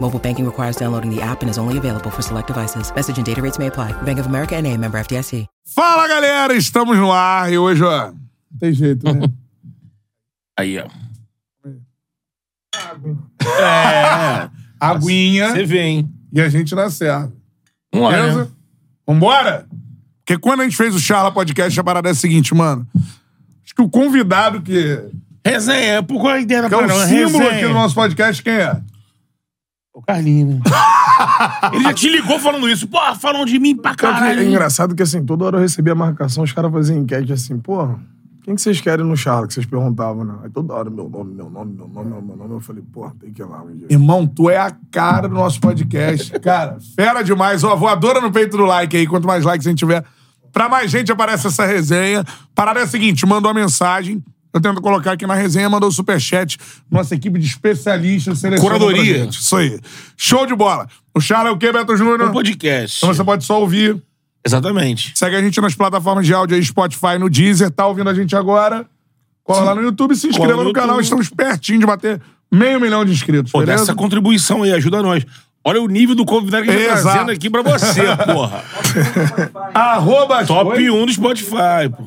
Mobile banking requires downloading the app and is only available for select devices. Message and data rates may apply. Bank of America and a member FDIC. Fala galera, estamos no ar e hoje, ó. Não tem jeito, né? Aí, ó. Aguinha Você vê, hein? e a gente na serra. Um Beleza? ano. Vambora? Porque quando a gente fez o Charla Podcast, a parada é a seguinte, mano. Acho que o convidado que, Resenha, por qual a ideia da que é o parada? símbolo Resenha. aqui do nosso podcast, quem é? O Carlinho. né? Ele já te ligou falando isso. Porra, falam de mim pra Então, Pior que caralho. é engraçado que assim, toda hora eu recebia a marcação, os caras faziam enquete assim, porra, quem que vocês querem no Charla? Que vocês perguntavam, né? Aí toda hora, meu nome, meu nome, meu nome, meu nome. Eu falei, porra, tem que ir lá um dia. Irmão, tu é a cara do nosso podcast. Cara, fera demais. Ó, voadora no peito do like aí. Quanto mais likes a gente tiver, pra mais gente aparece essa resenha. Parada é a seguinte: mandou uma mensagem. Eu tento colocar aqui na resenha, mandou o superchat. Nossa equipe de especialistas seleciona Curadoria. pra gente. Isso aí. Show de bola. O Charla é o quê, Beto Júnior? Um podcast. Então você pode só ouvir. Exatamente. Segue a gente nas plataformas de áudio aí, Spotify, no Deezer. Tá ouvindo a gente agora? Cola lá no YouTube e se inscreva Cola no, no canal. YouTube. Estamos pertinho de bater meio milhão de inscritos, Pô, dá beleza? essa contribuição aí, ajuda nós. Olha o nível do convidado que a gente tá Exato. trazendo aqui pra você, porra. Arroba Top Oi? 1 do Spotify, pô.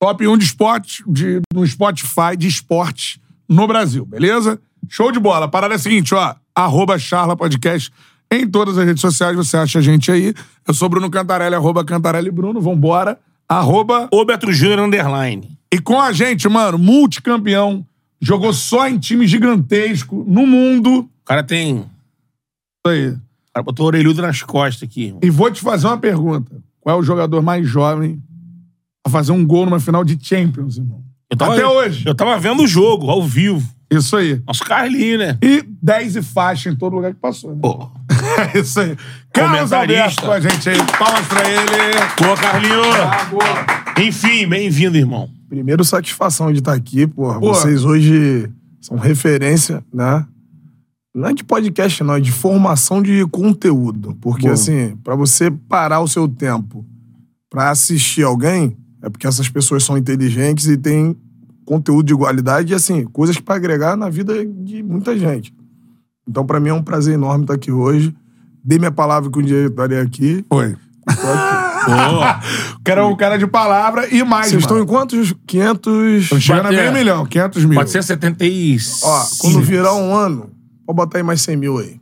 Top 1 de esporte, de, no Spotify de esporte no Brasil, beleza? Show de bola. A parada é a seguinte, ó. Arroba Charla Podcast. Em todas as redes sociais você acha a gente aí. Eu sou Bruno Cantarelli, arroba Cantarelli Bruno. Vambora. Arroba. Ô, Beto Júnior Underline. E com a gente, mano, multicampeão. Jogou só em time gigantesco no mundo. O cara tem. O Isso aí. cara botou o orelhudo nas costas aqui. irmão. E vou te fazer uma pergunta. Qual é o jogador mais jovem a fazer um gol numa final de Champions, irmão? Eu tava- Até hoje. Eu tava vendo o jogo, ao vivo. Isso aí. Nosso Carlinho, né? E 10 e faixa em todo lugar que passou. Né? Pô. É isso aí. Carlos Alberto Comentarista. com a gente aí. Palmas pra ele. Boa, Carlinho! Enfim, bem-vindo, irmão. Primeiro, satisfação de estar aqui, porra. Porra. Vocês hoje são referência, né? Não é de podcast, não, é de formação de conteúdo. Porque, Boa. assim, pra você parar o seu tempo pra assistir alguém, é porque essas pessoas são inteligentes e têm conteúdo de qualidade e, assim, coisas pra agregar na vida de muita gente. Então, pra mim é um prazer enorme estar aqui hoje. Dei minha palavra que um dia eu estarei aqui. Oi. Tô aqui. O cara é um cara de palavra e mais. Vocês estão mano. em quantos? 500. Estamos chegando a Bater. meio milhão, 500 mil. 475. Ó, quando virar um ano, pode botar aí mais 100 mil aí.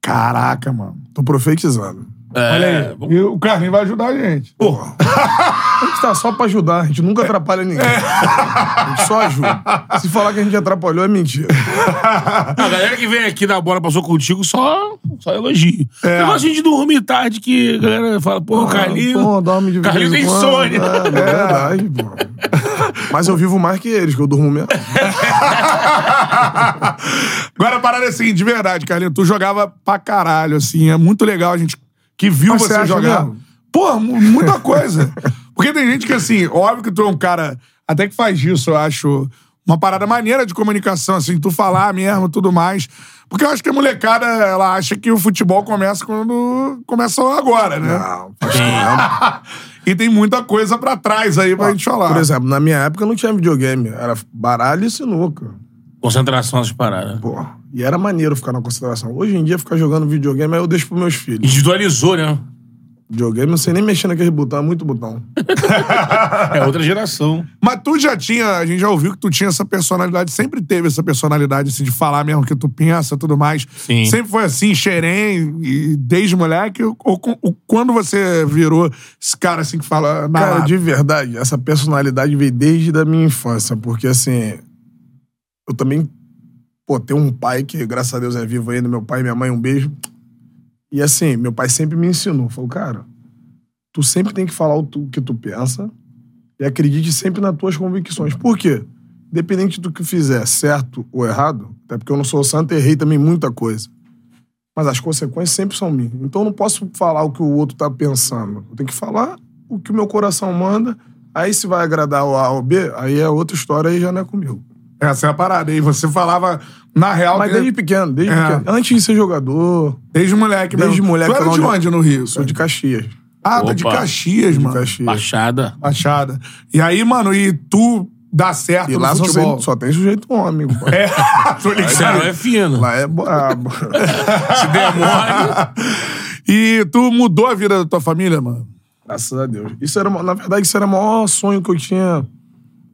Caraca, mano. Tô profetizando. Olha aí. E o Carlinho vai ajudar a gente. Porra. A gente tá só pra ajudar, a gente nunca atrapalha ninguém. A gente só ajuda. Se falar que a gente atrapalhou, é mentira. A galera que vem aqui da bola passou contigo só, só elogio. É. Eu gosto de dormir tarde que a galera fala, pô, Ah, o Carlinho. Pô, dorme de vez Carlinho em tem quando. insônia. né? É, é verdade, pô. Mas eu vivo mais que eles, que eu durmo mesmo. Agora a parada é a seguinte, de verdade, Carlinho. Tu jogava pra caralho, assim. É muito legal a gente que viu Mas você, Ah, você acha jogar. mesmo? Pô, mu- muita coisa. Porque tem gente que, assim, óbvio que tu é um cara até que faz isso, eu acho, uma parada maneira de comunicação, assim, tu falar mesmo, tudo mais. Porque eu acho que a molecada, ela acha que o futebol começa quando começa agora, né? Não, faz tempo. e tem muita coisa pra trás aí pra gente falar. Por exemplo, na minha época não tinha videogame. Era baralho e sinuca. Concentração nas paradas. Pô, e era maneiro ficar na consideração. Hoje em dia, ficar jogando videogame, aí eu deixo pros meus filhos. Individualizou, né? Videogame, não sei nem mexer naquele botão, é muito botão. É outra geração. Mas tu já tinha, a gente já ouviu que tu tinha essa personalidade, sempre teve essa personalidade assim, de falar mesmo o que tu pensa e tudo mais. Sim. Sempre foi assim, xerém, e desde moleque, ou, com- ou quando você virou esse cara assim que fala na Cara, lata? de verdade, essa personalidade veio desde a minha infância, porque assim, eu também, pô, tenho um pai que, graças a Deus, é vivo ainda, meu pai e minha mãe, um beijo. E assim, meu pai sempre me ensinou, falou, cara, tu sempre tem que falar o tu- que tu pensa e acredite sempre nas tuas convicções. Por quê? Independente do que fizer, certo ou errado, até porque eu não sou santo, errei também muita coisa. Mas as consequências sempre são minhas. Então eu não posso falar o que o outro tá pensando. Eu tenho que falar o que o meu coração manda. Aí se vai agradar o A ou B, aí é outra história, aí já não é comigo. Essa é a parada. E você falava, na real, Mas desde, desde pequeno, desde É. pequeno. Antes de ser jogador, desde moleque desde mesmo. moleque, Tu era lá de onde- onde no Rio? sou de Caxias. Ah, tá de Opa. Caxias, De mano. Caxias. Baixada. Baixada. E aí, mano, e tu dá certo E no lá só futebol. tem, só tem sujeito homem. pô. É, tô Cara, ligado. é fino. Lá é brabo. Se demora. E tu mudou a vida da tua família, mano? graças a Deus. Isso era, uma- na verdade, isso era o maior sonho que eu tinha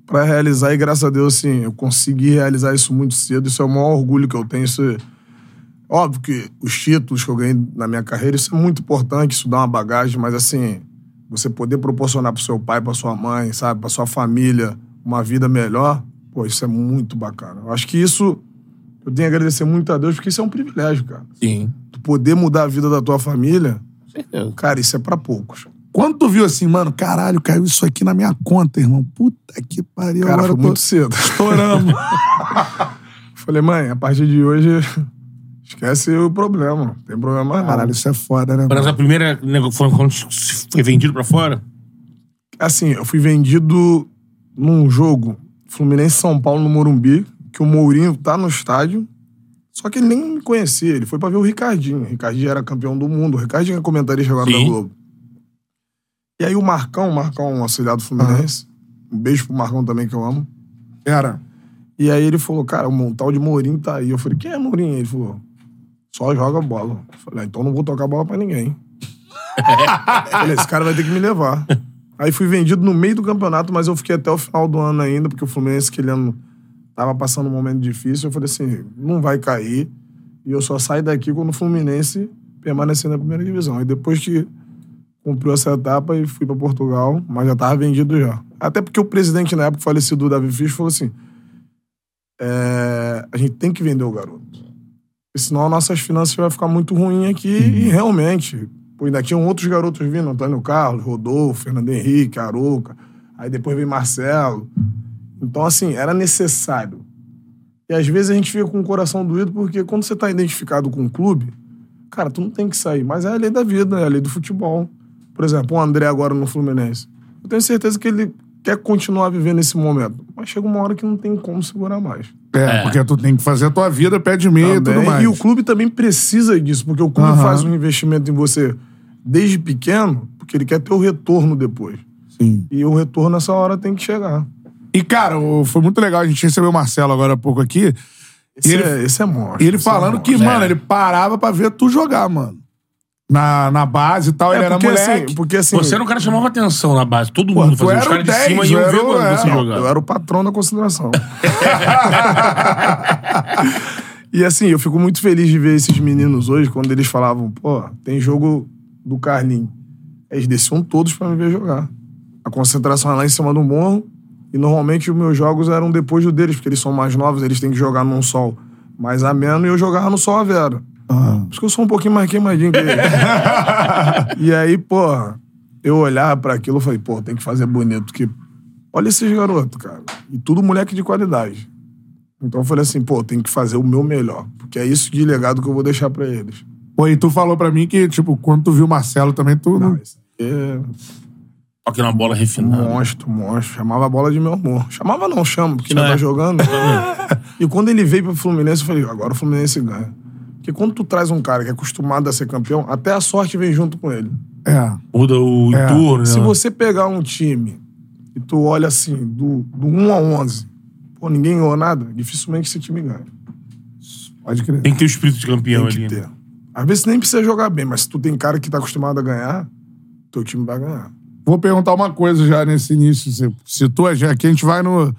pra realizar. E graças a Deus, assim, eu consegui realizar isso muito cedo. Isso é o maior orgulho que eu tenho. Isso é- Óbvio que os títulos que eu ganhei na minha carreira, isso é muito importante, isso dá uma bagagem, mas assim, você poder proporcionar pro seu pai, pra sua mãe, sabe, pra sua família, uma vida melhor, pô, isso é muito bacana. Eu acho que isso, eu tenho a agradecer muito a Deus, porque isso é um privilégio, cara. Sim. Tu poder mudar a vida da tua família, Certeza. cara, isso é pra poucos. Quando tu viu assim, mano, caralho, caiu isso aqui na minha conta, irmão. Puta que pariu, Cara, agora foi eu tô muito cedo. estourando. Falei, mãe, a partir de hoje, esquece o problema. Não tem problema mais não. Caralho, isso é foda, né? Mas mano? a primeira nego- foi quando se foi vendido pra fora? Assim, eu fui vendido num jogo Fluminense e São Paulo no Morumbi, que o Mourinho tá no estádio. Só que ele nem me conhecia, ele foi pra ver o Ricardinho. O Ricardinho era campeão do mundo, o Ricardinho é comentarista agora Sim. da Globo. E aí o Marcão, o Marcão, um auxiliar do Fluminense. Um beijo pro Marcão também, que eu amo. Era. E aí ele falou, cara, o tal de Mourinho tá aí. Eu falei, quem é Mourinho? Ele falou, só joga bola. Eu falei, ah, então não vou tocar bola pra ninguém. Eu falei, esse cara vai ter que me levar. Aí fui vendido no meio do campeonato, mas eu fiquei até o final do ano ainda, porque o Fluminense, aquele ano, tava passando um momento difícil. Eu falei assim, não vai cair. E eu só saio daqui quando o Fluminense permanecer na primeira divisão. Aí depois que cumpriu essa etapa e fui pra Portugal, mas já tava vendido já. Até porque o presidente na época, falecido, o Davi Fisch, falou assim, é, a gente tem que vender o garoto. Porque Senão as nossas finanças vai ficar muito ruim aqui e realmente. Pô, ainda tinham outros garotos vindo, Antônio Carlos, Rodolfo, Fernando Henrique, Arouca. Aí depois veio Marcelo. Então, assim, era necessário. E às vezes a gente fica com o coração doído, porque quando você tá identificado com o clube, cara, tu não tem que sair. Mas é a lei da vida, é a lei do futebol. Por exemplo, o André agora no Fluminense. Eu tenho certeza que ele quer continuar vivendo esse momento. Mas chega uma hora que não tem como segurar mais. É, porque tu tem que fazer a tua vida, pé de meia e tudo Também. mais. E o clube também precisa disso, porque o clube Aham. faz um investimento em você desde pequeno, porque ele quer ter o retorno depois. Sim. E o retorno nessa hora tem que chegar. E, cara, o- foi muito legal. A gente recebeu o Marcelo agora há pouco aqui. Esse, ele- é, esse é monstro. E ele esse é falando monstro. que, mano, ele parava pra ver tu jogar, mano. Na, na base e tal, ele É, era porque, moleque. assim, porque assim. Você era um cara que chamava atenção na base. Todo Pô, mundo tu fazia. Os era caras o de cima 10, iam eu ver era o- quando você é, Eu jogar. era o patrão da consideração. e assim, eu fico muito feliz de ver esses meninos hoje, quando eles falavam, pô, tem jogo do Carlinho. Eles desciam todos pra me ver jogar. A concentração era lá em cima do morro. E normalmente os meus jogos eram depois do deles, porque eles são mais novos, eles têm que jogar num sol mais ameno e eu jogava no sol a vera. Por isso que eu sou um pouquinho mais queimadinho que ele. e aí, porra, eu olhava pra aquilo e falei, pô, tem que fazer bonito, porque olha esses garotos, cara. E tudo moleque de qualidade. Então eu falei assim, pô, tem que fazer o meu melhor, porque é isso de legado que eu vou deixar pra eles. Pô, e tu falou pra mim que, tipo, quando tu viu o Marcelo também, tu. Não, isso é Aqui na bola refinada. monstro, monstro. Chamava a bola de meu amor. Chamava não, chama, porque ele É. tá jogando. e quando ele veio pro Fluminense, eu falei, agora o Fluminense ganha. Porque quando tu traz um cara que é acostumado a ser campeão, até a sorte vem junto com ele. É. Muda o É. entorno, né? Se mano? você pegar um time e tu olha assim, do, do 1 a 11, pô, ninguém ganhou nada, dificilmente esse time ganha. Pode crer. Tem que ter o espírito de campeão Tem ali. que né? ter. Às vezes nem precisa jogar bem, mas se tu tem cara que tá acostumado a ganhar, teu time vai ganhar. Vou perguntar uma coisa já nesse início. Você citou a gente- aqui, a gente vai no.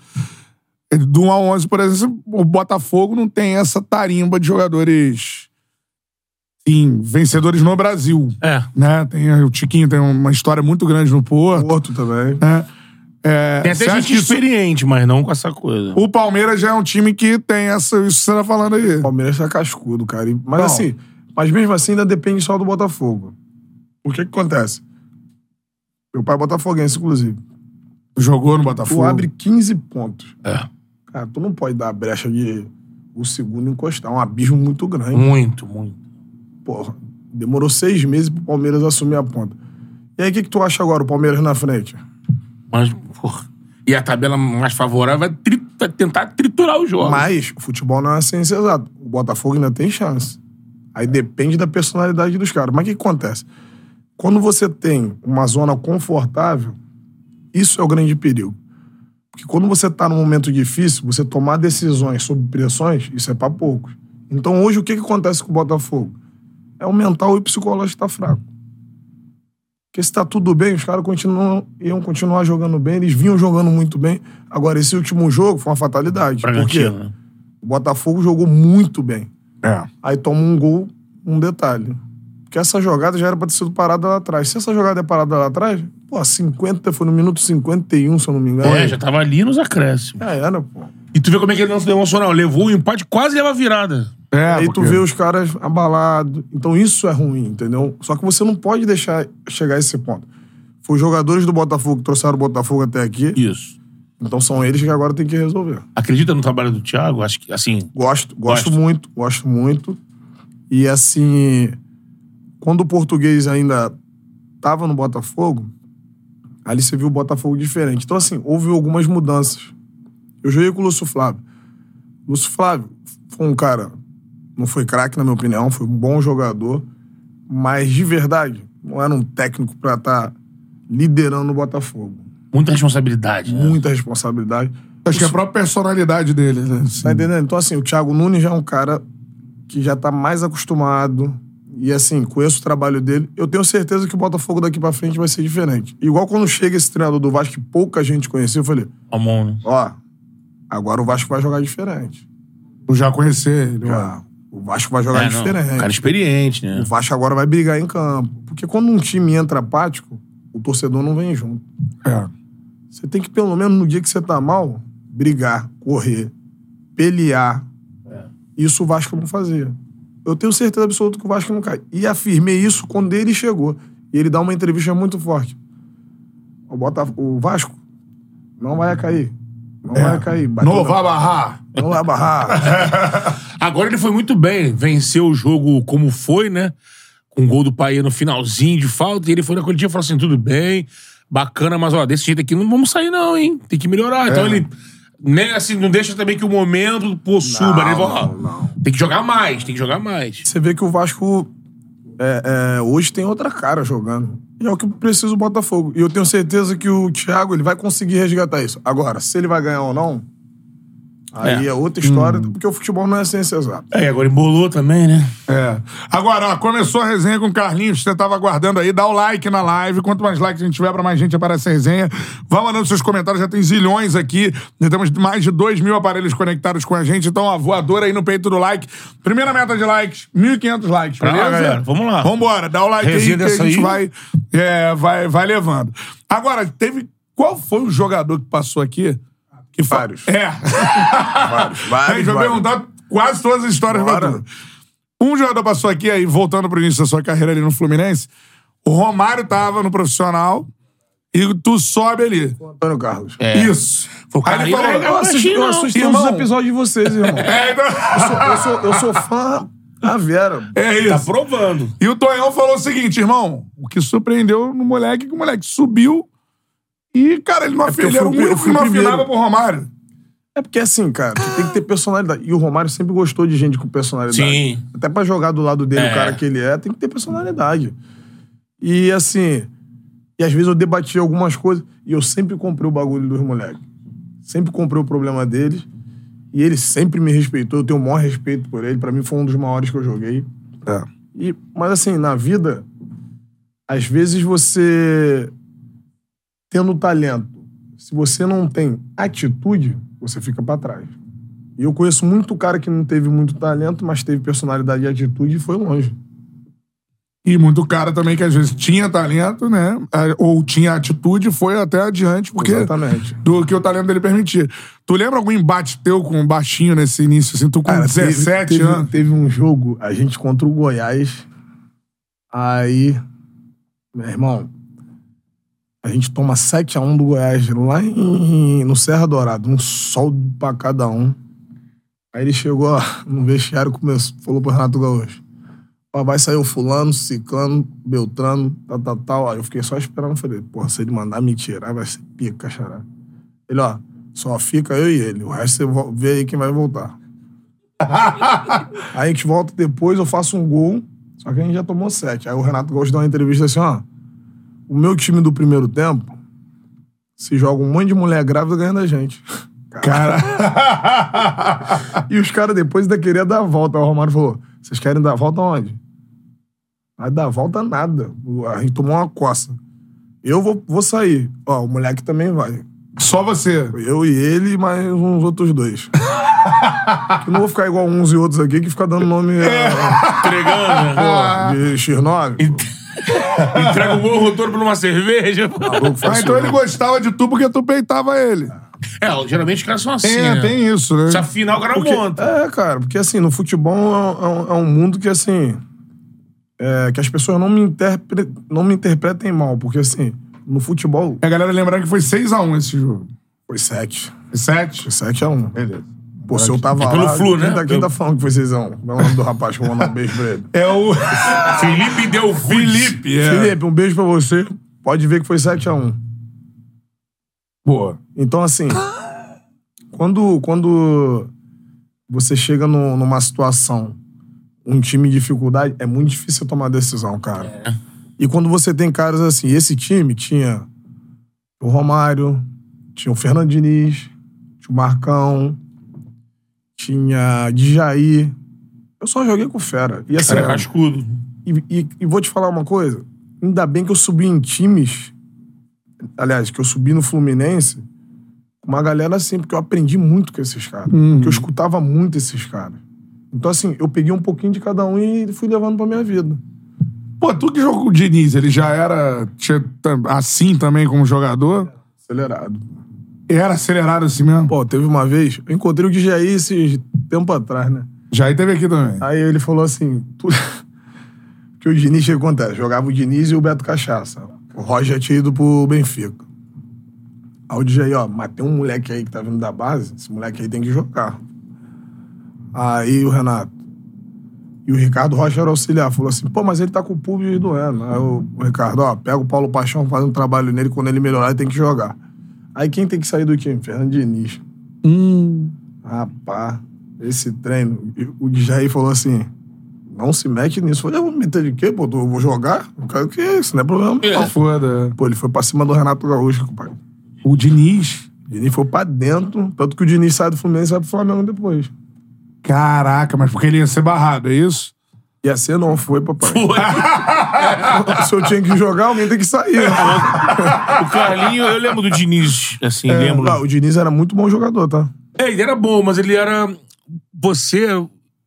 é, Do 1 a 11, por exemplo, o Botafogo não tem essa tarimba de jogadores. Sim, vencedores no Brasil. É. Né? Tem, o Tiquinho tem uma história muito grande no Porto. Porto também. né? É, Tem até você acha gente que isso- experiente, mas não com essa coisa. O Palmeiras já é um time que tem essa, isso que você tá falando aí. O Palmeiras tá cascudo, cara. E- Mas Não. assim, mas mesmo assim ainda depende só do Botafogo. O que que acontece? Meu pai é botafoguense, inclusive. Jogou no Tu Botafogo. abre 15 pontos. É. Cara, tu não pode dar a brecha de o segundo encostar. É um abismo muito grande. Muito, muito. Porra, demorou seis meses pro Palmeiras assumir a ponta. E aí, o que, que tu acha agora, o Palmeiras na frente? Mas, porra. E a tabela mais favorável vai, tri- vai tentar triturar o jogo. Mas o futebol não é uma ciência exata. O Botafogo ainda tem chance. Aí depende da personalidade dos caras. Mas o que, que acontece? Quando você tem uma zona confortável, isso é o grande perigo. Porque quando você está num momento difícil, você tomar decisões sob pressões, isso é para poucos. Então hoje o que, que acontece com o Botafogo? É o mental e o psicológico tá fraco. Porque se tá tudo bem, os caras continuam, iam continuar jogando bem, eles vinham jogando muito bem. Agora, esse último jogo foi uma fatalidade. Por quê? Bragantino, né? O Botafogo jogou muito bem. É. Aí toma um gol, um detalhe. Porque essa jogada já era pra ter sido parada lá atrás. Se essa jogada é parada lá atrás, pô, 50, foi no minuto 51, se eu não me engano. É, já tava ali nos acréscimos. Já era, pô. E tu vê como é que ele não se deu emocional. Levou o empate, quase leva a virada. É, Aí porque- tu vê os caras abalados. Então isso é ruim, entendeu? Só que você não pode deixar chegar a esse ponto. Foi os jogadores do Botafogo que trouxeram o Botafogo até aqui. Isso. Então são eles que agora tem que resolver. Acredita no trabalho do Thiago? Acho que, assim, Gosto, gosto, Gosto. muito, gosto muito. E assim, quando o português ainda estava no Botafogo, ali você viu o Botafogo diferente. Então, assim, houve algumas mudanças. Eu joguei com o Lúcio Flávio. Lúcio Flávio foi um cara, não foi craque, na minha opinião, foi um bom jogador, mas de verdade, não era um técnico para estar liderando o Botafogo. muita responsabilidade. Né? Muita responsabilidade. Acho que é a própria personalidade dele, né? Assim. Tá entendendo? Então, assim, o Thiago Nunes já é um cara que já tá mais acostumado. E, assim, conheço o trabalho dele. Eu tenho certeza que o Botafogo daqui pra frente vai ser diferente. Igual quando chega esse treinador do Vasco que pouca gente conhecia, eu falei: A mão, né? ó, agora o Vasco vai jogar diferente. Eu já conheci ele. ó. Já. O Vasco vai jogar É, não. diferente. Cara experiente, né? O Vasco agora vai brigar em campo. Porque quando um time entra apático, o torcedor não vem junto. É. Você tem que, pelo menos no dia que você tá mal, brigar, correr, pelear. Isso o Vasco não fazia. Eu tenho certeza absoluta que o Vasco não cai. E afirmei isso quando ele chegou. E ele dá uma entrevista muito forte. O, Botaf- o Vasco não vai cair. Não vai cair. Bateu Não na- vai barrar. Não vai barrar. Agora ele foi muito bem. Venceu o jogo como foi, né? Com o gol do Paia no finalzinho de falta. E ele foi naquele dia e falou assim: tudo bem, bacana, mas ó, desse jeito aqui não vamos sair, não, hein? Tem que melhorar. Então ele. Né, assim, não deixa também que o momento pô, suba. né? Ele fala, ó, não, não. Tem que jogar mais, tem que jogar mais. Você vê que o Vasco é, é, hoje tem outra cara jogando. E é o que precisa o Botafogo. E eu tenho certeza que o Thiago ele vai conseguir resgatar isso. Agora, se ele vai ganhar ou não, aí é, É. outra história, Hum. porque o futebol não é ciência exata. É, e agora embolou também, né? É. Agora, ó, começou a resenha com o Carlinhos, você tava aguardando aí, dá o like na live, quanto mais likes a gente tiver, pra mais gente aparece a resenha. Vá mandando seus comentários, já tem zilhões aqui, já temos mais de dois mil aparelhos conectados com a gente, então a voadora aí no peito do like. Primeira meta de likes, 1.500 likes, Pra lá, beleza? galera, vamos lá. Vambora, dá o like Resenha aí que dessa a gente aí. vai, é, vai, vai levando. Agora, teve... Qual foi o jogador que passou aqui? Que fa- Vários. É. Vários, a gente vai perguntar quase todas as histórias pra Bora. tu. Um jogador passou aqui, aí voltando pro início da sua carreira ali no Fluminense, o Romário tava no profissional e tu sobe ali. Antônio Carlos. Isso. É. Foi o Aí ele Carlinhos, falou, né, Eu cara? assisto, eu Não, assisto É. irmão. todos os episódios de vocês, irmão. é, então... Eu sou, eu sou, eu sou fã da Vera. é isso. Tá provando. E o Tonhão falou o seguinte, irmão, o que surpreendeu no moleque é que o moleque subiu e, cara, ele não É porque eu afilhava, ele era o fui o único pri- que eu não fui o primeiro. afinava pro Romário. É porque assim, cara, tu tem que ter personalidade. E o Romário sempre gostou de gente com personalidade. Sim. Até pra jogar do lado dele, É. o cara que ele é, tem que ter personalidade. E assim, e às vezes eu debati algumas coisas e eu sempre comprei o bagulho dos moleques. Sempre comprei o problema deles. E ele sempre me respeitou, eu tenho o maior respeito por ele. Pra mim foi um dos maiores que eu joguei. E, mas assim, na vida, às vezes você tendo talento, se você não tem atitude, você fica pra trás. E eu conheço muito cara que não teve muito talento, mas teve personalidade e atitude e foi longe. E muito cara também que às vezes tinha talento, né? Ah, Ou tinha atitude e foi até adiante, porque. Exatamente. Do que o talento dele permitia. Tu lembra algum embate teu com um baixinho nesse início, assim? Tu com Cara, teve- 17 teve, anos. Teve um jogo, a gente contra o Goiás. Aí, meu irmão, a gente toma 7x1 do Goiás lá em- no Serra Dourada. Um sol pra cada um. Aí ele chegou ó, no vestiário e começou, falou pro Renato Gaúcho. Ó, vai sair o fulano, ciclano, beltrano, tal, tal, tal. Aí eu fiquei só esperando. Falei, porra, se ele mandar me tirar, vai ser pica, xará. Ele, ó, só fica eu e ele. O resto você vo- vê aí quem vai voltar. Aí a gente volta depois, eu faço um gol, só que a gente já tomou sete. Aí o Renato Gaúcho dá uma entrevista assim, ó. O meu time do primeiro tempo se joga um monte de mulher grávida ganhando a gente. Cara. e os caras depois ainda queriam dar a volta. Aí o Romário falou: vocês querem dar a volta onde? Vai dar a volta nada. A gente tomou uma coça. Eu vou, vou sair. Ó, o moleque também vai. Só você. Eu e ele, mais uns outros dois. Eu não vou ficar igual uns e outros aqui que fica dando nome eh, Entregando, né? de X9. Então, Entrega um o morro todo por uma cerveja. Maluco, faz Ah, isso então ele não. gostava de tu porque tu peitava ele. É, geralmente os caras são assim, Tem, né? tem isso, né? Se afinar, o cara Porque- monta. é, cara, porque assim, no futebol é um, é um mundo que assim. é, que as pessoas não me, interpre- não me interpretem mal, porque assim, no futebol A galera lembrando que foi 6x1 esse jogo. foi 7. Foi 7? 7 a 1. Beleza. é Pô, se eu tava É pelo lá. flu, né? Quem tá, quem tá falando que foi 6 a 1? Qual É o nome do rapaz que eu vou mandar um beijo pra ele. É o. Felipe deu Felipe. é. Ah. Felipe, um beijo pra você. Pode ver que foi 7 a 1. Pô. Então, assim, quando, quando você chega no- numa situação, um time em dificuldade, é muito difícil tomar decisão, cara. E quando você tem caras assim, esse time tinha o Romário, tinha o Fernando Diniz, tinha o Marcão, tinha Djaí. Eu só joguei com fera. E assim, Cara, é cascudo. e, e- e vou te falar uma coisa. Ainda bem que eu subi em times. Aliás, que eu subi no Fluminense com uma galera assim, porque eu aprendi muito com esses caras. Porque eu escutava muito esses caras. Então, assim, eu peguei um pouquinho de cada um e fui levando pra minha vida. Pô, tu que jogou com o Diniz, ele já era tinha tam- assim também como jogador? Acelerado. Era acelerado assim mesmo? Pô, teve uma vez, eu encontrei o Djaí esse tempo atrás, né? Já aí teve aqui também. Aí ele falou assim: tu... que o Diniz, o que acontece? Jogava o Diniz e o Beto Cachaça. O Roger tinha ido pro Benfica. Aí o DJ, ó, mas tem um moleque aí que tá vindo da base, esse moleque aí tem que jogar. Aí o Renato. E o Ricardo Rocha era auxiliar. Falou assim: pô, mas ele tá com o público doendo. Aí é o o Ricardo, ó, pega o Paulo Paixão, faz um trabalho nele, quando ele melhorar, ele tem que jogar. Aí quem tem que sair do time? Fernando Diniz. Rapaz, esse treino. E O Jair falou assim: não se mete nisso. Eu falei, eu vou me meter de quê, pô? Eu vou jogar? Não quero que isso, não é problema. É. não." Tá Foda. é. Pô, ele foi pra cima do Renato Gaúcho, compadre. O Diniz. O Diniz foi pra dentro, tanto que o Diniz sai do Fluminense e vai pro Flamengo depois. Caraca, mas porque ele ia ser barrado, é isso? E assim não foi, papai. Foi. Se eu tinha que jogar, alguém tem que sair. né? O Carlinho, eu lembro do Diniz, assim, lembro. É. Não, o Diniz era muito bom jogador, tá? É, ele era bom, mas ele era. Você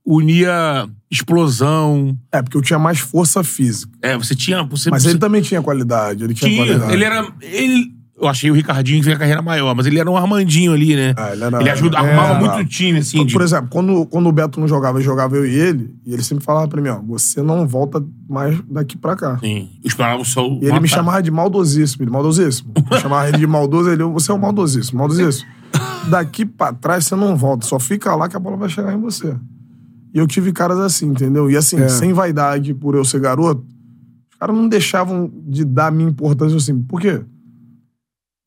unia explosão. É, porque eu tinha mais força física. É, você tinha. Você, Mas você ele também tinha qualidade. Ele tinha, tinha. qualidade. Ele era. Ele, eu achei o Ricardinho que teve a carreira maior, mas ele era um Armandinho ali, né? Ah, ele era- ajuda, é, arrumava era- muito o time, assim. de- Por exemplo, quando, quando o Beto não jogava, eu jogava eu e ele, e ele sempre falava pra mim, ó, você não volta mais daqui pra cá. Sim. Eu esperava só o E ele me matar. chamava de maldosíssimo, ele maldosíssimo. Eu chamava ele de maldoso, ele, você é um maldosíssimo, maldosíssimo. Daqui pra trás você não volta, só fica lá que a bola vai chegar em você. E eu tive caras assim, entendeu? E assim, sem vaidade, por eu ser garoto, os caras não deixavam de dar a minha importância assim. Por quê?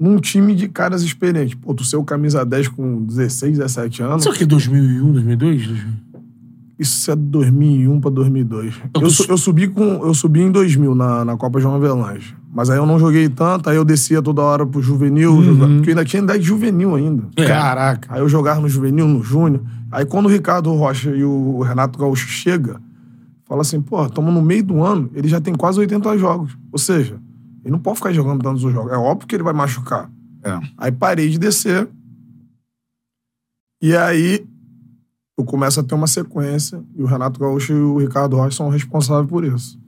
Num time de caras experientes. Pô, tu ser o camisa 10 com 16, 17 anos. Isso aqui é 2001, 2002? 2000. Isso é 2001 pra 2002. Eu Eu, tô- su- eu subi com eu subi em 2000 na, na Copa João Avelange. Mas aí eu não joguei tanto, aí eu descia toda hora pro juvenil, jogar- porque eu ainda tinha idade de juvenil ainda. É. Caraca. Aí eu jogava no juvenil, no júnior. Aí quando o Ricardo Rocha e o Renato Gaúcho chega, fala assim, pô, estamos no meio do ano, ele já tem quase 80 jogos. Ou seja, ele não pode ficar jogando tantos jogos. É óbvio que ele vai machucar. É. Aí parei de descer. E aí eu começo a ter uma sequência. E o Renato Gaúcho e o Ricardo Rocha são responsáveis por isso.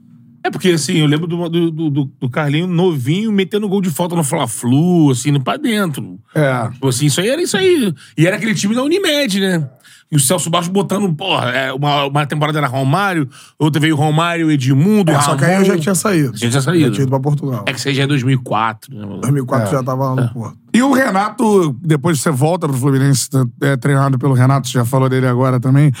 É porque, assim, eu lembro do, do, do, do Carlinho novinho metendo gol de falta no Fla-Flu, assim, no pra dentro. É. Tipo assim, isso aí era isso aí. E era aquele time da Unimed, né? E o Celso Baixo botando, porra, é, uma, uma temporada era Romário, outra veio Romário, Edmundo, É, Ramon. só que aí eu já tinha saído. Ah, Já tinha saído. Já tinha ido pra Portugal. É que isso aí já é 2004, né? maluco? 2004 já tava lá no Porto. E o Renato, depois que você volta pro Fluminense, tá- é treinado pelo Renato, você já falou dele agora também.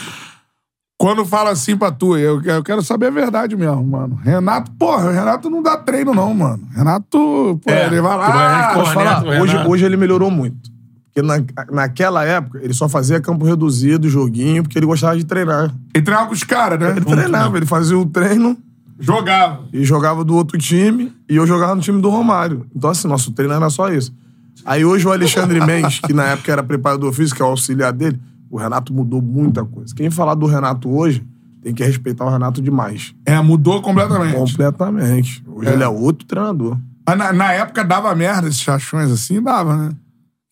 Quando fala assim pra tu, eu, eu quero saber a verdade mesmo, mano. Renato, porra, o Renato não dá treino, não, mano. Renato, pô, É, ele vai tu vai né? lá. responder. Posso falar? Renato, Hoje, Renato. hoje ele melhorou muito. Porque na, naquela época, ele só fazia campo reduzido, joguinho, porque ele gostava de treinar. E treinava com os caras, né? Ele treinava, ele fazia o treino Jogava. e jogava do outro time, e eu jogava no time do Romário. Então, assim, nosso treino era só isso. Aí hoje o Alexandre Mendes, que na época era preparador físico, é o auxiliar dele, o Renato mudou muita coisa. Quem falar do Renato hoje tem que respeitar o Renato demais. É, mudou completamente. Completamente. Hoje É. ele é outro treinador. Mas na, na época dava merda esses chachões assim, dava, né?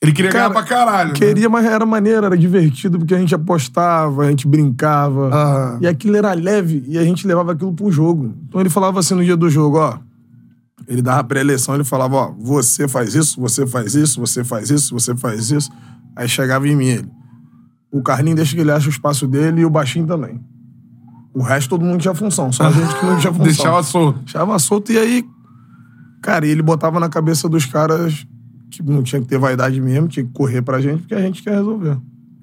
Ele queria Cara, ganhar pra caralho. Né? Queria, mas era maneiro, era divertido, porque a gente apostava, a gente brincava. Aham. E aquilo era leve e a gente levava aquilo pro jogo. Então ele falava assim no dia do jogo, ó. Ele dava a pré-eleição, ele falava, ó, você faz isso, você faz isso, você faz isso, você faz isso. Aí chegava em mim ele. O Carlinho deixa que ele ache o espaço dele e o baixinho também. O resto todo mundo tinha função, só a gente que não tinha função. Deixava solto. Deixava solto e aí, cara, ele botava na cabeça dos caras que não tinha que ter vaidade mesmo, tinha que correr pra gente, porque a gente quer resolver.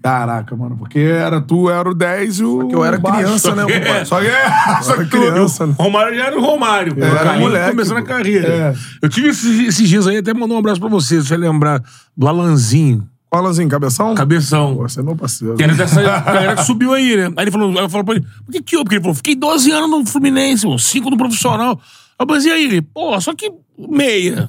Caraca, mano, porque era tu, era o 10 e o. Porque eu era baixo. criança, né, que- compadre? Só que, é, só Eu que era tu- criança, né? O Romário já era o Romário. pô. Eu era O Carlinho moleque, Começando a pô. carreira. É. Eu tive esses, esses dias aí, até mandou um abraço pra você, se você lembrar, do Alanzinho, Falazinho, cabeção? cabeção. Pô, Você é meu parceiro. Que era dessa galera que subiu aí, né? Aí ele falou, ela falou pra ele, por que que eu? Porque ele falou, fiquei 12 anos no Fluminense, mano, 5 no profissional. Aí eu pensei, aí ele, pô, só que meia.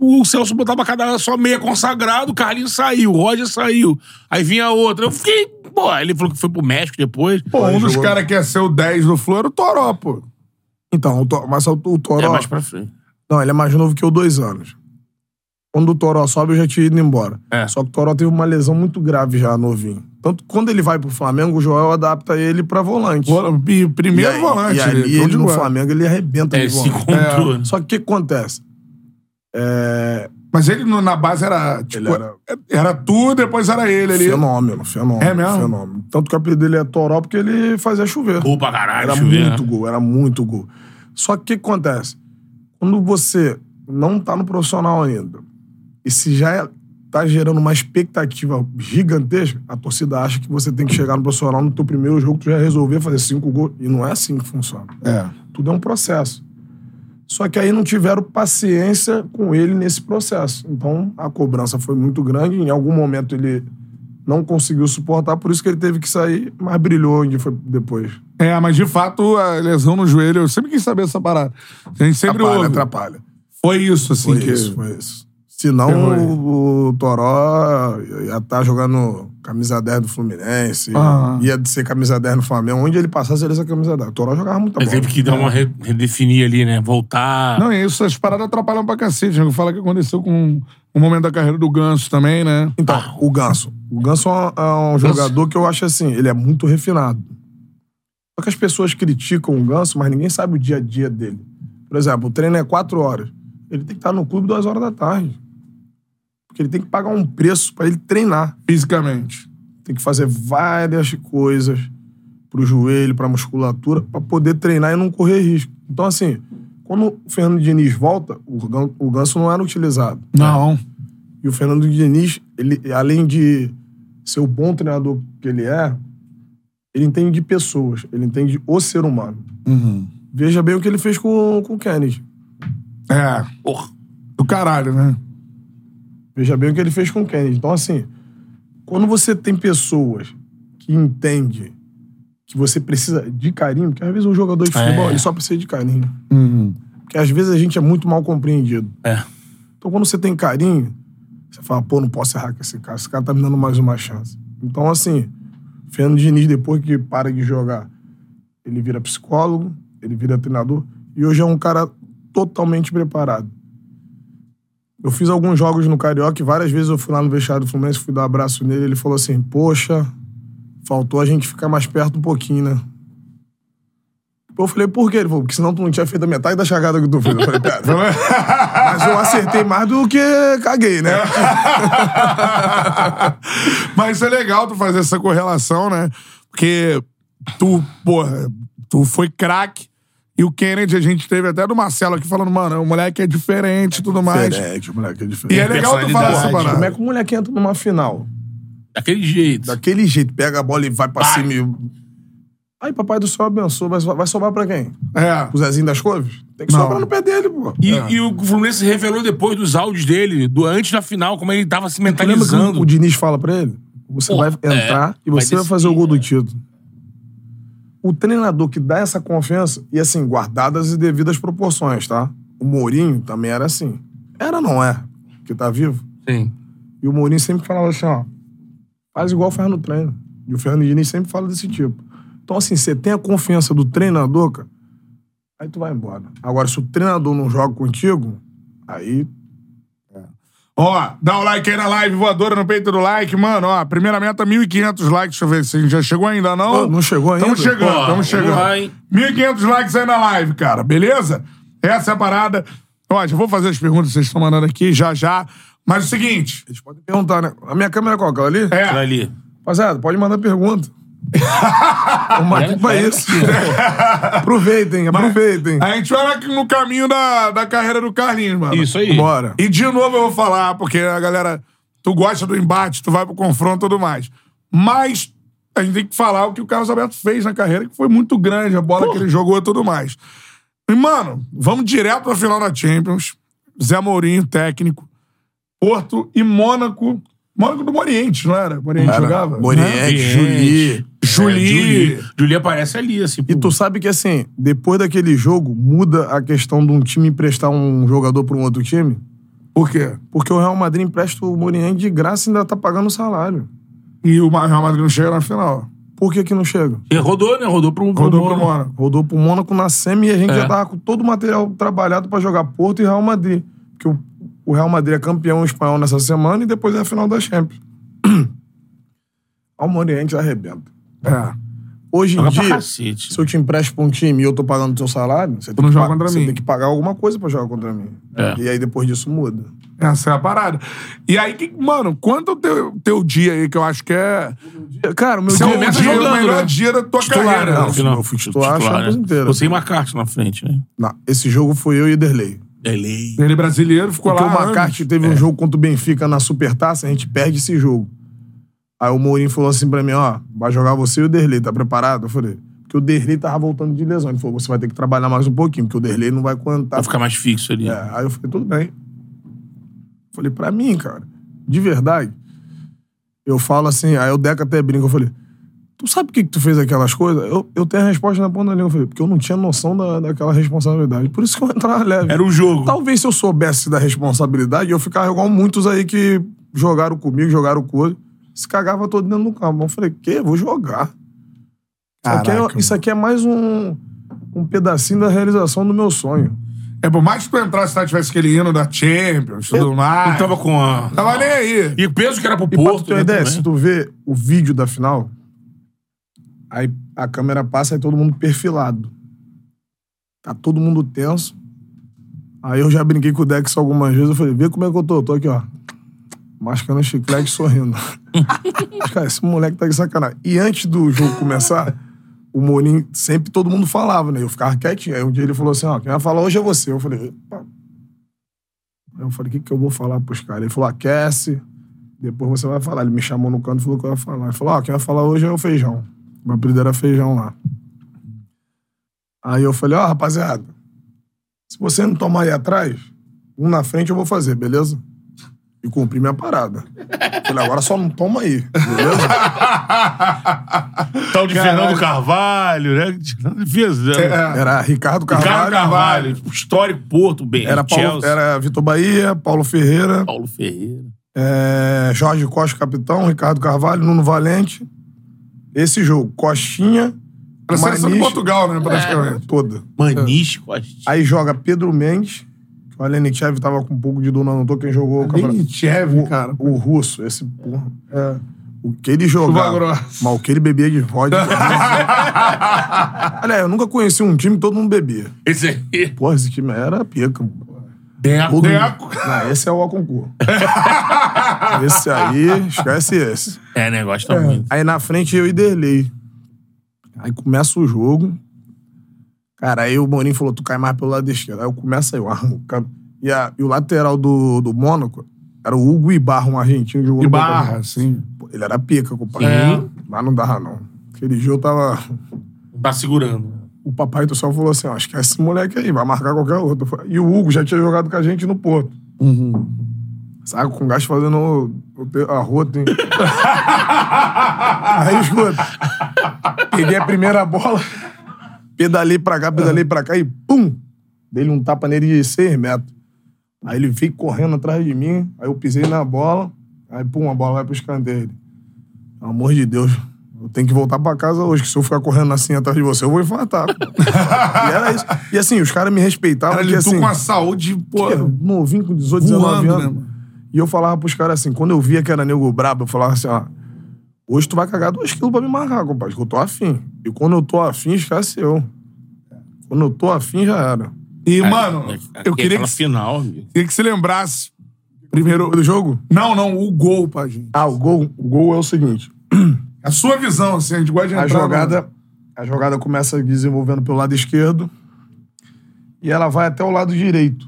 O Celso botava cada ano só meia consagrado, o Carlinhos saiu, o Roger saiu. Aí vinha outra. Eu fiquei, pô, aí ele falou que foi pro México depois. Pô, um dos jogou- caras que ia ser o 10 do Flu era o Toró, pô. Então, o To- mas o, o Toró. é mais pra frente. Não, ele é mais novo que eu, dois anos. Quando o Toró sobe, eu já tinha ido embora. É. Só que o Toró teve uma lesão muito grave já, novinho. Tanto que quando ele vai pro Flamengo, o Joel adapta ele pra volante. Vol- e Primeiro e aí, volante. E ali, gol ele de no bola. Flamengo, ele arrebenta Tá É, de se volante. encontrou. né? Só que o que que acontece? É... Mas ele no- na base era, tipo, Ele era... era- tu, depois era ele ali. Fenômeno, fenômeno. É mesmo? Fenômeno. Tanto que o apelido dele é Toró porque ele fazia chover. Gol pra caralho, Era chover. né? muito gol, era muito gol. Só que o que acontece? Quando você não tá no profissional ainda, e se já é- tá gerando uma expectativa gigantesca, a torcida acha que você tem que chegar no profissional no teu primeiro jogo, tu já resolver fazer cinco gols. E não é assim que funciona. É. Tudo é um processo. Só que aí não tiveram paciência com ele nesse processo. Então a cobrança foi muito grande. Em algum momento ele não conseguiu suportar, por isso que ele teve que sair, mas brilhou onde foi depois. É, mas de fato, a lesão no joelho, eu sempre quis saber essa parada. A gente sempre Atrapalha, ouve. atrapalha. Foi isso, assim. Foi que... isso, foi isso. Senão Ferrou ele. o, o Toró ia estar jogando camisa 10 do Fluminense, Ah. ia ser camisa 10 no Flamengo. Onde ele passasse, ele ia ser camisa 10. O Toró jogava muito Mas bola. É. teve que dar uma re- redefinir ali, né? Voltar. Não, é isso, as paradas atrapalham pra cacete. né? Eu falo que aconteceu com o momento da carreira do Ganso também, né? Então, o Ganso. O Ganso é um, é um jogador que eu acho assim, ele é muito refinado. Só que as pessoas criticam o Ganso, mas ninguém sabe o dia a dia dele. Por exemplo, o treino é quatro horas. Ele tem que estar no clube duas horas da tarde. Porque ele tem que pagar um preço para ele treinar. Fisicamente. Tem que fazer várias coisas pro joelho, pra musculatura, para poder treinar e não correr risco. Então, assim, quando o Fernando Diniz volta, o Gan- o Ganso não era utilizado. Não. E o Fernando Diniz, ele, além de ser o bom treinador que ele é, ele entende de pessoas, ele entende o ser humano. Uhum. Veja bem o que ele fez com, com o Kennedy. É. Porra. Do caralho, né? Veja bem o que ele fez com o Kennedy. Então, assim, quando você tem pessoas que entendem que você precisa de carinho, porque às vezes um jogador de É. futebol ele só precisa de carinho. né? Uhum. Porque às vezes a gente é muito mal compreendido. É. Então, quando você tem carinho, você fala, pô, não posso errar com esse cara. Esse cara tá me dando mais uma chance. Então, assim, Fernando Diniz, depois que para de jogar, ele vira psicólogo, ele vira treinador. E hoje é um cara totalmente preparado. Eu fiz alguns jogos no Carioca e várias vezes eu fui lá no vestiário do Fluminense, fui dar abraço nele. Ele falou assim, poxa, faltou a gente ficar mais perto um pouquinho, né? Eu falei, por quê? Ele falou, porque senão tu não tinha feito a metade da chagada que tu fez. Eu falei, pera. Mas eu acertei mais do que caguei, né? Mas isso é legal tu fazer essa correlação, né? Porque tu, porra, tu foi craque. E o Kennedy, a gente teve até do Marcelo aqui falando, mano, o moleque é diferente e tudo mais. Diferente, moleque, é diferente. E é legal tu falar essa Personalidade. parada. Como é que o moleque entra numa final? Daquele jeito. Daquele jeito, pega a bola e vai pra Vai. cima e... Aí, papai do céu abençoa, mas vai sobrar pra quem? É. Pro Zezinho das Couves? Tem que Não. sobrar no pé dele, pô. E, e o Fluminense revelou depois dos áudios dele, do, antes da final, como ele tava se Tu lembra que mentalizando. o Diniz fala pra ele? Você Pô, vai é, entrar vai e você vai, né? decidir, fazer o gol é. do título. O treinador que dá essa confiança, e assim, guardadas as devidas proporções, tá? O Mourinho também era assim. Era, não é? Que tá vivo. Sim. E o Mourinho sempre falava assim, ó, faz igual faz no treino. E o Fernando Diniz sempre fala desse tipo. Então, assim, você tem a confiança do treinador, cara, aí tu vai embora. Agora, se o treinador não joga contigo, aí Ó, dá o like aí na live, voadora no peito do like, mano. Ó, primeira meta, 1.500 likes. Deixa eu ver se a gente já chegou ainda, não? Ô, não chegou ainda? Estamos chegando, Ó, estamos chegando. vamos lá, hein? 1.500 likes aí na live, cara, beleza? Essa é a parada. Ó, já vou fazer as perguntas que vocês estão mandando aqui já já. Mas é o seguinte, eles podem perguntar, né? A minha câmera é qual? Aquela ali? é. Aquilo Ali. Rapaziada, pode mandar pergunta. Vamos aqui pra isso. aproveitem, aproveitem. A gente vai no caminho da, da carreira do Carlinhos, mano. Isso aí. Bora. E de novo eu vou falar, porque a galera, tu gosta do embate, tu vai pro confronto e tudo mais. Mas a gente tem que falar o que o Carlos Alberto fez na carreira, que foi muito grande, a bola que ele jogou e tudo mais. E, mano, vamos direto pra final da Champions. Zé Mourinho, técnico. Porto e Mônaco. Mônaco do Moriente, não era? Moriente jogava? Né? Moriente, Juli. Juli. É, Juli. Juli aparece ali, assim. E pô. tu sabe que assim, depois daquele jogo, muda a questão de um time emprestar um jogador pra um outro time? Por quê? Porque o Real Madrid empresta o Moriente de graça e ainda tá pagando o salário. E o Real Madrid não chega na final. Por que que não chega? E rodou, né? Rodou pro. pro Rodou pro Mônaco. Mônaco. Rodou pro Mônaco na semi e a gente É. já tava com todo o material trabalhado pra jogar Porto e Real Madrid. Porque o, o Real Madrid é campeão espanhol nessa semana e depois é a final da Champions. Ao Oriente arrebenta. É. Hoje em Joga pra dia, cacete. se eu te empresto pra um time e eu tô pagando o teu salário, você tem, não que joga pa- contra você mim. tem que pagar alguma coisa pra jogar contra mim. É. E aí depois disso muda. Essa é a parada. E aí, que, mano, quanto o teu, teu dia aí, que eu acho que é. Cara, o meu Esse é o, dia dia, começa o jogando, melhor né? dia da tua Titular, né? carreira. não. No final. né? eu fui titular a Champions inteira. Você e Macarte na frente, né? Não, esse jogo foi eu e Ederley. Delay. Ele brasileiro ficou Porque lá. o Macarte teve um jogo contra o Benfica na Supertaça, a gente perde esse jogo. Aí o Mourinho falou assim pra mim, ó, vai jogar você e o Derlei, tá preparado? Eu falei, porque o Derlei tava voltando de lesão. Ele falou, você vai ter que trabalhar mais um pouquinho, porque o Derlei não vai contar. Pra ficar mais fixo ali. É, aí eu falei, tudo bem. Falei, pra mim, cara, de verdade, eu falo assim, aí o Deca até brinca, eu falei, tu sabe por que, que tu fez aquelas coisas? Eu, eu tenho a resposta na ponta da língua, eu falei, porque eu não tinha noção da, daquela responsabilidade. Por isso que eu entrava leve. Era o jogo. Talvez se eu soubesse da responsabilidade, eu ficava igual muitos aí que jogaram comigo, jogaram com outro, se cagava todo dentro do campo. Eu falei, quê? Vou jogar. Isso aqui, Caraca, é, isso aqui é mais um, um pedacinho da realização do meu sonho. É, por mais que tu entrasse lá, tivesse aquele hino da Champions, tudo mais. Não tava com a. Tava nem aí. E o peso que era pro E pra tu Porto. ter uma né, ideia, também. se tu vê o vídeo da final, aí a câmera passa e todo mundo perfilado. Tá todo mundo tenso. Aí eu já brinquei com o Dex algumas vezes, eu falei, vê como é que eu tô. Eu tô aqui, ó. Mascando chiclete e sorrindo. Mas, Cara, esse moleque tá de sacanagem. E antes do jogo começar, o Mourinho, sempre todo mundo falava, né? Eu ficava quietinho. Aí um dia ele falou assim, ó, quem vai falar hoje é você. Eu falei, "Epa." Aí eu falei, o que, que eu vou falar pros caras? Ele falou, aquece, depois você vai falar. Ele me chamou no canto e falou que eu ia falar. Ele falou: Ó, quem vai falar hoje é o feijão. Meu apelido era feijão lá. Aí eu falei: Ó, rapaziada, se você não tomar aí atrás, um na frente eu vou fazer, beleza? E cumpri minha parada. Falei: agora só não toma aí, beleza? Tal de Caralho. Fernando Carvalho, né? De- Fez, né? É. Era Ricardo Ricardo Carvalho. Carvalho, tipo, histórico Porto, bem. Era, Paulo, Chelsea, era Vitor Bahia, Paulo Ferreira, Paulo Ferreira. é, Jorge Costa, capitão, Ricardo Carvalho, Nuno Valente. Esse jogo, Coxinha. Era a seleção de Maniche- Portugal, né, praticamente. é Toda. Maniche, Costa. Aí joga Pedro Mendes, que o Alenichev tava com um pouco de dor no anotor, quem jogou o campeonato. Alenichev, o, cara. O russo, esse porra. O que ele jogava. grossa. Mas o que ele bebia de vodka. né? Olha, eu nunca conheci um time que todo mundo bebia. Esse aí. Porra, esse time era pica. Deco. Deco. Não, esse é o concurso. esse aí, esquece esse. É, negócio tá muito. Aí na frente eu e Derlei. Aí começa o jogo. Cara, aí o Boninho falou: tu cai mais pelo lado esquerdo. Aí eu começo aí, eu arrancando. E, a- e o lateral do, do Mônaco era o Hugo Ibarra, um argentino que jogou no Ibarra, Botafogo. sim. Pô, Ele era pica, compadre. É. Mas não dava, não. Aquele jogo tava. Tá segurando. O papai do céu falou assim: ó, esquece esse moleque aí, vai marcar qualquer outro. Eu falei, E o Hugo já tinha jogado com a gente no Porto. Sabe, com o gasto fazendo o- o te- a rota, hein? aí escuta. Peguei a primeira bola, pedalei pra cá, pedalei pra cá e pum! Dei-lhe um tapa nele de seis metros. Aí ele veio correndo atrás de mim, aí eu pisei na bola, aí pum, a bola vai pro escanteio. Ele, Pelo amor de Deus, eu tenho que voltar pra casa hoje, que se eu ficar correndo assim atrás de você, eu vou infartar. pô. e era isso. E assim, os caras me respeitavam. Cara, que, ele assim, tu com a saúde, pô. Pô, novinho com 18, Voando, 19 né, anos. mano? e eu falava pros caras assim, quando eu via que era nego brabo, eu falava assim, ó, hoje tu vai cagar 2 quilos pra me marcar, compadre, que eu tô afim. E quando eu tô afim, esquece eu. Quando eu tô afim, já era. E, É, É. mano, eu queria que, tá final, amigo. queria que se lembrasse. Primeiro do jogo? Não, não, o gol pra gente. Ah, o gol, o gol é o seguinte, A sua visão, assim, a gente gosta de entrar. a jogada, a jogada começa desenvolvendo pelo lado esquerdo e ela vai até o lado direito.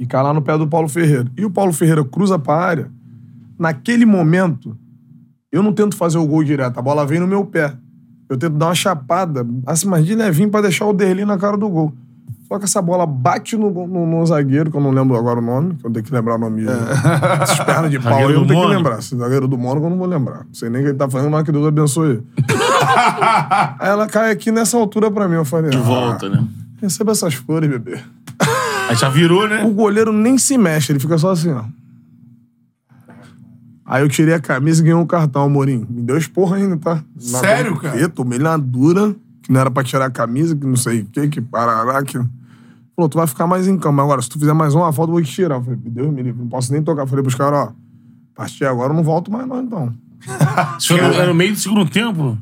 E cai lá no pé do Paulo Ferreira. E o Paulo Ferreira cruza pra área. Naquele momento, eu não tento fazer o gol direto, a bola vem no meu pé. Eu tento dar uma chapada, assim, mas de levinho pra deixar o Derlin na cara do gol. Só que essa bola bate no, no- no zagueiro, que eu não lembro agora o nome, que eu tenho que lembrar o nome. Esses pernas de pau, É. Zagueiro aí eu do tenho que Mônaco. lembrar. Esse zagueiro do Mônaco eu não vou lembrar. Não sei nem o que ele tá fazendo, mas que Deus abençoe. ele. aí ela cai aqui nessa altura pra mim, eu falei. De volta, né? Ah, receba essas flores, bebê. Aí já virou, né? O goleiro nem se mexe, ele fica só assim, ó. Aí eu tirei a camisa e ganhei um cartão, Morim. Me deu esporra ainda, tá? Na Sério, dura- cara? Eu tomei na dura, que não era pra tirar a camisa, que não sei o que, que parará, que... Falou, tu vai ficar mais em cama. Agora, se tu fizer mais uma falta, eu vou te tirar. Eu falei, Deus me livre, não posso nem tocar. Eu falei pros caras, ó, a partir de agora eu não volto mais não, então. Isso era, era no meio do segundo tempo?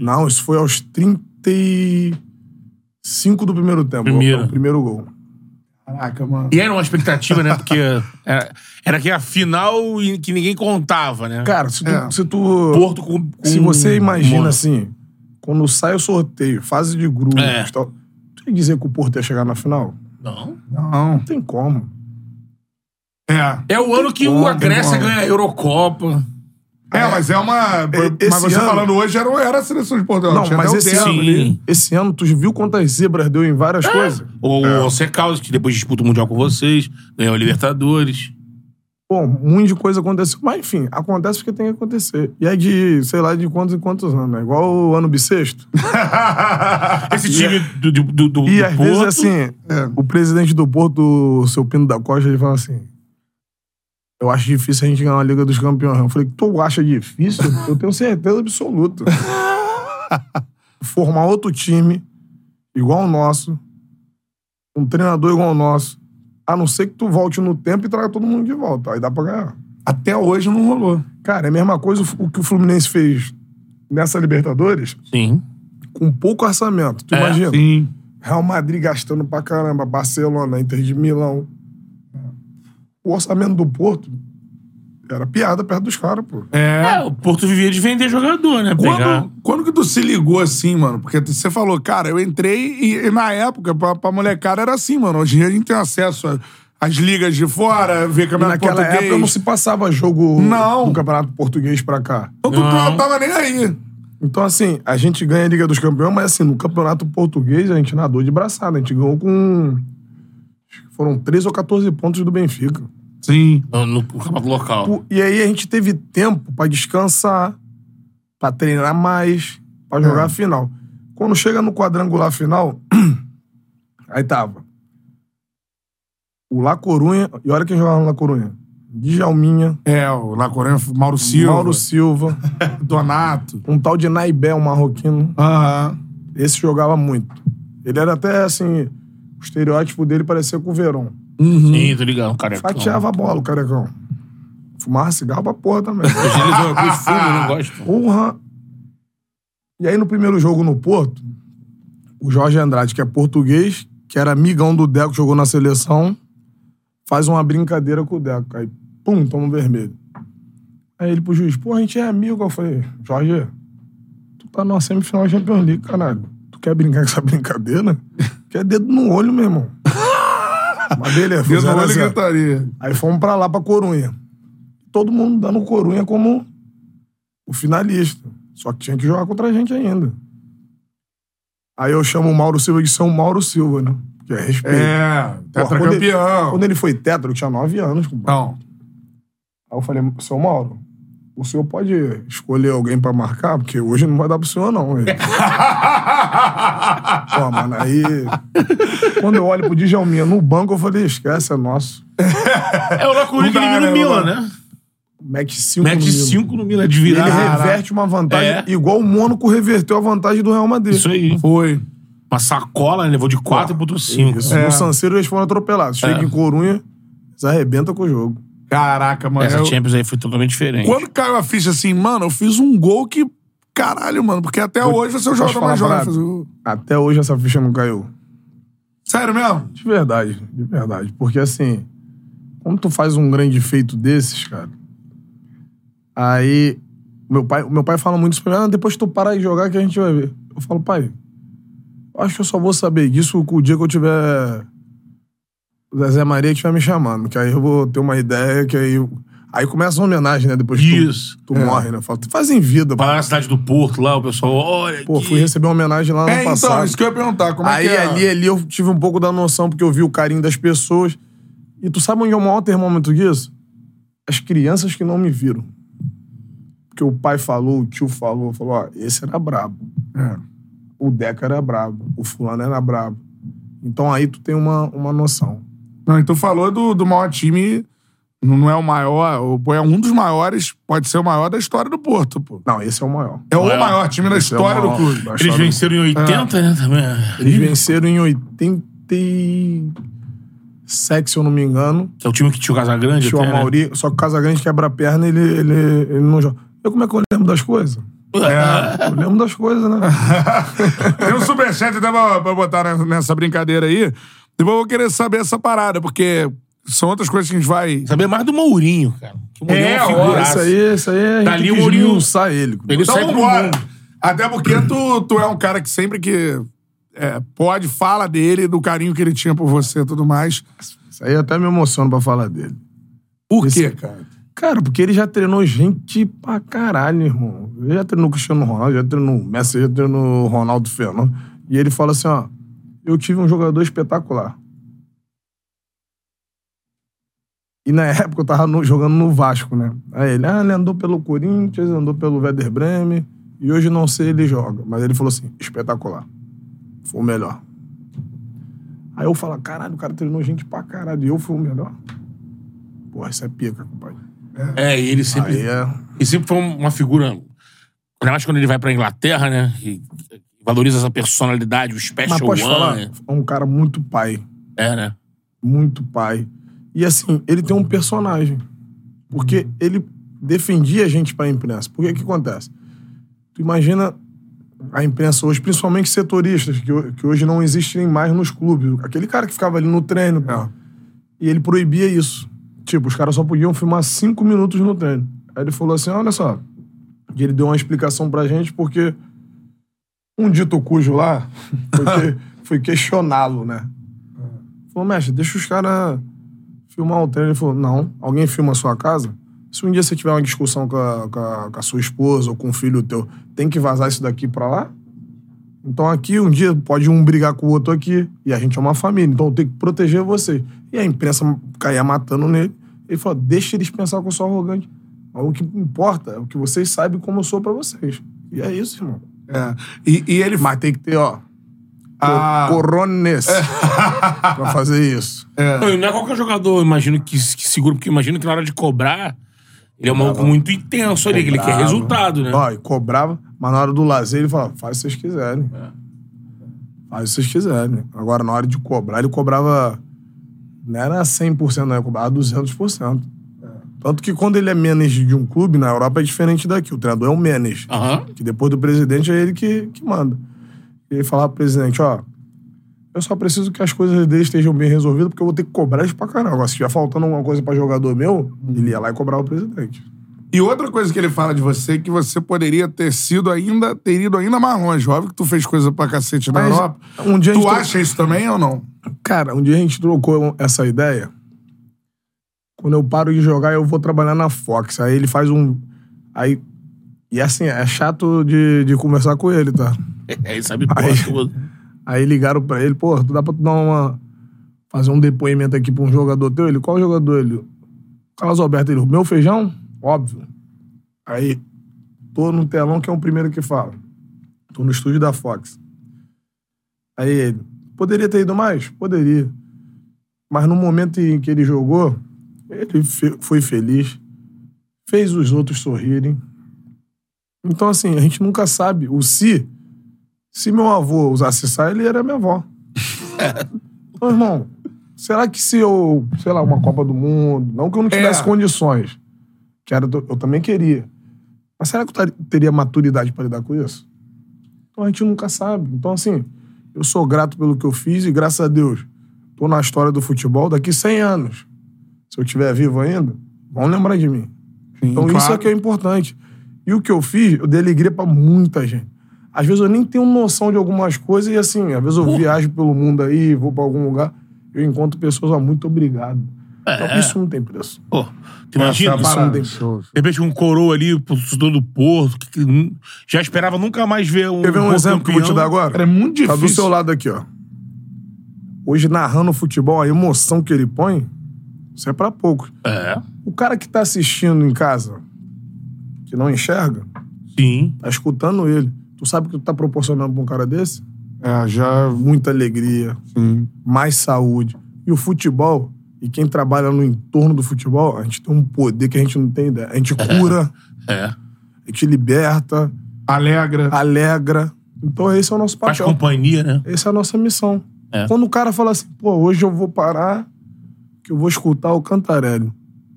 Não, isso foi aos 35 do primeiro tempo. Primeiro. O primeiro gol. Caraca, mano. E era uma expectativa, né? Porque era, era que a final e que ninguém contava, né? Cara, se tu... É. Se tu... Porto com, com Se Hum, você imagina Mônaco. assim, quando sai o sorteio, fase de grupos, É. tal, tu ia dizer que o Porto ia chegar na final? Não. Não. Não tem como. É. É o ano que o- a Tem Grécia como. ganha a Eurocopa. É, mas é uma. esse mas você ano- falando hoje era, era a seleção de Portugal. Não, tinha mas até o esse terno ano, ali. Sim. esse ano, tu viu quantas zebras deu em várias coisas? Ou É. o Secaudos, que depois disputa o Mundial com vocês, ganhou a Libertadores. Bom, muita um de coisa aconteceu. Mas enfim, acontece porque tem que acontecer. E é de, sei lá, de quantos em quantos anos, né? Igual o ano bissexto. Esse time do, do, do, do E do às Porto. vezes, assim, o presidente do Porto, o seu Pino da Costa, ele fala assim: Eu acho difícil a gente ganhar uma Liga dos Campeões. Eu falei: Tu acha difícil? Eu tenho certeza absoluta. Formar outro time, igual o nosso, um treinador igual o nosso, a não ser que tu volte no tempo e traga todo mundo de volta. Aí dá pra ganhar. Até hoje não rolou. Cara, é a mesma coisa o que o Fluminense fez nessa Libertadores, Sim. com pouco orçamento. Tu É, imagina? Sim. Real Madrid gastando pra caramba, Barcelona, Inter de Milão. O orçamento do Porto era piada perto dos caras, pô. É. É, o Porto vivia de vender jogador, né? Pegar- Quando, quando que tu se ligou assim, mano? Porque tu- você falou, cara, eu entrei e, e na época, pra, pra molecada era assim, mano. Hoje em dia a gente tem acesso a- às ligas de fora, ver E campeonato naquela português. época não se passava jogo Não. do Campeonato Português pra cá. Né? Então tu Não. não tava nem aí. Então, assim, a gente ganha a Liga dos Campeões, mas assim, no Campeonato Português a gente nadou de braçada. A gente ganhou com. acho que Foram 13 ou 14 pontos do Benfica. Sim. No, no campeonato local. Pô, E aí a gente teve tempo pra descansar, pra treinar mais, pra jogar a final. Quando chega no quadrangular final, aí tava o La Corunha, e olha quem jogava no La Corunha. Djalminha, É, o La Coruña, Mauro Silva, Mauro Silva, Donato. um tal de Naibé, um marroquino. Aham. Esse jogava muito. Ele era até assim, o estereótipo dele parecia com o Verón. Sim, tô ligado. Um carecão. Fatiava a bola, o carecão. Fumava cigarro pra porra também. Agilizou, eu curto fumo, eu não gosto. Porra! E aí no primeiro jogo no Porto, o Jorge Andrade, que é português, que era amigão do Deco, jogou na seleção, faz uma brincadeira com o Deco. Aí, pum, toma um vermelho. Aí ele pro juiz, pô, a gente é amigo. Eu falei, Jorge, tu tá numa semifinal da Champions League, caralho. Tu quer brincar com essa brincadeira? Quer dedo no olho, meu irmão. Mas beleza, Dedo no zero a olho e zero. gritaria. Aí fomos pra lá, pra Corunha. Todo mundo dando Corunha como o finalista. Só que tinha que jogar contra a gente ainda. Aí eu chamo o Mauro Silva de São Mauro Silva, né? Que é respeito. É, Porra, Quando ele, tetracampeão. quando ele foi tetra, eu tinha nove anos, compadre. Não. Aí eu falei, seu Mauro, o senhor pode escolher alguém pra marcar? Porque hoje não vai dar pro senhor, não. Ele, Pô, mano, aí... Quando eu olho pro Djalminha no banco, eu falei, esquece, é nosso. É o Lacurica Não dá, elimina o né, Milan, não dá. né? Match 5 Mete 5 no Milan de Ele virada. reverte uma vantagem, É. igual o Mônaco reverteu a vantagem do Real Madrid. Isso aí. Foi. Uma sacola, né? levou de 4 pro 5. Isso. É, No San Siro eles foram atropelados. É. Chega em Corunha, eles arrebentam com o jogo. Caraca, mano. Essa eu- Champions aí foi totalmente diferente. é Quando caiu a ficha assim, mano, eu fiz um gol que. Caralho, mano, porque até hoje você Posso joga falar mais joga. parada? fazer o- Até hoje essa ficha não caiu. Sério mesmo? De verdade, de verdade. Porque assim, quando tu faz um grande feito desses, cara, aí meu pai, meu pai fala muito isso pra mim, ah, depois tu parar de jogar que a gente vai ver. Eu falo, pai, eu acho que eu só vou saber disso com o dia que eu tiver o Zezé Maria estiver me chamando, que aí eu vou ter uma ideia, que aí aí começa uma homenagem, né, depois que Isso. tu, tu morre, né? Eu falo, tu faz em vida. Vai lá na cidade do Porto, lá, o pessoal, olha. Pô, aqui. fui receber uma homenagem lá no É, passado. então, isso que eu ia perguntar. Como Aí é que é? ali, ali eu tive um pouco da noção, porque eu vi o carinho das pessoas. E tu sabe onde é o maior termômetro disso? As crianças que não me viram. Porque o pai falou, o tio falou, falou, ó, esse era brabo. É. O Deca era brabo, o fulano era brabo. Então aí tu tem uma, uma noção. Não, então falou do, do maior time. Não não é o maior, ou é um dos maiores, pode ser o maior da história do Porto, pô. Não, esse é o maior. É Maior. o maior time da Esse é o história do maior. clube. Da Eles história. venceram em 80, né? Também. Eles venceram em 87, se eu não me engano. Que é o time que tinha o Casagrande Tio até, né? Amauri, só que o Casagrande quebra a perna, ele, ele, ele não joga. Eu como é que eu lembro das coisas? Eu lembro das coisas, né? Tem um superchat até pra, pra botar nessa- nessa brincadeira aí. Depois eu vou querer saber essa parada, porque são outras coisas que a gente vai. Saber mais do Mourinho, cara. Que o Mourinho É, é ó, uma figuraça. Isso aí, isso aí a Tá ali gente quis o Mourinho. esmiuçar ele. Ele Então sai pro vambora. mundo. Até porque tu, tu é um cara que sempre que é, pode, fala dele, do carinho que ele tinha por você e tudo mais. Isso aí eu até me emociono pra falar dele. Por Esse- quê, cara? Cara, porque ele já treinou gente pra caralho, irmão. Ele já treinou o Cristiano Ronaldo, já treinou o Messi, já treinou o Ronaldo Fernando. E ele fala assim, ó, eu tive um jogador espetacular. E na época eu tava no- jogando no Vasco, né? Aí ele, ah, ele andou pelo Corinthians, andou pelo Werder Bremen, e hoje não sei ele joga. Mas ele falou assim, espetacular. Foi o melhor. Aí eu falo, caralho, o cara treinou gente pra caralho, e eu fui o melhor. Porra, isso é pica, compadre. É, e ele sempre. Aí é... E sempre foi uma figura. Ainda mais quando ele vai pra Inglaterra, né? E valoriza essa personalidade, o Mas special posso falar? one. né. É um cara muito pai. É, né? Muito pai. E assim, ele tem um personagem. Porque ele defendia a gente pra imprensa. Por que que acontece? Tu imagina a imprensa hoje, principalmente setoristas, que, ho- que hoje não existem mais nos clubes. Aquele cara que ficava ali no treino. pô. E ele proibia isso. Tipo, os caras só podiam filmar cinco minutos no treino. Aí ele falou assim, olha só. E ele deu uma explicação pra gente porque um dito cujo lá foi, que- foi questioná-lo, né? Falou, mestre, deixa os caras filmar o treino. Ele falou, não, alguém filma a sua casa? Se um dia você tiver uma discussão com a, com a- com a sua esposa ou com um filho teu, tem que vazar isso daqui pra lá? Então aqui, um dia, pode um brigar com o outro aqui. E a gente é uma família, então eu tenho que proteger vocês. E a imprensa caía matando nele. Ele falou, deixa eles pensar que eu sou arrogante. Mas o que importa é o que vocês sabem como eu sou pra vocês. E é isso, irmão. É. E, e ele. Mas tem que ter, ó, Ah. corones pra fazer isso. Não, e não é qualquer jogador, eu imagino, que, que segura, porque eu imagino que na hora de cobrar, ele é um maluco muito intenso ali, que ele quer Cobrava. resultado, né? Ó, e cobrava, mas na hora do lazer ele falava, faz o que vocês quiserem. É. Faz o que vocês quiserem. Agora, na hora de É. cobrar, ele cobrava. Não era 100%, não, ele cobrava 200%. Tanto que quando ele é manager de um clube, na Europa é diferente daqui. O treinador é um manager. Aham. Que depois do presidente é ele que, que manda. E ele falava pro presidente, ó, eu só preciso que as coisas dele estejam bem resolvidas, porque eu vou ter que cobrar eles pra caramba. Agora, se tiver faltando alguma coisa pra jogador meu, ele ia lá e cobrava o presidente. E outra coisa que ele fala de você é que você poderia ter sido ainda, ter ido ainda mais longe. Óbvio que tu fez coisa pra cacete na Mas, Europa. um dia a tu gente- acha isso também ou não? Cara, um dia a gente trocou essa ideia. Quando eu paro de jogar, eu vou trabalhar na Fox. Aí ele faz um. Aí. E assim, é chato de, de conversar com ele, tá? É, ele sabe porra tudo. Aí ligaram pra ele, pô, tu dá pra tu dar uma. Fazer um depoimento aqui pra um jogador teu? Ele, qual jogador? Ele. Carlos Alberto, ele, meu feijão? Óbvio. Aí, tô no telão que é o primeiro que fala. Tô no estúdio da Fox. Aí ele, poderia ter ido mais? Poderia. Mas no momento em que ele jogou, ele fe- foi feliz, fez os outros sorrirem. Então, assim, a gente nunca sabe. O se, se meu avô usasse saia, ele era minha avó. então, irmão, será que se eu, sei lá, uma Copa do Mundo, não que eu não tivesse É. condições, que era, do- eu também queria, mas será que eu tar- teria maturidade pra lidar com isso? Então a gente nunca sabe. Então, assim, eu sou grato pelo que eu fiz e, graças a Deus, tô na história do futebol daqui 100 anos. Se eu estiver vivo ainda, vão lembrar de mim. então, isso claro. é que é importante. E o que eu fiz, eu dei alegria pra muita gente. Às vezes eu nem tenho noção de algumas coisas e, assim, às vezes eu viajo pelo mundo aí, vou pra algum lugar, eu encontro pessoas, ó, muito obrigado. É. Então, isso não tem preço. Pô, tu imagina? Essa isso parada. não tem- Show. De repente, um coroa ali, pro torcedor do Porto, que, que nu- já esperava nunca mais ver um. Quer ver um Porto exemplo que eu vou te campeão. dar agora? Cara, é muito Tá difícil. do seu lado aqui, ó. Hoje, narrando o futebol, a emoção que ele põe, isso é pra poucos. É, O cara que tá assistindo em casa, que não enxerga, sim. tá escutando ele. Tu sabe o que tu tá proporcionando pra um cara desse? É, já. Muita alegria, Sim. mais saúde. E o futebol, e quem trabalha no entorno do futebol, a gente tem um poder que a gente não tem ideia. A gente cura, É. Ah, a gente liberta, Alegra. alegra. Então esse é o nosso Faz papel. companhia, né? Essa é a nossa missão. É. Quando o cara fala assim, pô, hoje eu vou parar, que eu vou escutar o Cantarelli.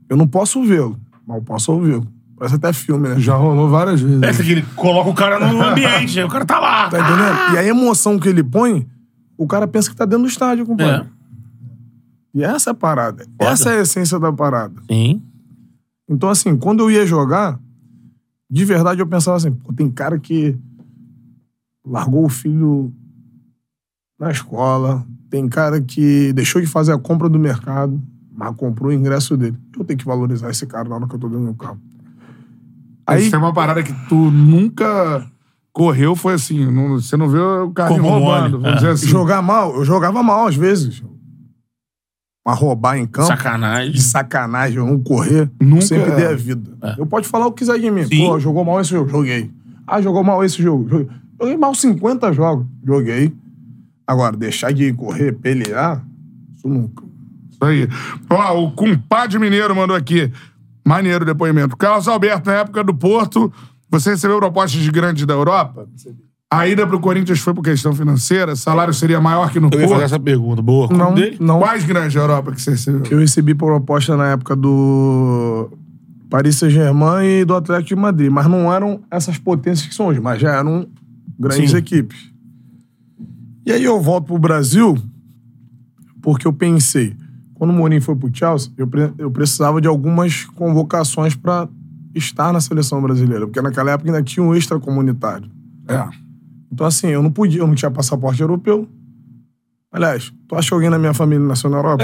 Eu não posso vê-lo, mas eu posso ouvi-lo. Parece até filme, né? Já rolou várias vezes. Essa que É, ele coloca o cara no ambiente, né? o cara tá lá. Tá entendendo? E a emoção que ele põe, o cara pensa que tá dentro do estádio, É. compadre. E essa é a parada. Essa é a essência da parada. Sim. Então, assim, quando eu ia jogar, de verdade eu pensava assim, pô, tem cara que largou o filho na escola, tem cara que deixou de fazer a compra do mercado, mas comprou o ingresso dele. Eu tenho que valorizar esse cara na hora que eu tô dentro do meu carro. Aí Aí- tem uma parada que tu nunca correu, foi assim. não- você não vê o carrinho Como roubando. mole, Vamos é. dizer assim. Jogar mal, eu jogava mal às vezes. Mas roubar em campo, Sacanagem. de sacanagem, eu não correr, Nunca- sempre dei a vida. Eu pode falar o que quiser de mim. Sim. Pô, jogou mal esse jogo, joguei. Ah, jogou mal esse jogo, joguei. Joguei mal 50 jogos, joguei. Agora, deixar de correr, pelear, isso nunca. Isso aí. Ó, o compadre mineiro mandou aqui. Maneiro o depoimento. Carlos Alberto, na época do Porto, você recebeu propostas de grandes da Europa? A ida pro Corinthians foi por questão financeira? Salário seria maior que no Eu ia fazer Porto? essa pergunta. Boa. Qual Não, dele? não. Quais grandes da Europa que você recebeu? Eu recebi proposta na época do Paris Saint-Germain e do Atlético de Madrid, mas não eram essas potências que são hoje, mas já eram grandes Sim. equipes. E aí eu volto pro Brasil porque eu pensei, quando o Mourinho foi pro Chelsea, eu, pre- eu precisava de algumas convocações para estar na seleção brasileira, porque naquela época ainda tinha um extra comunitário. É. Então, assim, eu não podia, eu não tinha passaporte europeu. Aliás, tu acha que alguém na minha família nasceu na Europa?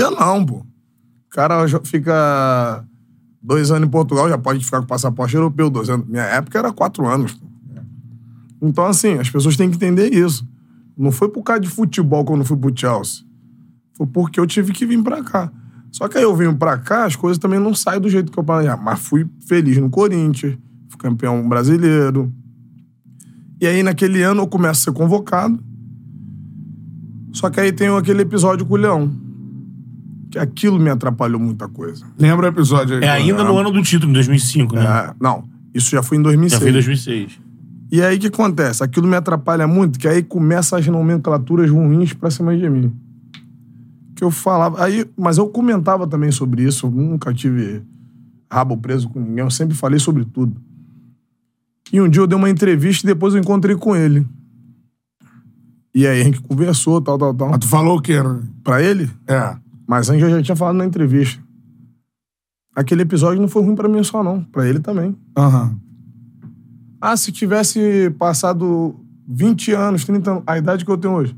não, pô. O cara já fica dois anos em Portugal, já pode ficar com passaporte europeu, dois anos. Minha época era quatro anos. pô. Então, assim, as pessoas têm que entender isso. Não foi por causa de futebol quando eu fui pro Chelsea. Foi porque eu tive que vir pra cá. Só que aí eu vim pra cá, as coisas também não saem do jeito que eu planejava. Mas fui feliz no Corinthians, fui campeão brasileiro. E aí, naquele ano, eu começo a ser convocado. Só que aí tem aquele episódio com o Leão. Que aquilo me atrapalhou muita coisa. Lembra o episódio aí? É ainda no ano do título, em 2005, né? É, não, isso já foi em Já 2006. foi em 2006. E aí o que acontece? Aquilo me atrapalha muito, que aí começa as nomenclaturas ruins pra cima de mim. Que eu falava. Aí, mas eu comentava também sobre isso, eu nunca tive rabo preso com ninguém, eu sempre falei sobre tudo. E um dia eu dei uma entrevista e depois eu encontrei com ele. E aí a gente conversou, tal, tal, tal. Mas é. tu falou o quê? né? Pra ele, É. Mas antes eu já tinha falado na entrevista. Aquele episódio não foi ruim pra mim só, não. Pra ele também. Aham. Ah, se tivesse passado 20 anos, 30 anos, a idade que eu tenho hoje,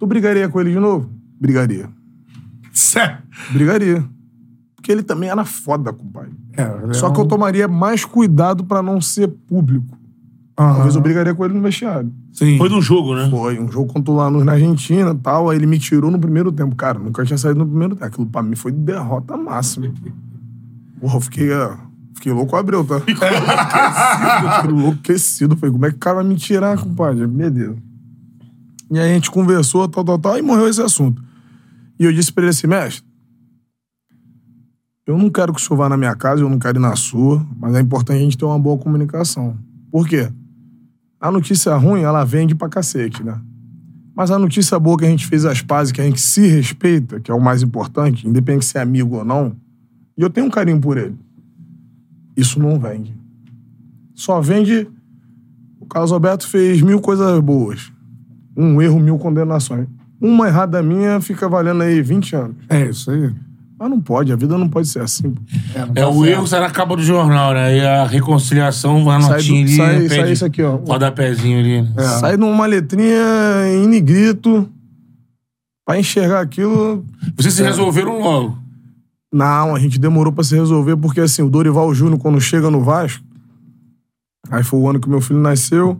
tu brigaria com ele de novo? Brigaria. Sério. Brigaria. Porque ele também era foda, compadre. É, Só que eu tomaria mais cuidado pra não ser público. Aham. Talvez eu brigaria com ele no vestiário. Sim. Foi de um jogo, né? Foi um jogo contra o Lanús na Argentina e tal. Aí ele me tirou no primeiro tempo. Cara, nunca tinha saído no primeiro tempo. Aquilo pra mim foi derrota máxima. Porra, eu fiquei, eh, fiquei louco, abriu, tá? Fiquei enlouquecido. Falei, como é que o cara vai me tirar, compadre? Meu Deus. E aí a gente conversou, tal, tal, tal, e morreu esse assunto. E eu disse pra ele assim, mestre, eu não quero que o senhor vá na minha casa, eu não quero ir na sua, mas é importante a gente ter uma boa comunicação. Por quê? A notícia ruim, ela vende pra cacete, né? Mas a notícia boa que a gente fez as pazes, que a gente se respeita, que é o mais importante, independente se é amigo ou não, e eu tenho um carinho por ele. Isso não vende. Só vende. O Carlos Alberto fez mil coisas boas. Um erro, mil condenações. Uma errada minha fica valendo aí 20 anos. É isso aí. Mas não pode, a vida não pode ser assim. pô. É, o erro sai na capa do jornal, né? E a reconciliação vai na Sai do- notinha ali. sai- pede sai isso aqui, ó. É. Rodapézinho ali. É. né? Sai numa letrinha em negrito. Pra enxergar aquilo, Vocês se resolveram logo. Não, a gente demorou pra se resolver, porque assim, o Dorival Júnior, quando chega no Vasco, aí foi o ano que meu filho nasceu,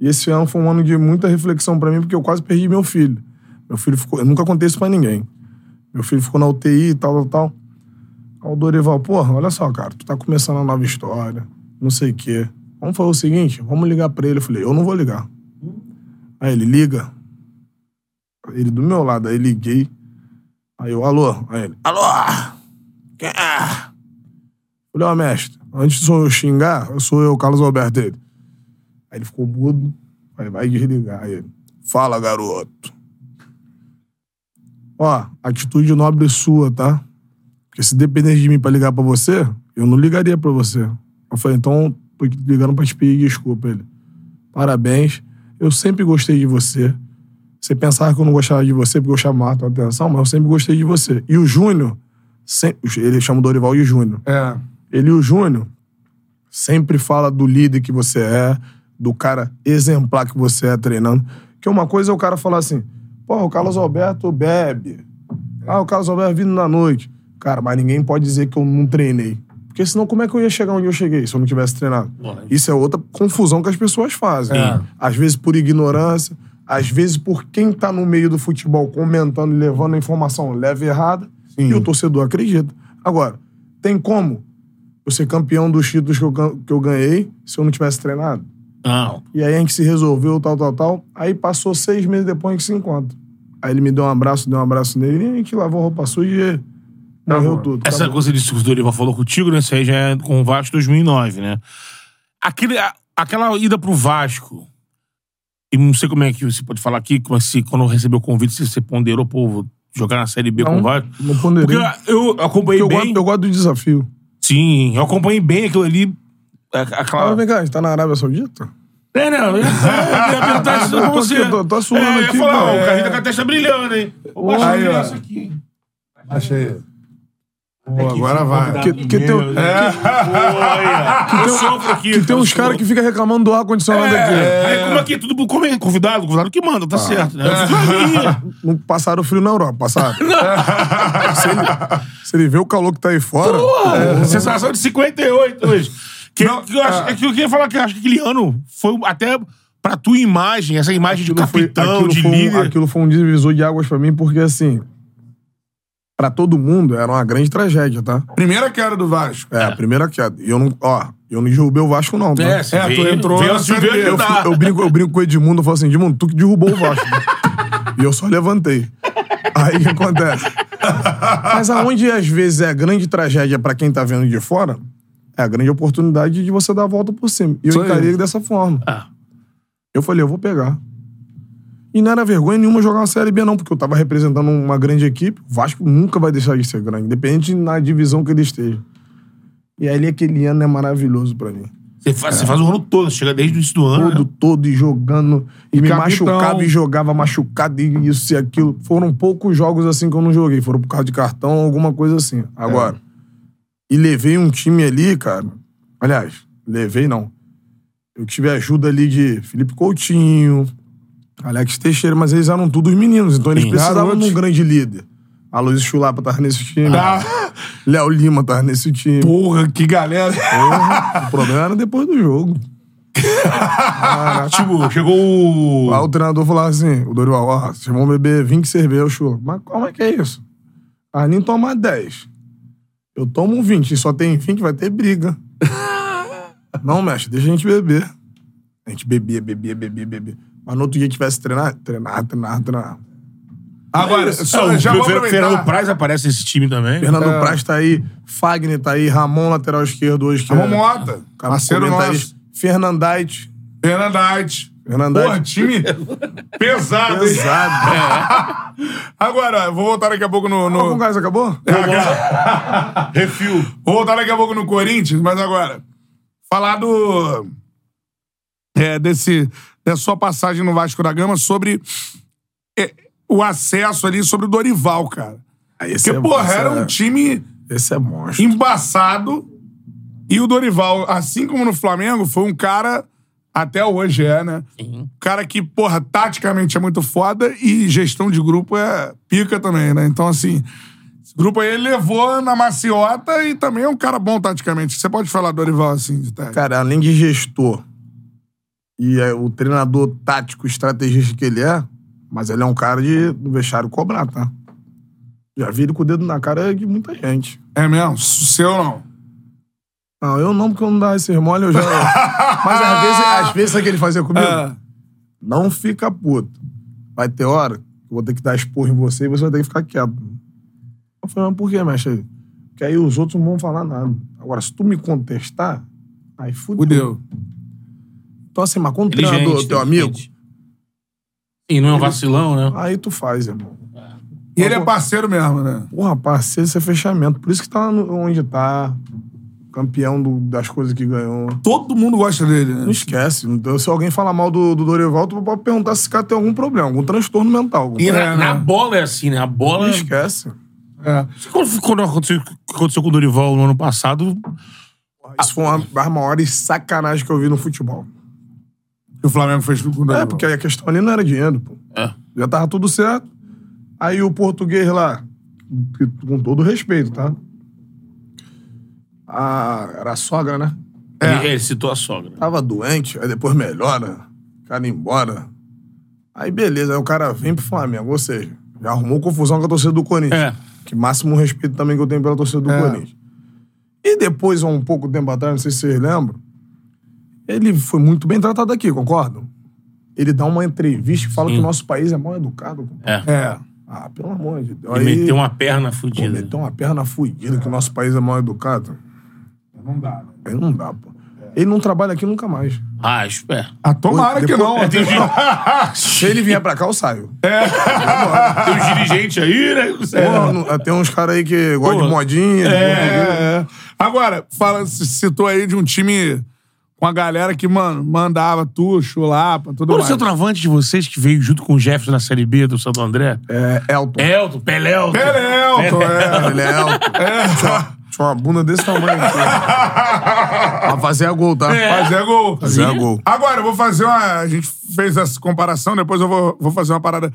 e esse ano foi um ano de muita reflexão pra mim, porque eu quase perdi meu filho. Meu filho ficou. Eu nunca contei isso pra ninguém. Meu filho ficou na UTI e tal, tal, tal. Aí o Dorival, porra, olha só, cara, tu tá começando uma nova história, não sei o quê. Vamos fazer o seguinte, vamos ligar pra ele. Eu falei, eu não vou ligar. Aí ele liga. Ele do meu lado, aí liguei. Aí eu, alô? Aí ele, alô? Quem é? Falei, ó, mestre, antes de eu xingar, eu sou eu, Carlos Alberto dele. Aí ele ficou mudo, aí vai desligar. Aí ele, fala, garoto. Ó, atitude nobre sua, tá? Porque se dependesse de mim pra ligar pra você, eu não ligaria pra você. Eu falei, então, tô aqui ligando pra te pedir desculpa. Ele, parabéns, eu sempre gostei de você. Você pensava que eu não gostava de você porque eu chamava a tua atenção, mas eu sempre gostei de você. E o Júnior, sempre, ele chama o Dorival de Júnior. É. Ele e o Júnior sempre fala do líder que você é, do cara exemplar que você é treinando. Que uma coisa é o cara falar assim, pô, o Carlos Alberto bebe. Ah, o Carlos Alberto vindo na noite. Cara, mas ninguém pode dizer que eu não treinei. Porque senão como é que eu ia chegar onde eu cheguei se eu não tivesse treinado? Isso é outra confusão que as pessoas fazem. É. Às vezes por ignorância, às vezes por quem tá no meio do futebol comentando e levando a informação leve e errada. E o torcedor acredita. Agora, tem como eu ser campeão dos títulos que eu, gan- que eu ganhei se eu não tivesse treinado? Não. E aí a gente se resolveu, tal, tal, tal. Aí passou seis meses depois a gente se encontra. Aí ele me deu um abraço, deu um abraço nele e a gente lavou a roupa suja e morreu tudo. Tá Essa acabou. coisa disso que o Dorival falou contigo, né? Isso aí já é com o Vasco 2009, né? Aquele, a- aquela ida pro Vasco, e não sei como é que você pode falar aqui, mas se quando recebeu o convite, se você ponderou, pô, vou jogar na Série B com o Vasco. Não ponderei. Porque eu acompanhei Porque eu, é bem. gosto, eu gosto do desafio. Sim, eu acompanhei bem aquilo ali. a- Aquela... Ah, vem cá, a gente tá na Arábia Saudita? É, não. Eu ia perguntar isso pra Tô você. aqui, tô- tô suando é, eu ia aqui, falar, cara. ó, o Carlinhos tá com a testa brilhando, hein? Vou baixar Aí, o ó. negócio aqui, hein? Achei. Pô, agora vai. É Que, que tem, Tá né? Eu sofro aqui. que tem uns caras que ficam reclamando do ar-condicionado aqui. Ah. É, como aqui, tudo pro comer, convidado, convidado que manda, tá certo, né? Eu fico aqui. Não passaram frio na Europa, passaram. se, ele, se ele vê o calor que tá aí fora. Porra, sensação tá de 58 hoje. Que, que eu acho, é que eu queria falar que eu acho que aquele ano foi um, até pra tua imagem, essa imagem de capitão, de foi um- líder. aquilo foi um divisor de águas pra mim, porque assim. Pra todo mundo era uma grande tragédia, tá? Primeira queda do Vasco. É, a primeira queda. E eu não. Ó, eu não derrubei o Vasco, não, tá? É, você É, tu veio- entrou veio na assim, Série veio B. Eu, ajudar. fico- eu brinco, eu brinco com o Edmundo, eu falo assim, Edmundo, tu que derrubou o Vasco. e eu só levantei. Aí o que acontece? Mas aonde às vezes é a grande tragédia pra quem tá vendo de fora, é a grande oportunidade de você dar a volta por cima. E eu Isso aí. É. encarei dessa forma. Ah. Eu falei, eu vou pegar. E não era vergonha nenhuma jogar uma Série B, não, porque eu tava representando uma grande equipe. O Vasco nunca vai deixar de ser grande, independente na divisão que ele esteja. E ali aquele ano é maravilhoso pra mim Você faz, você faz o ano todo, você chega desde o início do ano. todo, né? todo e jogando. E me capitão. machucava e jogava machucado e isso e aquilo. Foram poucos jogos assim que eu não joguei. Foram por causa de cartão, alguma coisa assim. Agora, É. e levei um time ali, cara. Aliás, levei não. Eu tive ajuda ali de Felipe Coutinho, Alex Teixeira, mas eles eram todos meninos, então eles Sim. precisavam Garotos. Ah. de um grande líder. A Luiz Chulapa tava nesse time. Léo Lima tava nesse time. Porra, que galera. Ah, Porra, O problema era depois do jogo. Tipo, chegou o. Lá o treinador falava assim, o Dorival, ó, vocês vão beber 20 cervejas, churro. Mas como é que é isso? Ah, nem tomar 10. Eu tomo um 20, e só tem 20, vai ter briga. Não, mestre, deixa a gente beber. A gente bebia, bebia, bebia, bebia. Mas no outro dia que tivesse treinar, treinar, treinar, treinar. Agora, só, um o é Ah, já vou Fer- Fernando aproveitar. É. Praz aparece nesse time também. Fernando Praz tá aí, Fagner tá aí, Ramon, lateral esquerdo hoje. Que Ramon é- Mota, cara, parceiro comentarista. nosso. Fernandite, Fernandite. Fernandite. Porra, time pesado. hein? pesado. É. Agora, eu vou voltar daqui a pouco no... Tá com no... gás, acabou? Refil. Vou voltar daqui a pouco no Corinthians, mas agora. Falar do. É, desse, dessa sua passagem no Vasco da Gama sobre é, o acesso ali, sobre o Dorival, cara. Ah, esse Porque, é- porra, esse era é- um time Esse é monstro. embaçado. E o Dorival, assim como no Flamengo, foi um cara, até hoje é, né? Um cara que, porra, taticamente é muito foda e gestão de grupo é pica também, né? Então, assim, esse grupo aí ele levou na maciota e também é um cara bom taticamente. Você pode falar do Dorival assim, de técnico? Cara, além de gestor e é, o treinador tático, estrategista que ele é, mas ele é um cara de do vestiário cobrar, tá? Já vi ele com o dedo na cara de muita gente. É mesmo? Seu não. Não, Ah, eu não, porque eu não dava esse mole, eu já. mas às vezes, às vezes sabe o que ele fazia comigo? Ah. Não fica puto. Vai ter hora que eu vou ter que dar esporro em você e você vai ter que ficar quieto. Eu falei, mas por que, mestre? Porque aí os outros não vão falar nada. Agora, se tu me contestar, aí fudeu. Fudeu. Então, assim, mas quando o Inteligente, treinador é teu amigo, inteligente. E não é um vacilão, né? Aí tu faz, irmão. E ele é parceiro mesmo, né? Porra, parceiro, isso é fechamento. Por isso que tá no- onde tá. Campeão do- das coisas que ganhou. Todo mundo gosta dele, né? Não esquece. Então, se alguém falar mal do, do Dorival, tu pode perguntar se esse cara tem algum problema, algum transtorno mental. Algum... E na, É, na né? bola é assim, né? A bola. Não esquece. Quando, quando aconteceu, aconteceu com o Dorival no ano passado, Isso foi uma das maiores sacanagens que eu vi no futebol. Que o Flamengo fez com o Dorival. É, porque a questão ali não era dinheiro, pô. É. Já tava tudo certo. Aí o português lá, que- com todo respeito, tá? A, era a sogra, né? ele, ele citou a sogra. Tava doente, aí depois melhora, o cara ia embora. Aí beleza, aí o cara vem pro Flamengo, ou seja, já arrumou confusão com a torcida do Corinthians. É. Que máximo respeito também que eu tenho pela torcida do É. Corinthians. E depois, há um pouco tempo atrás, não sei se vocês lembram, ele foi muito bem tratado aqui, concordam? Ele dá uma entrevista e fala que o nosso país é mal educado. É. É. Ah, pelo amor de Deus. Ele Aí, meteu uma perna pô, fudida. meteu uma perna fudida que o nosso país é mal educado. Não dá. né? Aí não dá, pô. Ele não trabalha aqui nunca mais. Ah, espera. Ah, tomara Depois- que não. Tem, os- Se ele vier pra cá, eu saio. tem os dirigentes aí, né? É. Pô, não- tem uns caras aí que gostam Pô. de modinha. de É, é. Agora, fala, se citou aí de um time com a galera que mano, mandava tu, chulapa, tudo Qual o mais. centroavante de vocês que veio junto com o Jefferson na Série B do Santo André? É, Elton. Elton, Pelelton. Pelelton, é. Ele é Elton. Tinha, tinha uma bunda desse tamanho aqui. pra fazer a gol, tá? Fazer É. gol. Fazer a gol. Agora, eu vou fazer uma. A gente fez essa comparação, depois eu vou, vou fazer uma parada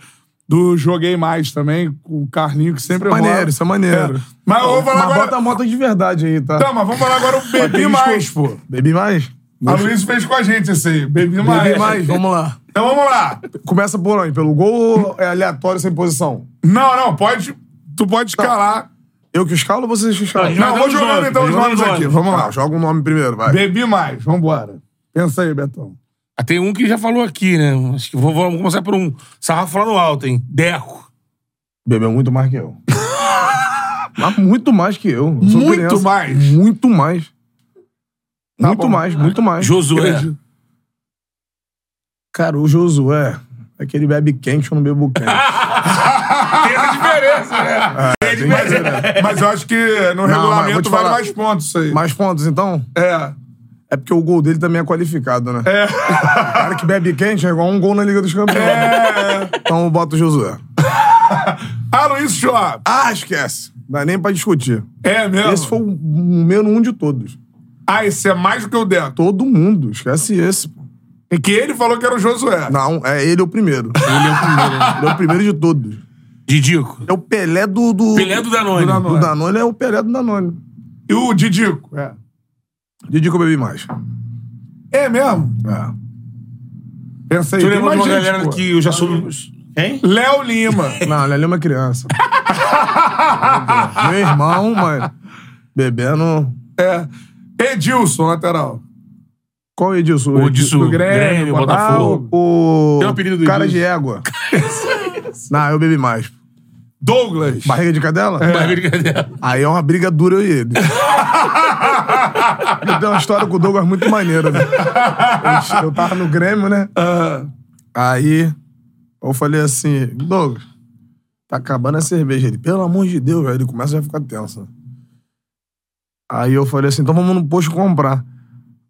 do Joguei Mais também, com o Carlinho, que sempre rola. Maneiro, isso é maneiro. É. Mas eu vou falar Mas agora. bota a moto de verdade aí, tá? Tá, mas vamos falar agora o Vai ter Bebi que Mais, escolher. pô. Bebi mais? A Luiz fez com a gente esse aí. Bebi Mais. Bebi mais, vamos lá. Então vamos lá. Começa por onde? Pelo gol ou é aleatório sem posição? Não, não, pode. Tu pode Tá. escalar. Eu que escalo ou vocês que escalam? Não, vou os jogando nomes, então os jogando nomes os aqui. nomes. Vamos lá. Tá, joga o nome primeiro, vai. Bebi Mais, vambora. Pensa aí, Betão. Ah, Tem um que já falou aqui, né? Acho que vou, vamos começar por um. Sarrafo lá no alto, hein? Deco. Bebeu muito mais que eu. Mas muito mais que eu. Eu sou Muito criança. mais? Muito mais. Tá muito bom. mais, muito mais. Josué. Entendi. Cara, o Josué é que ele bebe quente, eu não bebo quente. Mas, é, mas eu acho que no mas vou regulamento te vale falar. mais pontos isso aí. mais pontos, então? É. É porque o gol dele também é qualificado, né? É. O cara que bebe quente é igual um gol na Liga dos Campeões. Então bota o Josué. Ah, Luiz Schwab. Ah, esquece. Não dá nem pra discutir. É mesmo? Esse foi o número um de todos. Ah, esse é mais do que o Deco. Todo mundo. Esquece esse. pô. É que ele falou que era o Josué. Não, é ele o primeiro. Ele é o primeiro. ele é o primeiro de todos. Didico. É o Pelé do. do Pelé do Danone. Do Danone. Do Danone é o Pelé do Danone. E o Didico. É. Didi que eu bebi mais. É mesmo? É. Pensa aí. Tu tem lembra de mais uma gente, galera pô. que eu já soube. Hein? Léo Lima. Não, ele é uma criança. Meu irmão, mas. Bebendo. é. Edilson, lateral. Qual é Edilson? O Edilson, do Grêmio. Grêmio, Ah, Botafogo. o. Tem o apelido do Cara Edilson. de égua. Não, eu bebi mais. Douglas. Barriga de cadela? É. Mas brincadeira. Aí é uma briga dura eu e ele. eu tenho uma história com o Douglas muito maneira, né? Eu, eu tava no Grêmio, né? Ah. Aí eu falei assim, Douglas, tá acabando a cerveja. Ele, pelo amor de Deus, aí ele começa a ficar tenso. Aí eu falei assim, então vamos no posto comprar.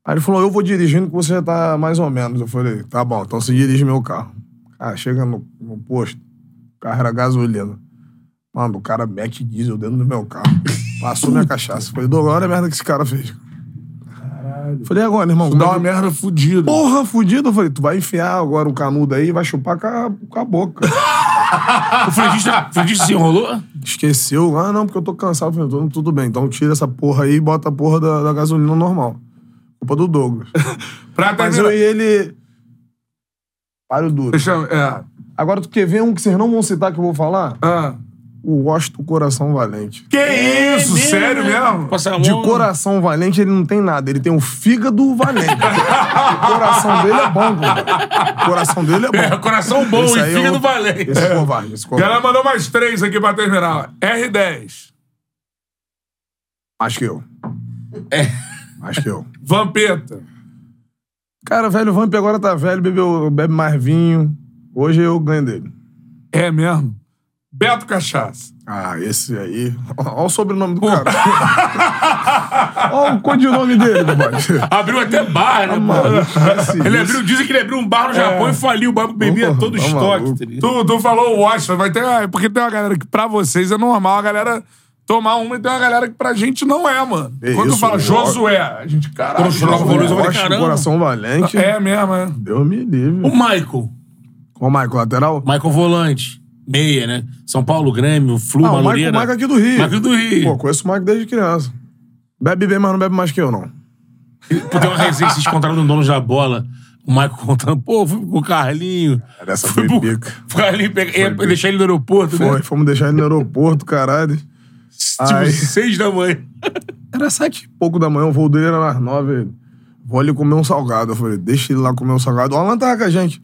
Aí ele falou, eu vou dirigindo que você já tá mais ou menos. Eu falei, tá bom, então você dirige meu carro. Cara, chega no, no posto, o carro era gasolina. Mano, o cara mete diesel dentro do meu carro. Passou minha cachaça. Falei, Douglas, olha a merda que esse cara fez. Falei, agora, irmão, Dá como é uma que- merda fudida. Porra, fudido. Eu falei, tu vai enfiar agora o canudo aí e vai chupar com a, com a boca. O Fredista, Fredista se enrolou? Esqueceu. Ah, não, porque eu tô cansado. Eu falei, tudo- tudo bem, então tira essa porra aí e bota a porra da, da gasolina normal. Culpa do Douglas. Pra Mas eu terminar. e ele... Páreo duro. Deixa eu- É. Agora, tu quer ver um que vocês não vão citar que eu vou falar? Ah. O Washington Coração Valente. Que isso? sério mesmo? É né? Passar a mão. De coração valente, ele não tem nada. Ele tem um fígado valente. o coração dele é bom, cara. O coração dele é bom. É, coração bom Esse e aí filho eu- do Valente. Esse é covarde, esse A galera covarde. mandou mais três aqui pra terminar. ó. R10. Mais que eu. É. Mais que eu. Vampeta. Cara, velho, o Vamp agora tá velho, bebeu, bebe mais vinho. Hoje eu ganho dele. É mesmo? Beto Cachaça. Ah, esse aí. Olha o sobrenome do cara. Olha o codinome dele, Tá compadre. Abriu até bar, né, Ah, mano, mano? esquece Ele isso. abriu, dizem que ele abriu um É. bar no Japão e faliu. O bar bebia Porra, todo o tá estoque. maluco. tá ligado? Tu, tu falou Washington, vai ter. ah, Porque tem uma galera que pra vocês é normal a galera tomar uma e tem uma galera que pra gente não é, mano. É Quando isso, tu fala eu- Josué, a gente, caralho. Quando tá eu jogava vôlei, eu Josué. falei, Gosto do caramba. coração valente. É mesmo, é. Deus me O livre. Michael. Ó, o Michael, lateral. Michael Volante. Meia, né? São Paulo, Grêmio, Flu, Ah, o Michael, Madureira. Michael é aqui do Rio. Michael do Rio. Pô, conheço o Michael desde criança. Bebe bem, mas não bebe mais que eu, não. Pô, tem uma resenha que vocês encontraram no dono da bola. O Michael contando, pô, fui com o Carlinho. Essa Fui foi pro, pica. pro Carlinho pegar, ia deixar ele no aeroporto, né? Foi, fomos deixar ele no aeroporto, caralho. Tipo, Ai. seis da manhã. Era sete e pouco da manhã, o voo dele era nas nove. ele, Vou ali comer um salgado. Eu falei, deixa ele lá comer um salgado. O Alan tava com a gente.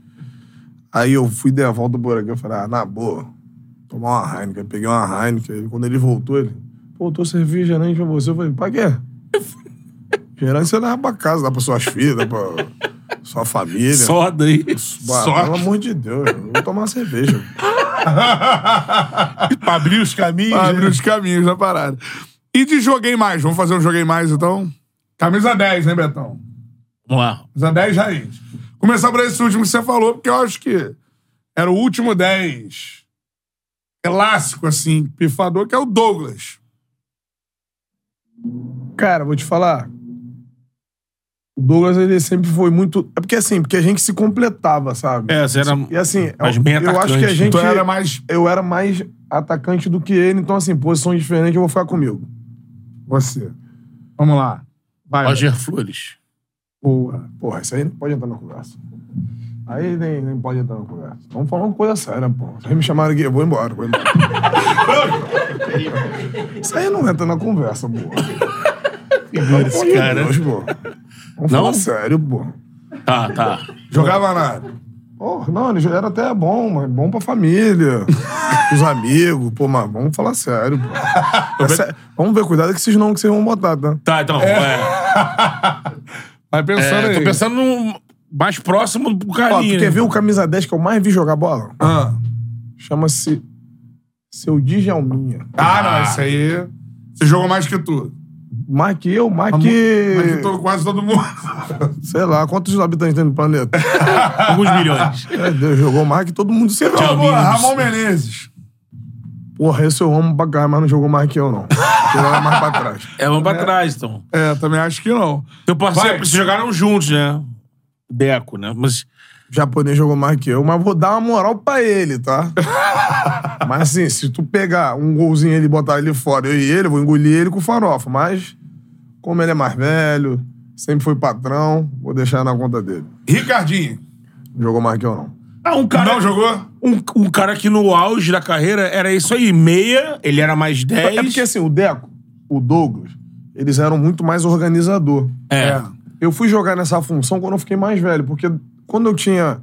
Aí eu fui de volta por aqui. Eu falei, ah, na boa, tomar uma Heineken. Eu peguei uma Heineken. Aí Quando ele voltou, ele, pô, eu tô servindo gerente pra você. Eu falei, pra quê? gerente você leva pra casa, dá pra suas filhas, dá pra sua família. Soda aí. Bah, Soda. Pelo amor de Deus, eu vou tomar uma cerveja. pra abrir os caminhos. né? Pra abrir os caminhos na Tá, parada. E de joguei mais? Vamos fazer um joguei mais, então? Camisa 10, né, Betão? Vamos lá. Mas é 10 raízes. Começar por esse último que você falou, porque eu acho que era o último 10 clássico, assim, pifador, que é o Douglas. Cara, vou te falar. O Douglas, ele sempre foi muito. É porque assim, porque a gente se completava, sabe? É, você era E assim, Mas eu, bem eu acho que a atacante. gente. Então era mais. Eu era mais atacante do que ele, então assim, posição diferente, eu vou ficar comigo. Você. Vamos lá. Vai. Roger Flores. Boa. Porra, isso aí não pode entrar na conversa. Aí nem, nem pode entrar na conversa. Estamos falando coisa séria, pô. Vocês me chamaram aqui, eu vou embora, vou embora. isso aí não entra na conversa, pô. Figura Pelo amor esse de cara. Deus, pô. Vamos Não? falar sério, pô. Tá, tá. Jogava na. Porra, não, ele já era até bom, mas bom pra família, os amigos, pô, mas vamos falar sério, pô. É sé- Vamos ver, cuidado com esses nomes que vocês vão botar, tá? Tá, então. É. Vai pensando É, aí. tô pensando no mais próximo do Ó, tu carinho. quer ver um o camisa 10 que eu mais vi jogar bola? Ah. Chama-se Seu Djalminha. Ah, não, isso aí. Você jogou mais que tu. Mais que eu, mais Mais que que... todo- quase todo mundo. Sei lá, quantos habitantes tem no planeta? Alguns Ah, milhões. Meu Deus, jogou mais que todo mundo. Você Pô, jogou. Ramon Menezes. Porra, esse eu amo pra caralho, mas não jogou mais que eu, não. Ele era mais pra trás. É, vamos pra trás, então. É, também acho que não. Teu parceiro, Vai. vocês jogaram juntos, né? Deco, né? Mas O japonês jogou mais que eu, mas vou dar uma moral pra ele, tá? mas assim, se tu pegar um golzinho ele e botar ele fora, eu e ele, eu vou engolir ele com farofa. Mas, como ele é mais velho, sempre foi patrão, vou deixar na conta dele. Ricardinho. Não Jogou mais que eu, não. Ah, um cara. Não jogou? Um, um cara que no auge da carreira era isso aí, meia, ele era mais 10. É porque assim, o Deco, o Douglas, eles eram muito mais organizador. É. Eu fui jogar nessa função quando eu fiquei mais velho, porque quando eu tinha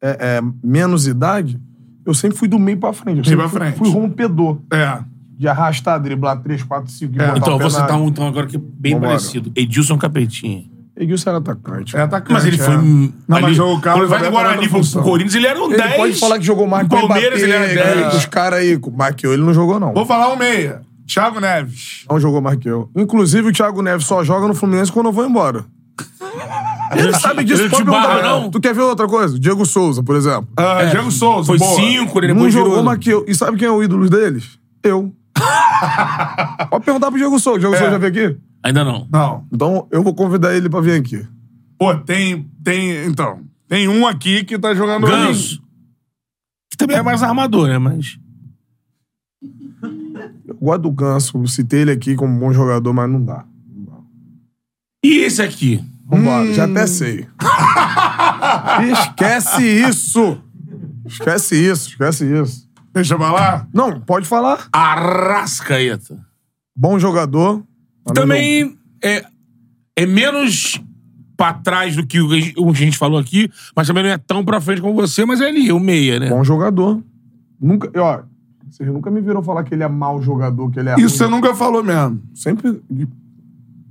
é, é, menos idade, eu sempre fui do meio pra frente. Eu sempre pra fui- frente. Fui rompedor. É. de arrastar, driblar 3, 4, 5 e É, botar Então, o pé você na... tá um então, agora que é bem Vambora. parecido. Edilson Capetinha. Eguilson era atacante. É atacante. Mas ele é. foi. Não, ali- mas jogou o Quando ele Carlos vai Alberto do era Guarani outra pro, pro função. Corinthians, ele era um Ele 10. pode falar que jogou mais No que o Palmeiras, ele era Mbappé, que 10. Os caras aí, mais que eu, ele não jogou, não. Vou falar um meia. Thiago Neves. Não jogou mais que eu. Inclusive, o Thiago Neves só joga no Fluminense quando eu vou embora. Ele é sabe disso, ele pode te Tá barra, perguntar. pra ele. não? Tu quer ver outra coisa? Diego Souza, por exemplo. Ah, Diego Souza. É, Foi boa. 5, ele não depois jogou virou. mais que eu. E sabe quem é o ídolo deles? Eu. pode perguntar pro Diego Souza. O Diego É. Souza já veio aqui? Ainda não. Não. Então, eu vou convidar ele pra vir aqui. Pô, tem. Tem. Então. Tem um aqui que tá jogando. Ganso. Que também é mais armador, né? Mas. Eu gosto do Ganso, citei ele aqui como bom jogador, mas não dá. Não dá. E esse aqui? Vambora, já até sei. esquece isso! Esquece isso, esquece isso. Deixa pra lá. Não, pode falar. Arrascaeta. Ah, Bom jogador. mas Também é, é menos pra trás do que o que a gente falou aqui, mas também não é tão pra frente como você, mas é ali, o meia, né? não- Bom jogador. Nunca, ó, vocês nunca me viram falar que ele é mau jogador, que ele é Isso você ruim. nunca falou mesmo. Sempre,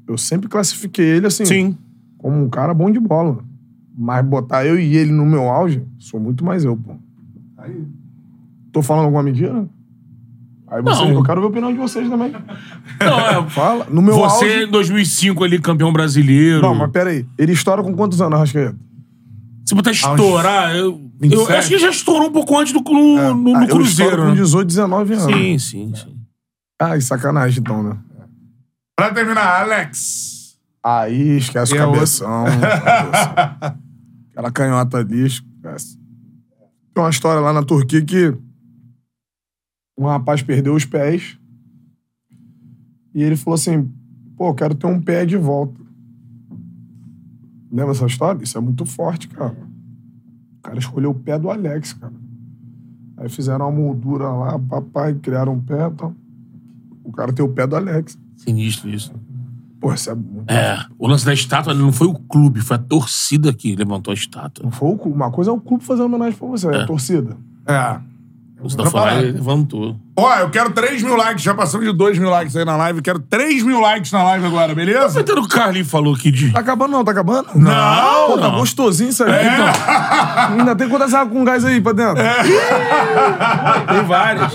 eu sempre classifiquei ele assim, Sim. como um cara bom de bola. Mas botar eu e ele no meu auge, sou muito mais eu, pô. Aí. Tô falando alguma mentira? Aí vocês, Não. eu quero ver a opinião de vocês também. Não, é, Fala. No meu auge... você em 2005 ali, campeão brasileiro. Não, mas peraí. Ele estoura com quantos anos, Arrascaeta? Se botar estourar, eu, eu 27? acho que já estourou um pouco antes do cru- no, no Ah, eu estouro Cruzeiro. com né? 18, 19 anos. Sim, sim, sim. Ai, sacanagem então, né? Pra terminar, Alex. Aí esquece E o é outro. cabeção. cabeção. Aquela canhota ali, esquece. Tem uma história lá na Turquia que um rapaz perdeu os pés e ele falou assim, pô, eu quero ter um pé de volta. Lembra essa história? Isso é muito forte, cara. O cara escolheu o pé do Alex, cara. Aí fizeram uma moldura lá, papai, criaram um pé e tal. O cara tem o pé do Alex. Sinistro isso. Pô, isso é muito É, o lance da estátua não foi o clube, foi a torcida que levantou a estátua. Não foi o clube. Uma coisa é o clube fazer homenagem pra você, é. a torcida. É. Você tá falando, parada. ele levantou. Ó, eu quero 3 mil likes. Já passamos de 2 mil likes aí na live. Quero 3 mil likes na live agora, beleza? Aproveitando que o Carlinho falou aqui de. Tá acabando não, tá acabando? Não, Pô, tá não. gostosinho isso aí. É. Então, ainda tem quantas águas com gás aí pra dentro? Tem várias.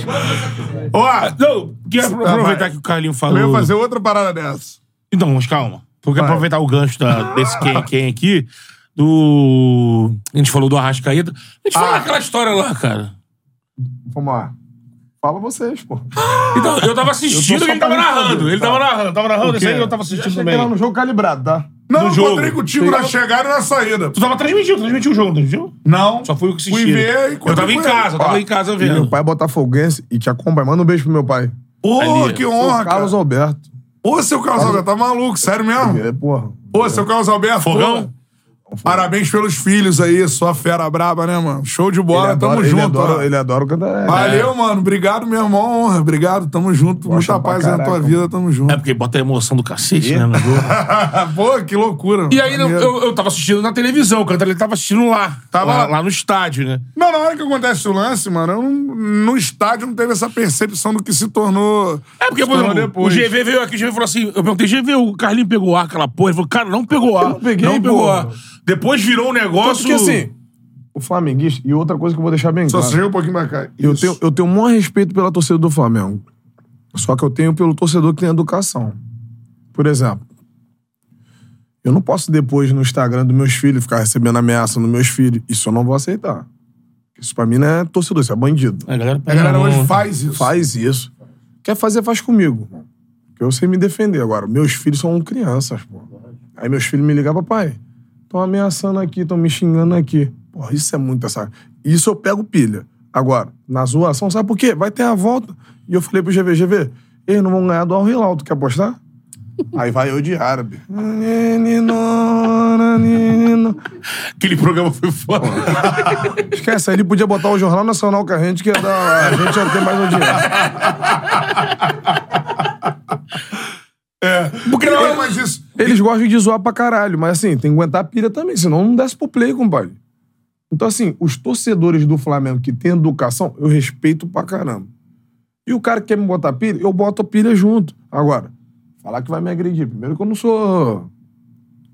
Ó, Não, quero Tá, aproveitar vai. que o Carlinho eu falou. Uh. ia fazer outra parada dessa. Então, mas calma. Porque aproveitar o gancho da- desse quem, quem aqui, do. A gente falou do Arrascaíta. A gente falou aquela história lá, cara. Vamos lá. Fala vocês, pô. Então, eu tava assistindo Eu tô e só ele tava pra responder, narrando. Ele tá. tava narrando, tava narrando isso aí eu tava Já assistindo cheguei também. lá no jogo calibrado, tá? Não, eu jogo. encontrei contigo na chegada e tá na saída. Tu tava transmitindo, transmitiu o jogo, não transmitiu? Não. Só fui eu que assisti. Fui ver e eu tava encontrei em com ele. casa, eu Ó, tava em casa E meu vendo. pai é botafoguense e te acompanha. Manda um beijo pro meu pai. Pô, Ali. que Seu honra, Carlos cara. Alberto. Ô, seu Carlos Alberto, tá maluco, sério mesmo? É, porra. Ô, seu Carlos Alberto. Fogão? pô, Parabéns pelos filhos aí, sua fera braba, né, mano? Show de bola, ele tamo adora, Ele junto. ó. adora, ele adora o É. É. cantar. Valeu, mano. Obrigado, meu irmão. Honra. Obrigado, tamo junto. Gosta Muita pra paz aí na caraca, tua mano. vida, tamo junto. É porque bota a emoção do cacete, né, no jogo. Pô, que loucura. E aí eu, Maneiro. eu, eu tava assistindo na televisão, o Cantarelli tava assistindo lá. Tava lá, lá. lá no estádio, né? Não, na hora que acontece o lance, mano, eu não- no estádio não teve essa percepção do que se tornou. É porque, se por tornou exemplo, o depois. GV veio aqui, o GV falou assim: eu perguntei, GV, o Carlinho pegou ar, aquela porra. Ele falou, cara, não pegou ar. Não, peguei, pegou porra. ar. Depois virou um negócio. Porque assim, o Flamenguista, e outra coisa que eu vou deixar bem Só claro. chega um pouquinho pra cá. Eu Isso. tenho, eu tenho o maior respeito pela torcida do Flamengo. Só que eu tenho pelo torcedor que tem educação. Por exemplo, eu não posso depois no Instagram dos meus filhos ficar recebendo ameaça nos meus filhos. Isso eu não vou aceitar. Isso pra mim não é torcedor, isso é bandido. A galera, A galera hoje faz isso. Faz isso. Quer fazer, faz comigo. Porque eu sei me defender agora. Meus filhos são crianças, pô. Aí meus filhos me ligavam, pai, estão ameaçando aqui, estão me xingando aqui. Pô, isso é muita saca. Isso eu pego pilha. Agora, na zoação, sabe por quê? Vai ter a volta. E eu falei pro GV, GV, eles não vão ganhar do Al Hilal, tu quer apostar? Aí vai eu de árabe. Aquele programa foi foda. Esquece, aí ele podia botar o Jornal Nacional com a gente, que ia dar, a gente ia ter mais audiência. Porque não é mais isso. Eles gostam de zoar pra caralho, mas assim, tem que aguentar a pilha também, senão não desce pro play, compadre. Então, assim, os torcedores do Flamengo que têm educação, eu respeito pra caramba. E o cara que quer me botar pilha, eu boto a pilha junto. Agora, falar que vai me agredir. Primeiro que eu não sou.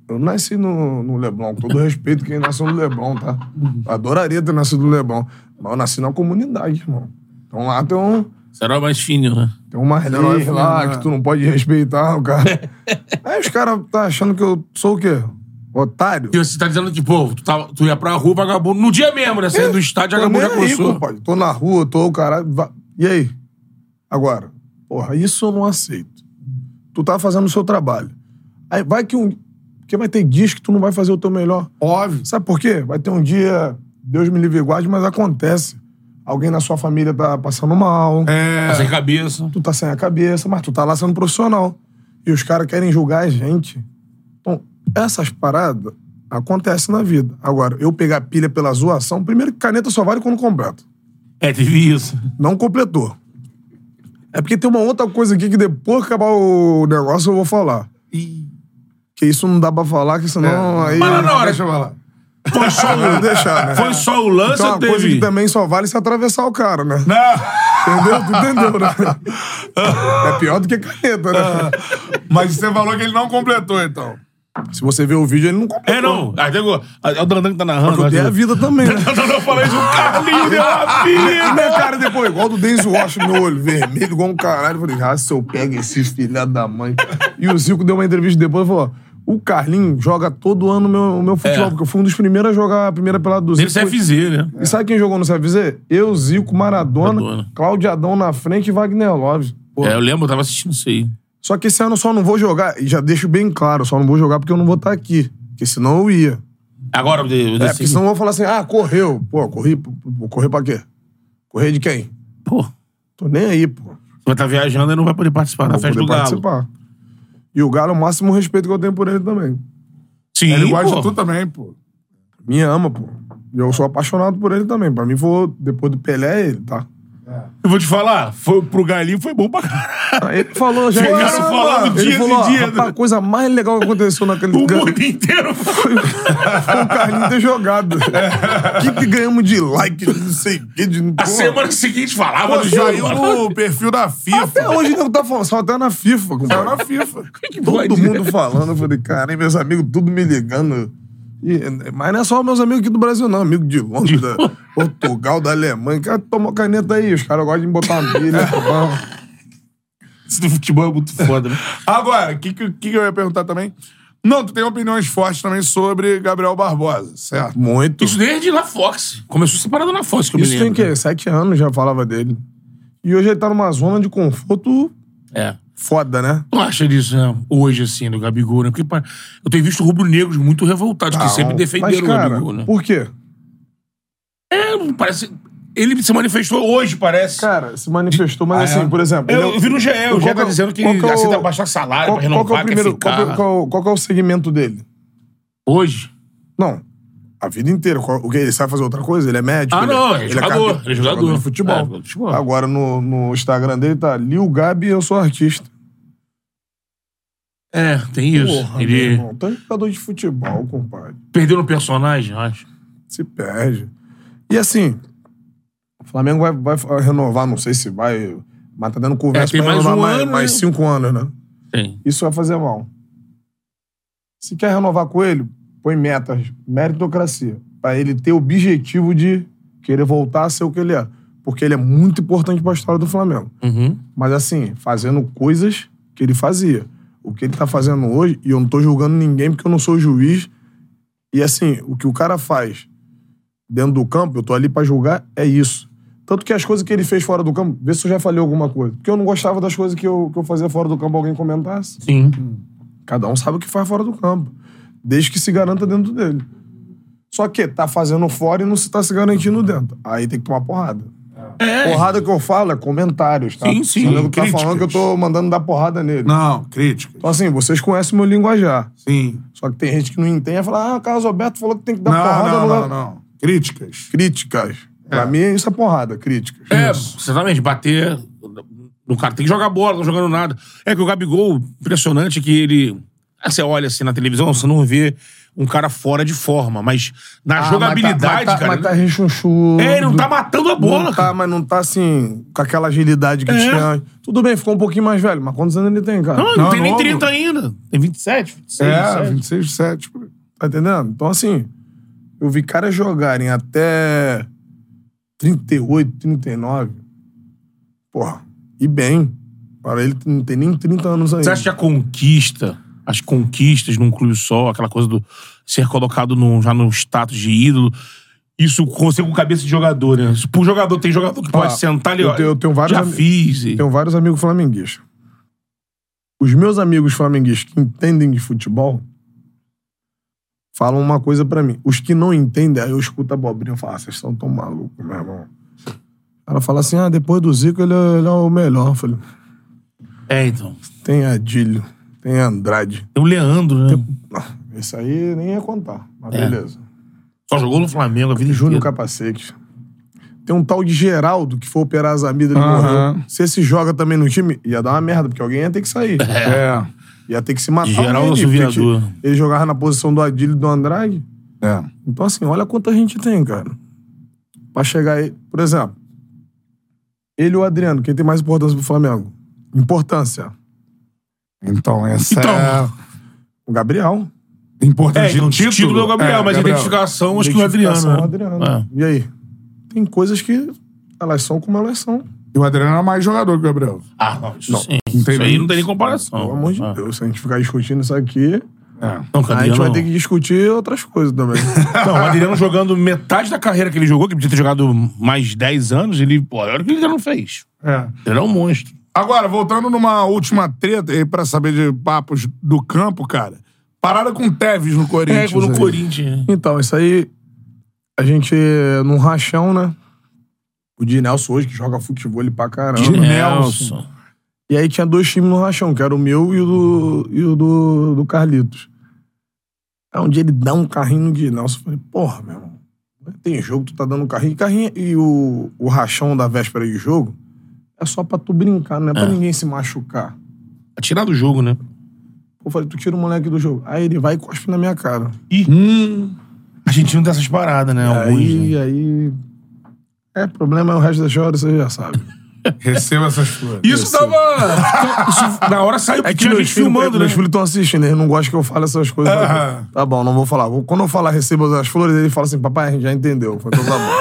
Eu não nasci no, no Leblon, com todo respeito quem nasceu no Leblon, tá? Adoraria ter nascido no Leblon. Mas eu nasci na comunidade, irmão. Então lá tem um. Será mais fininho, né? Tem uma Herói lei lá Fernando. que tu não pode respeitar, o cara. Aí os caras tá achando que eu sou o quê? Otário? E você tá dizendo que, pô, tu, tava, tu ia pra rua, vagabundo. No dia mesmo, né? Saindo do estádio, É, Tô vagabundo já nem aí, começou. compadre. Tô na rua, tô o caralho. va- E aí? Agora, porra, isso eu não aceito. Tu tá fazendo o seu trabalho. Aí vai que um. Porque vai ter dias que tu não vai fazer o teu melhor. Óbvio. Sabe por quê? Vai ter um dia, Deus me livre e guarde, mas acontece. Alguém na sua família tá passando mal. Tá sem cabeça. tu tá sem a cabeça, mas tu tá lá sendo profissional. E os caras querem julgar a gente. Então, essas paradas acontecem na vida. Agora, eu pegar pilha pela zoação, primeiro que caneta só vale quando completa. É, teve isso. Não completou. É porque tem uma outra coisa aqui que depois que acabar o negócio eu vou falar. Que isso não dá pra falar, que senão aí... É. Mas na hora- Deixa eu falar. Foi só, Vou deixar, né? foi só o lance Então, é ou uma coisa teve. Ah. que também só vale se atravessar o cara, né? Não. Entendeu? Tu entendeu, né? É pior do que caneta, né? É. Mas você falou que ele não completou, então. Se você vê o vídeo, ele não completou. É, não. Aí tem o- É o Dandan que tá narrando. Eu dei a né? vida também, né? Não, não, fala isso. O Carlinho deu a E vida. minha cara depois, igual do Denzel Washington, meu olho vermelho, igual um caralho. Eu Falei, ah, se eu pego esse filhado da mãe. E o Zico deu uma entrevista depois e falou: o Carlinho joga todo ano o meu, o meu futebol, É. porque eu fui um dos primeiros a jogar a primeira pelada do Zico. Teve CFZ, né? E sabe quem jogou no CFZ? Eu, Zico, Maradona, Maradona. Cláudio Adão na frente e Wagner Love. Pô, É, eu lembro, eu tava assistindo isso aí. Só que esse ano eu só não vou jogar, e já deixo bem claro, só não vou jogar porque eu não vou estar aqui. Porque senão eu ia. Agora, eu dei- eu dei É, porque assim, senão eu vou falar assim, ah, correu. Pô, corri, pô, correr pra quê? Correr de quem? pô, você Tô nem aí, pô. vai estar viajando e não vai poder participar da Vou festa poder do Galo. participar. E o Galo é o máximo respeito que eu tenho por ele também. Sim, É, Ele gosta pô. de tu também, pô. Me ama, pô. E eu sou apaixonado por ele também. Pra mim, foi, depois do Pelé, é ele, tá? Eu vou te falar, foi, pro Galinho foi bom pra caralho. Aí Ele falou já Ficaram isso, falando mano. Ele dias e falou, ó, dias, rapaz, né? A coisa mais legal que aconteceu naquele O Galo mundo inteiro foi. foi foi o Carlinhos ter jogado. O que, que ganhamos de like, de não sei o que, de... A porra. semana seguinte falava Pô, do jogo. saiu no perfil da Até FIFA. hoje não tá falando, só até na FIFA, Saiu compadre. na FIFA. Todo mundo falando, eu falei, cara, e meus amigos tudo me ligando. E- mas não é só meus amigos aqui do Brasil, não. Amigo de Londres, da tá Portugal, da Alemanha. Cara, toma caneta aí. Os caras gostam de botar milha. pá. Isso do futebol é muito foda, né? Agora, o que, que, que eu ia perguntar também? Não, tu tem opiniões fortes também sobre Gabriel Barbosa, certo? Muito. Isso desde na Fox. Começou separado na Fox, que eu Isso me tem o lembro. quê? Sete anos já falava dele. E hoje ele tá numa zona de conforto É. foda, né? Tu acha disso, né? Hoje, assim, do Gabigol, né? Porque pá, eu tenho visto rubro-negros muito revoltados, que sempre Ah, Mas, defenderam o cara, Gabigol, né? por quê? É, parece... Ele se manifestou hoje, parece. Cara, se manifestou, mas assim, por exemplo... Ah, Eu, ele é o- eu vi no GE, o Qual GE que tá é o- dizendo que qual que é o- aceita baixar salário Qual, pra qual renovar, que é o primeiro... quer Qual, que ficar. é- qual- qual que é o segmento dele? Hoje? Não. A vida inteira. Qual- o que? Ele sabe fazer outra coisa? Ele é médico? Ah, ele, não, ele é jogador, cardio- ele é jogador. de futebol. É, jogador de futebol. Agora, no, no Instagram dele tá Lil Gabi, eu sou artista. É, tem isso. Porra, meu ele irmão. Tá jogador de futebol, compadre. perdeu no personagem, eu acho. Se perde. E assim, o Flamengo vai, vai renovar, não sei se vai... Mas tá dando É, conversa tem pra mais renovar um mais, ano, mais né? cinco anos, né? Tem. Isso vai fazer mal. Se quer renovar com ele, põe metas, meritocracia, Pra ele ter o objetivo de querer voltar a ser o que ele é, porque ele é muito importante pra história do Flamengo. Uhum. Mas assim, fazendo coisas que ele fazia. O que ele tá fazendo hoje, e eu não tô julgando ninguém porque eu não sou juiz. E assim, o que o cara faz dentro do campo, eu tô ali pra julgar, é isso. Tanto que as coisas que ele fez fora do campo, vê se eu já falei alguma coisa. Porque eu não gostava das coisas que eu, que eu fazia fora do campo, alguém comentasse. Sim. Cada um sabe o que faz fora do campo. Desde que se garanta dentro dele. Só que tá fazendo fora e não se tá se garantindo dentro. Aí tem que tomar porrada. É. Porrada que eu falo é comentários, tá? Sim, sim, O nego tá críticas. falando que eu tô mandando dar porrada nele. Não, crítica. Então, assim, vocês conhecem o meu linguajar. Sim. Só que tem gente que não entende e fala: ah, o Carlos Alberto falou que tem que dar Não, porrada. não, eu vou não, dar-" não. Críticas. Críticas. Pra mim, isso é porrada, críticas. É, exatamente, bater. O cara tem que jogar bola, não tá jogando nada. É que o Gabigol, impressionante que ele. Aí Você olha assim na televisão, você não vê um cara fora de forma, mas na Ah, jogabilidade, mas tá, mas tá, cara. Mas tá rechonchudo. é, ele não tá matando a bola, Não cara. tá, mas não tá assim, com aquela agilidade que É. tinha antes. Tudo bem, ficou um pouquinho mais velho, mas quantos anos ele tem, cara? Não, ele não, Não, tem nem novo. 30 ainda. Tem 27, 26, É, 27. 26, 7. Tá entendendo? Então, assim, eu vi caras jogarem até 38, 39. Porra, e bem. Para ele não tem nem 30 anos ainda. Você acha que a conquista, as conquistas num clube só, aquela coisa do ser colocado num- já no status de ídolo, isso você com cabeça de jogador, né? Por jogador, tem jogador que pode sentar ali, eu ó, tenho- eu tenho vários já ami- fiz. e- Tenho vários amigos flamenguistas. Os meus amigos flamenguistas que entendem de futebol falam uma coisa pra mim. Os que não entendem, aí eu escuto a abobrinha e falo, ah, vocês estão tão malucos, meu irmão. Ela fala assim, ah, depois do Zico ele é, ele é o melhor. Eu falei, É, então. tem Adílio, tem Andrade. Tem o Leandro, né? Não, isso aí nem ia contar, mas É. beleza. Só jogou no Flamengo a vida Júnior inteira. Capacete. Tem um tal de Geraldo que foi operar as amidas, ele Aham. morreu. Se esse joga também no time, ia dar uma merda, porque alguém ia ter que sair. É. Ia ter que se matar. Geraldo é um alguém, Assoviador. porque Ele jogava na posição do Adílio e do Andrade. É. Então, assim, olha quanta gente tem, cara. Pra chegar aí. Por exemplo, ele e o Adriano, quem tem mais importância pro Flamengo? Importância. Então, essa Então. é O Gabriel. importante. É, então, título, título é o Gabriel, mas identificação acho que o Adriano. Identificação, né? o Adriano. E aí? Tem coisas que elas são como elas são. E o Adriano era mais jogador que o Gabriel. Ah, não, isso, sim. não tem Isso aí nem- não tem nem comparação. Pelo amor de Ah. Deus, se a gente ficar discutindo isso aqui, É. Não, que o a gente vai Adriano- ter que discutir outras coisas também. Não, o Adriano jogando metade da carreira que ele jogou, que ele podia ter jogado mais 10 anos, ele, pô, olha o que ele já não fez. É. Ele é um monstro. Agora, voltando numa última treta aí pra saber de papos do campo, cara. Parada com o Tevez no Corinthians. no aí. Corinthians. né? Então, isso aí, a gente, num rachão, né? O Di Nelson hoje, que joga futebol ele pra caramba. É. Di- Nelson. E aí tinha dois times no rachão, que era o meu e o do, e o do, do Carlitos. Aí um dia ele dá um carrinho no Di Nelson. Eu falei, porra, meu irmão, tem jogo, tu tá dando carrinho. E, carrinho, e o, o rachão da véspera de jogo é só pra tu brincar, não é pra ninguém se machucar. Tirar do jogo, né? Eu falei, tu tira o moleque do jogo. Aí ele vai e cospe na minha cara. Hum. A gente não tem essas paradas, né? Alguns, Aí, né? aí. É, problema é o resto da história, você já sabe. Receba essas flores. Isso tava. isso- na hora saiu É que tinha meus gente filhos- filmando, né? Meus filhos estão assistindo, eles não gostam que eu fale essas coisas. Ah. Tá bom, não vou falar. Vou- Quando eu falar receba as flores, ele fala assim, papai, a gente já entendeu. Eu falei, então tá bom.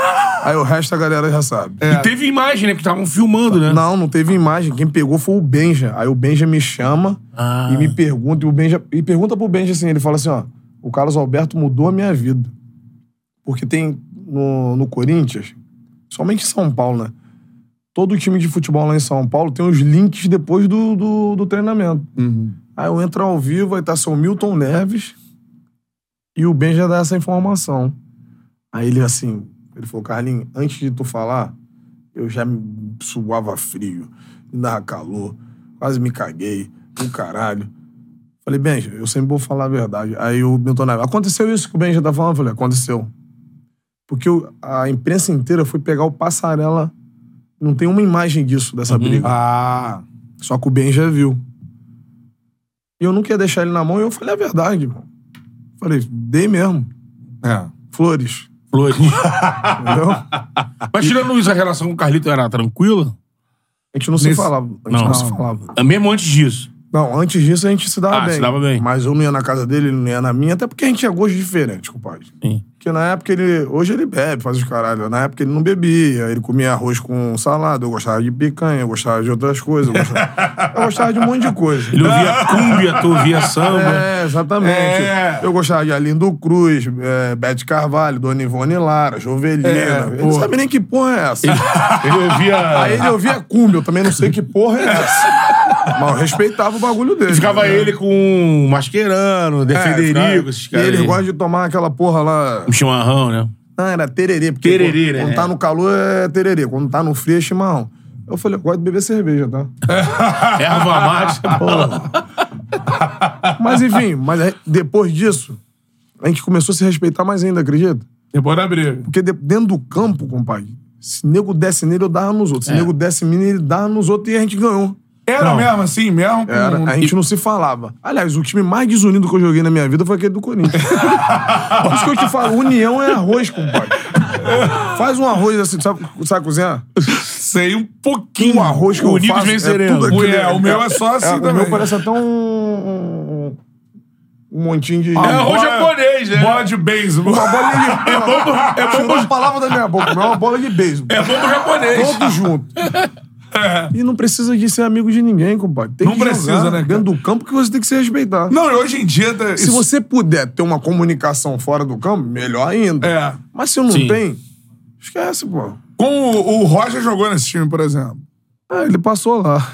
Aí o resto a galera já sabe. E teve imagem, né? Porque estavam filmando, né? Não, não teve imagem. Quem pegou foi o Benja. Aí o Benja me chama Ah. e me pergunta. E, o Benja, e pergunta pro Benja assim: ele fala assim, ó, o Carlos Alberto mudou a minha vida. Porque tem no, no Corinthians, somente em São Paulo, né? Todo time de futebol lá em São Paulo tem os links depois do, do, do treinamento. Uhum. Aí eu entro ao vivo, aí tá seu Milton Neves e o Benja dá essa informação. Aí ele assim, ele falou, Carlinhos, antes de tu falar, eu já me suava frio, me dava calor, quase me caguei, do caralho. Falei, Benja, eu sempre vou falar a verdade. Aí o Milton Neves, aconteceu isso que o Benja tá falando? Eu falei, aconteceu. Porque o- a imprensa inteira foi pegar o passarela. Não tem uma imagem disso, dessa briga. Uhum. Ah. Só que o Ben já viu. E eu não queria deixar ele na mão e eu falei a verdade, irmão. Falei, dei mesmo. É. Flores. Flores. Entendeu? a Mas tirando isso, a relação com o Carlito era tranquila? gente não se Nesse- falava. A Não. gente É não, se falava. Mesmo antes disso. Não, antes disso a gente se dava Ah, bem. se dava bem. Mas eu não ia na casa dele, ele não ia na minha, até porque a gente tinha gosto diferente, compadre. Sim. Porque na época ele. Hoje ele bebe, faz os caralho. Na época ele não bebia, ele comia arroz com salada, eu gostava de picanha, eu gostava de outras coisas. Eu gostava, eu gostava de um monte de coisa. Ele ouvia cúmbia, tu ouvia samba. É, exatamente. É. Eu gostava de Alindo Cruz, é, Bete Carvalho, Dona Ivone Lara, Jovelina. É, ele porra. não sabe nem que porra é essa. Ele ouvia. Aí ele ouvia cumbia, eu também não sei que porra é essa. Mas eu respeitava o bagulho dele. Ficava né? ele com um o Mascherano, De É, Federico, ficava- esses caras. E ele aí. gosta de tomar aquela porra lá. Um chimarrão, né? Não, era tererê. Porque Tererê, quando, né? quando tá no calor é tererê, quando tá no frio é chimarrão. Eu falei, eu gosto de beber cerveja, tá? Erva mate. Mas enfim, mas aí, depois disso, a gente começou a se respeitar mais ainda, acredita? Depois da briga. Porque de- dentro do campo, compadre, se nego desce nele, eu dava nos outros. Se É. nego desce em mim, ele dava nos outros e a gente ganhou. Era mesmo assim, mesmo? com- tipo, Era, Uhum. a gente não se falava. Aliás, o time mais desunido que eu joguei na minha vida foi aquele do Corinthians. Por isso que eu te falo, união é arroz, compadre. Faz um arroz assim, sabe, sabe cozinhar? Sei um pouquinho. Um arroz que eu Unidos faço, é venceremos. tudo aquilo. É, o meu é só assim É, também. o meu parece até um... um- um montinho de... É arroz Bola- japonês, né? Bola de beisebol. Uma bola de... É bom... É palavra da minha boca, não é uma bola de beisebol. É bom pro japonês. Todos juntos. E não precisa de ser amigo de ninguém, compadre. Tem É. Não que precisa, jogar né, cara? Dentro do campo que você tem que se respeitar. Não, e hoje em dia... tá- Se isso- você puder ter uma comunicação fora do campo, melhor ainda. É. Mas se não Sim. tem, esquece, pô. Com o, o Roger jogou nesse time, por exemplo. Ah, ele passou lá.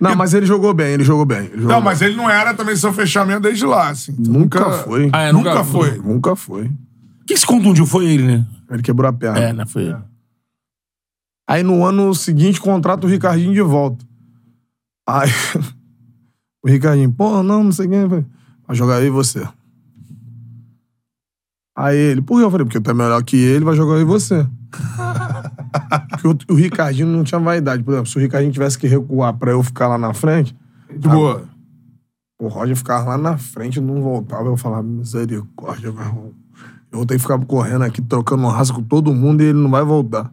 não, mas ele jogou bem, ele jogou bem. ele jogou Não, bem. mas ele não era também seu fechamento desde lá, assim. nunca, foi. Ah, é, nunca, nunca- foi. Nunca foi. Quem se contundiu foi ele, né? Ele quebrou a perna. É, né? Foi ele. Aí no ano seguinte contrata o Ricardinho de volta. Aí o Ricardinho, pô, não, não sei quem. Eu falei, Vai jogar aí você. Aí ele, por que eu falei? Porque tu é melhor que ele, vai jogar aí você. Porque o, o Ricardinho não tinha vaidade. Por exemplo, se o Ricardinho tivesse que recuar pra eu ficar lá na frente, De boa. o Roger ficava lá na frente, não voltava. Eu falava, misericórdia, meu irmão. Eu vou ter que ficar correndo aqui, trocando um raça com todo mundo e ele não vai voltar.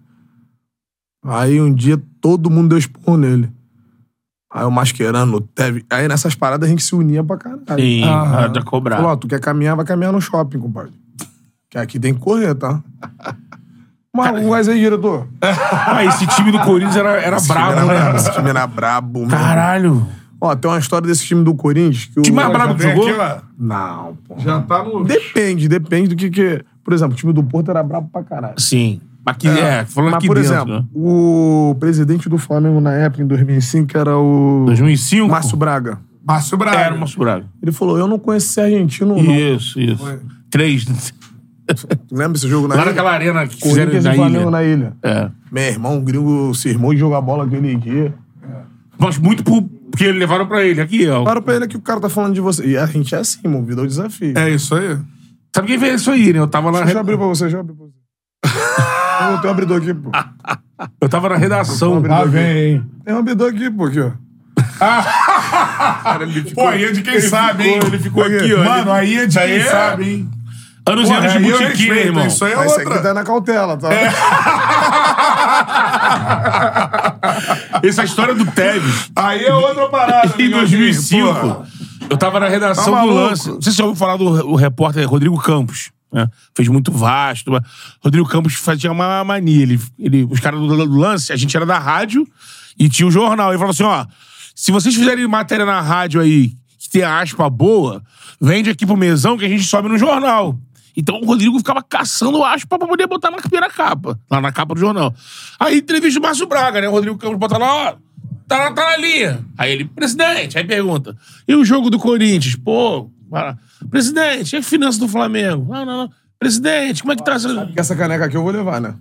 Aí um dia todo mundo deu esporro nele. Aí o Mascherano, o Teve. Aí nessas paradas a gente se unia pra caralho. Sim, Aham. ah, da cobrar. Falou, ó, tu quer caminhar, vai caminhar no shopping, compadre. Que aqui tem que correr, tá? Mas mas aí, diretor. Ah, esse time do Corinthians era, era brabo, né? Esse time era brabo, mano. Caralho. Ó, tem uma história desse time do Corinthians que o. Time mais brabo que Vem jogou? aqui, ó. Não, pô. Já tá no... Depende, depende do que que... Por exemplo, o time do Porto era brabo pra caralho. Sim. Aqui, é, falando Mas, aqui por dentro. exemplo, né? o presidente do Flamengo na época, em 2005, que era o 2005. Márcio Braga. Márcio Braga. Uhum. Era o Márcio Braga. Ele falou, eu não conheço esse argentino, não. Isso, isso. Três. Lembra esse jogo na Lá ilha? naquela arena que fizeram Corinthians e na Flamengo né? ilha. na ilha. É. Meu irmão, o gringo cismou de jogar bola aquele dia. Mas muito por... porque eles levaram pra ele. Aqui, ó. Claro pra ele que o cara tá falando de você. E a gente é assim, movido ao desafio. É isso aí. Sabe quem fez isso aí, né? Eu tava lá. Deixa eu abrir pra você, deixa eu abrir pra você. eu não tenho abridor aqui, pô. Eu tava na redação. Lá vem. Tem um abridor aqui, pô, aqui, ó. Pô, aí é de quem sabe, hein? ficou- ele ficou aqui, ó. Mano, aí é de Aí quem é- sabe, hein? Anos e Porra, anos de aí eu botiquim, né, respeito, tá irmão? Isso aí é Mas esse outra. aqui tá na cautela, tá? Essa é história do Tevez. Aí é outra parada, Em Miguelzinho, 2005, porra. eu tava na redação Tá do maluco? lance. Não sei se você ouviu falar do o repórter Rodrigo Campos. né? Fez muito vasto. mas Rodrigo Campos fazia uma mania. Ele, ele, os caras do, do lance, a gente era da rádio e tinha o jornal. Ele falou assim: ó, se vocês fizerem matéria na rádio aí que tem a aspa boa, vende aqui pro mesão que a gente sobe no jornal. Então o Rodrigo ficava caçando aspa pra poder botar na primeira capa, lá na capa do jornal. Aí entrevista o Márcio Braga, né? O Rodrigo Campos bota lá, ó, tá na, tá na linha. Aí ele, presidente, aí pergunta: e o jogo do Corinthians? Pô, para- presidente, e a finança do Flamengo? Ah, não, não. Presidente, como é que tá essa. Porque essa caneca aqui eu vou levar, né?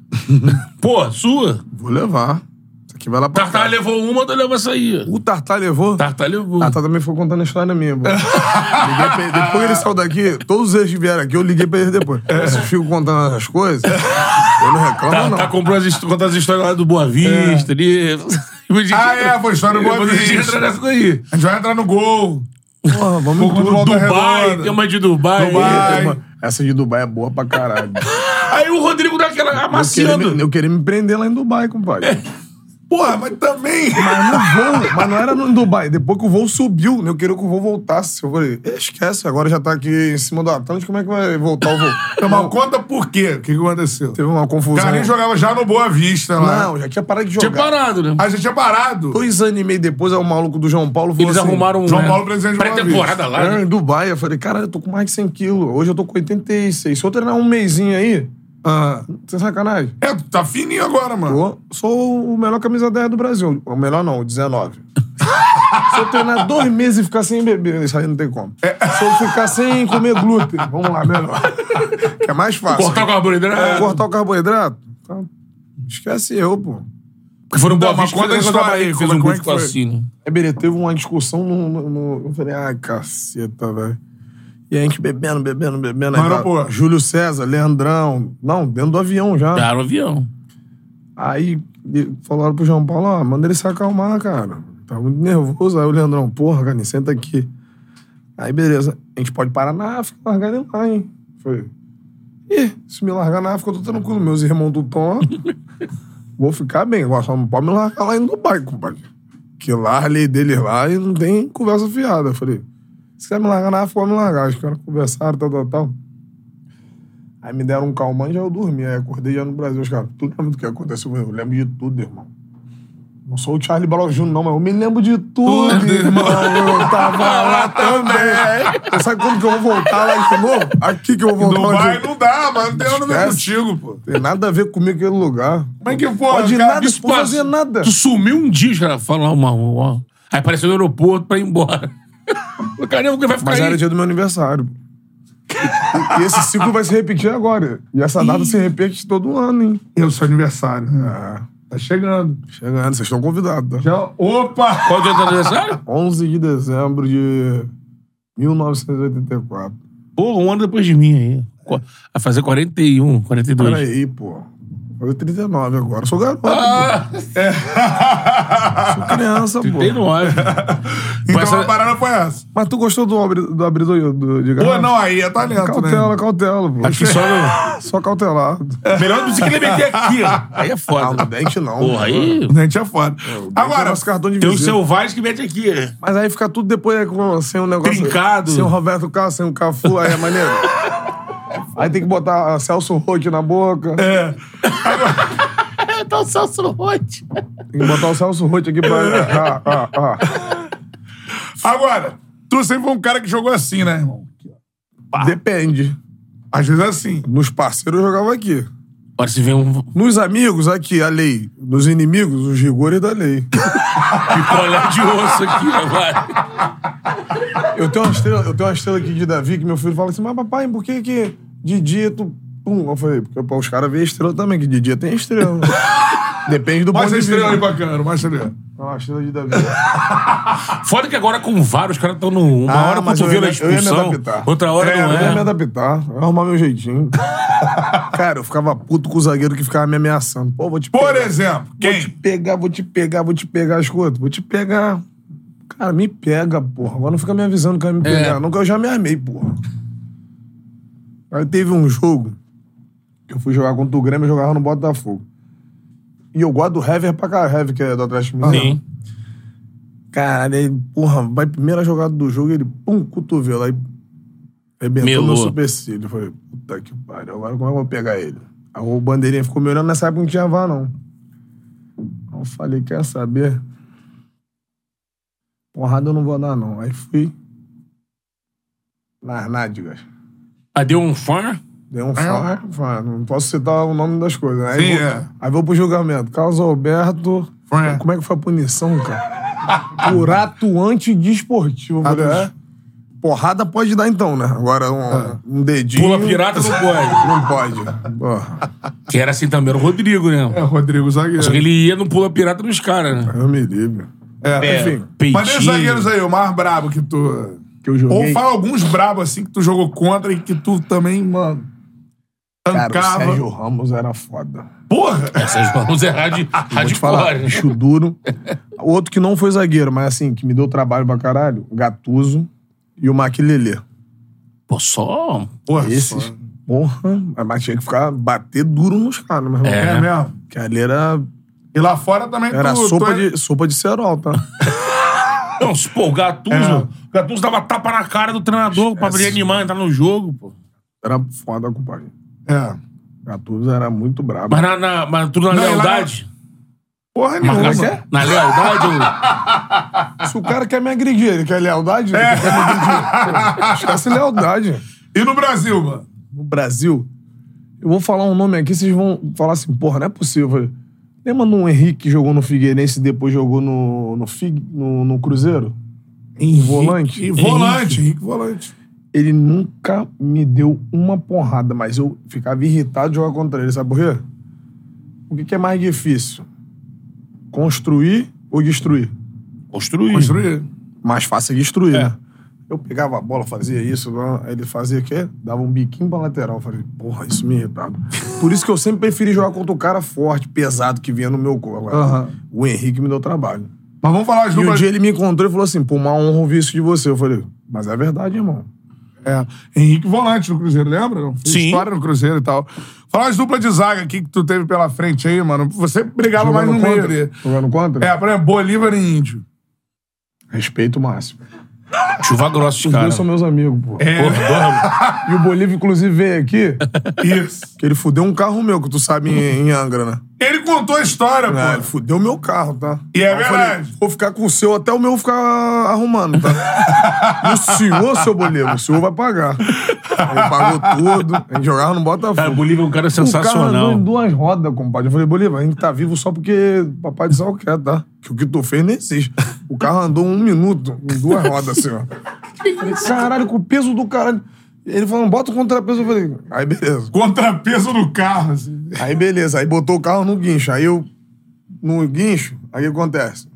Pô, sua? Vou levar. Isso aqui vai lá pra Tartar levou uma, tu leva essa aí. O Tartar levou? tá Tartar levou. Tartar também ficou contando a história minha, pô. Liguei pra ele- Depois que ele saiu daqui, todos eles que vieram aqui, eu liguei pra eles depois. Vocês ficam contando as coisas, eu não reclamo, Tá, não. tá comprando as, histó- contando as histórias lá do Boa Vista ali. É. Ah, é, foi história do Boa Depois A gente Vista. entra nessa daí. A gente vai entrar no gol. Porra, vamos Pouco em do tudo. Volta Dubai, Redonda. tem uma de Dubai. Dubai. Tem uma- Essa de Dubai é boa pra caralho. Aí o Rodrigo daquela Eu queria, me, amaciando. eu queria me prender lá em Dubai, compadre. Porra, mas também. Mas no voo, mas não era no em Dubai. Depois que o voo subiu, né, eu queria que o voo voltasse. Eu falei, esquece, agora já tá aqui em cima do Atlântico, como é que vai voltar o voo? Então, mas conta por quê. O que que aconteceu? Teve uma confusão. Carlinhos jogava já no Boa Vista lá. Não, já tinha parado de jogar. Tinha parado, né? Aí já tinha parado. Dois anos e meio depois, aí o maluco do João Paulo falou Eles assim, arrumaram um. João né, Paulo presidente de Boa Pré-temporada lá. É, né? em Dubai. Eu falei, cara, eu tô com mais de 100 quilos. Hoje eu tô com 86. Se eu treinar um mêsinho aí, ah, sem sacanagem. É, tu tá fininho agora, mano. Eu sou o melhor camisa 10 do Brasil. O melhor não, o 19. Se eu treinar dois meses e ficar sem beber, isso aí não tem como. É. Se eu ficar sem comer glúten, vamos lá, melhor. Que é mais fácil. Cortar o É, carboidrato. Cortar o carboidrato? tá. Esquece eu, pô. Porque foram Não, Boa mas Vista. conta a fez um história gol aí, pra- como Fez é- um como gol é de que foi? Cassino. Aí, Berê, teve uma discussão no, no- no- Eu falei, ai, caceta, velho. E a gente bebendo, bebendo, bebendo. Aí No tá aeroporto. Júlio César, Leandrão. Não, dentro do avião já. Pegaram o avião. Aí e- falaram pro João Paulo, ó, manda ele se acalmar, cara. Tá muito nervoso. Aí o Leandrão, porra, Gani, senta aqui. Aí, beleza. A gente pode parar na África, largar ele lá, hein? Falei, ih, se me largar na África, eu tô tranquilo. Meus irmãos do Tom, vou ficar bem. Agora só não pode me largar lá em Dubai, compadre. Que lá, a lei deles lá, e não tem conversa fiada. Eu falei, se quer me largar na África, pode me largar. Os caras conversaram, tal, tal, tal. Aí me deram um calmante e eu dormi. Aí acordei já no Brasil. Os caras, tu lembra do que aconteceu? Eu lembro de tudo, irmão. Não sou o Charlie Brown Jr., não, mas eu me lembro de tudo, irmão. Eu tava lá também. Você sabe quando que eu vou voltar lá de novo? Aqui que eu vou voltar. lá Dubai de novo. não dá, mano. Não tem nada é a ver Esquece. contigo, pô. Tem nada a ver comigo aquele lugar. Mas que porra, Pode cara, nada, isso pode fazer passa- nada. Tu sumiu um dia, os caras falam, ó, uma, ó. Aí apareceu no aeroporto pra ir embora. O caramba que vai ficar Mas aí. era dia do meu aniversário. E esse ciclo vai se repetir agora. E essa data se repete todo um ano, hein? Eu sou aniversário. né? Ah, tá chegando. Chegando, vocês estão convidados, tá? Já... Opa! Qual o dia do teu aniversário? 11 de dezembro de 1984. Porra, um ano depois de mim aí. Qu- Vai fazer 41, 42. Peraí, pô. Vou fazer 39 agora. Eu sou garoto. Ah, é. pô. Sou criança, pô. 39. Então essa- a parada foi essa. Mas tu gostou do, abri do abridor do, de Pô, garrafa? não, aí é talento, Cautela, né? É, cautela, pô. Aqui só no... Só cautelado. Melhor do que ele meter aqui, ó. Aí é foda. Não, dente não. Porra, aí... A gente é foda. Agora, Agora, nosso cartão de Tem um visita. selvagem que mete aqui. Mas aí fica tudo depois né, com- sem o negócio. Trincado. Sem o Roberto Carlos, sem o Cafu, aí é maneiro. aí tem que botar a Celso Roth na boca. É. Tá o Celso Rote. Tem que botar o Celso Roth aqui É. pra. Ah, ah, ah. agora, tu sempre foi um cara que jogou assim, né, irmão? Depende. Às vezes é assim. Nos parceiros eu jogava aqui. Agora se vem um Nos amigos, aqui, a lei. Nos inimigos, os rigores da lei. picolé de osso aqui agora. Eu tenho uma estrela, eu tenho uma estrela aqui de Davi que meu filho fala assim: Mas papai, por que que de dia tu. Pum, eu falei, porque pô, os caras veem estrela também, que de dia tem estrela. Depende do ponto Mostra a de vista. estrela aí pra câmera, mostra ali. Olha lá, a estrela de Davi. Foda que agora com vários, os caras estão numa Ah, hora mas eu ia cotovelo é me- eu ia me expulsão, adaptar. outra hora É, não eu ia me é. adaptar, eu ia arrumar meu jeitinho. Cara, eu ficava puto com o zagueiro que ficava me ameaçando. Pô, vou te pegar. Por exemplo, Vou te quem? pegar, vou te pegar, vou te pegar, escuta, vou te pegar. Cara, me pega, porra. Agora não fica me avisando que vai me É. pegar. Não, que eu já me armei, porra. Aí teve um jogo que eu fui jogar contra o Grêmio, eu jogava no Botafogo. E eu gosto do Hever pra caralho. Hever, que é do Atlético Mineiro. Sim. Caralho, aí, porra, vai primeira jogada do jogo, ele, pum, cotovelo. Aí, arrebentou Melou. meu supercílio. Eu Falei, puta que pariu, agora como é que eu vou pegar ele? Aí o bandeirinha ficou me olhando, nessa época não tinha vá, não. Aí eu falei, quer saber? Porrada eu não vou dar, não. Aí fui nas nádegas. Aí deu um fã. Dei um fora, fora. não posso citar o nome das coisas. né? Aí, Sim, vou, é. aí vou pro julgamento. Carlos Alberto. Fora. Como é que foi a punição, cara? Por atuante desportivo. Eu falei, é? Porrada pode dar então, né? Agora um, É. um dedinho. Pula pirata não pode. Não pode. Porra, Que era assim também, era o Rodrigo, né? É, Rodrigo Zagueiro. Só que ele ia no pula pirata nos caras, né? eu me livre. É, Enfim, Mas desses zagueiros né? Peitinho. aí, o mais brabo que tu. que eu joguei. Ou fala alguns brabos assim que tu jogou contra e que tu também, mano. cara, o Tancava. Sérgio Ramos era foda. Porra! Essas mãos é rádio, Vou te falar, hardcore. né? bicho duro. O outro que não foi zagueiro, mas assim, que me deu trabalho pra caralho, o Gatuso e o Maquilelê. Pô, só. Porra, Esses, porra, mas tinha que ficar, bater duro nos caras, meu irmão. É. É. mesmo. Que ali era, E lá fora também era tu. sopa, tu é- de, sopa de cerol, tá? Não, se- pô, o Gatuso. É. O Gatuso dava tapa na cara do treinador pra poder animar, entrar no jogo, pô. Era foda, compadre. É. Gatuso era muito brabo. Mas, na, na- mas tudo na Não, e lá- lealdade. Porra nenhuma. é Marcação- Na lealdade, ô. Se o cara quer me agredir, ele quer lealdade? É. Ele quer me agredir. Esquece lealdade. E no Brasil, mano? No Brasil, eu vou falar um nome aqui, vocês vão falar assim, porra, não é possível. Lembra do Henrique que jogou no Figueirense e depois jogou no, no, Fig, no, no Cruzeiro? Em volante? E volante, Henrique Volante. ele nunca me deu uma porrada, mas eu ficava irritado de jogar contra ele, sabe por quê? O que, que é mais difícil? Construir ou destruir? Construir. Construir. Mais fácil é destruir, né? Eu pegava a bola, fazia isso, blá, aí ele fazia o quê? Dava um biquinho pra lateral. Eu Falei, porra, isso me irritava. Por isso que eu sempre preferi jogar contra o cara forte, pesado, que vinha no meu colo. Aham. O Henrique me deu trabalho. Mas vamos falar as E um duplas. dia ele me encontrou e falou assim, pô, uma honra ouvir isso de você. Eu falei, mas é verdade, irmão. É, Henrique Volante no Cruzeiro, lembra? Não? Fez Sim. História no Cruzeiro e tal. Falar as duplas de zaga aqui que tu teve pela frente aí, mano. Você brigava mais no Jogando meio contra? ali. Jogando contra? É, por exemplo, Bolívar e Índio. Respeito máximo. Chuva grossa, esses Os caras. dois são meus amigos, pô. É. Porra, E o Bolívia, inclusive, veio aqui, Isso. que ele fudeu um carro meu, que tu sabe, em, em Angra, né? Ele contou a história, Ah, ele pô. fudeu meu carro, tá? É. E é Aí eu falei, verdade. vou ficar com o seu até o meu ficar arrumando, tá? e o senhor, seu Bolívia, o senhor vai pagar. Ele pagou tudo, a gente jogava Cara, no o Botafogo. Bolívia é um cara O cara andou sensacional. em duas rodas, compadre. Eu falei, Bolívia, a gente tá vivo só porque papai do céu quer, tá? Que o que tu fez nem existe. O carro andou um minuto em duas rodas, assim, ó. Eu Falei, caralho, com o peso do caralho. Ele falou, bota o contrapeso. Eu falei, aí beleza. Contrapeso no carro, assim. Aí beleza, aí botou o carro no guincho. Aí eu, no guincho, aí o que acontece?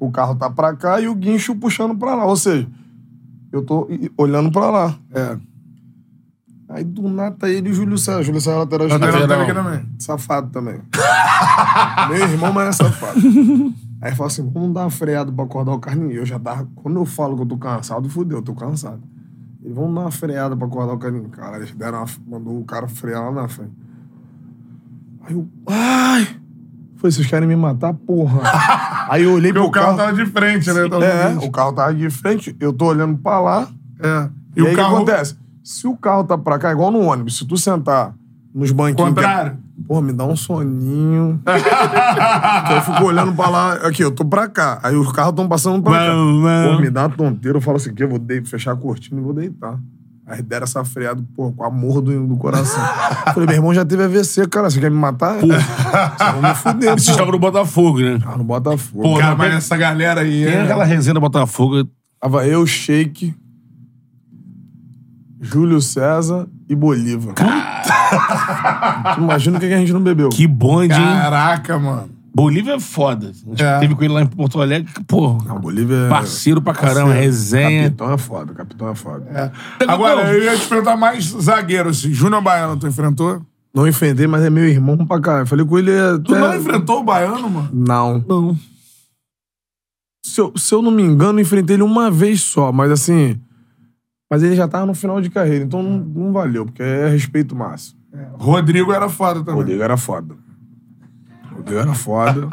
O carro tá pra cá e o guincho puxando pra lá. Ou seja, eu tô i- olhando pra lá. É. Aí do nada tá ele e o Júlio César. Júlio César é lateral Eu esquerdo. tava aqui também. Safado também. Meu irmão, mas é safado. Aí fala assim, vamos dar uma freada pra acordar o carninho. Eu já tava... Quando eu falo que eu tô cansado, fudeu, eu tô cansado. Eles vão dar uma freada pra acordar o carninho. Cara, eles deram uma... Mandou o cara frear lá na frente. Aí eu... Ai! Foi, vocês querem me matar? Porra! Aí eu olhei Porque pro o carro carro... tava de frente, né? Tava no É, guincho. o carro tava de frente, eu tô olhando pra lá. É. E, aí o que acontece? Se o carro tá pra cá, igual no ônibus, se tu sentar nos banquinhos... Contrário. Pô, me dá um soninho. Então eu fico olhando pra lá. Aqui, eu tô pra cá. Aí os carros tão passando pra cá. Vão, vão. Pô, me dá uma tonteira. Eu falo assim, que eu vou de- fechar a cortina e vou deitar. Aí deram essa freada, pô, com amor do, do coração. Eu Falei, meu irmão já teve AVC, cara. Você quer me matar? Vocês vão me fuder, Vocês pô. estavam no Botafogo, né? Ah, no Botafogo. Pô, Cara, mas essa galera aí. Tem é- aquela resenha do Botafogo. Tava eu, Shake, Júlio César e Bolívar. Imagina o que que a gente não bebeu. Que bonde, hein? Caraca, mano. Bolívia é foda. A gente É. teve com ele lá em Porto Alegre. que, Porra, Não, Bolívar é... parceiro pra caramba, Parceiro. resenha. Capitão é foda, capitão é foda. Agora, eu ia te perguntar mais zagueiro, assim. Júnior Baiano, tu enfrentou? Não enfrentei, mas é meu irmão pra caralho. Falei com ele até... Tu não enfrentou o Baiano, mano? Não. Não. Se eu, se eu não me engano, enfrentei ele uma vez só, mas assim... Mas ele já tava no final de carreira, então não, não valeu, porque é respeito máximo. Rodrigo era foda também. Rodrigo era foda. Eu era foda.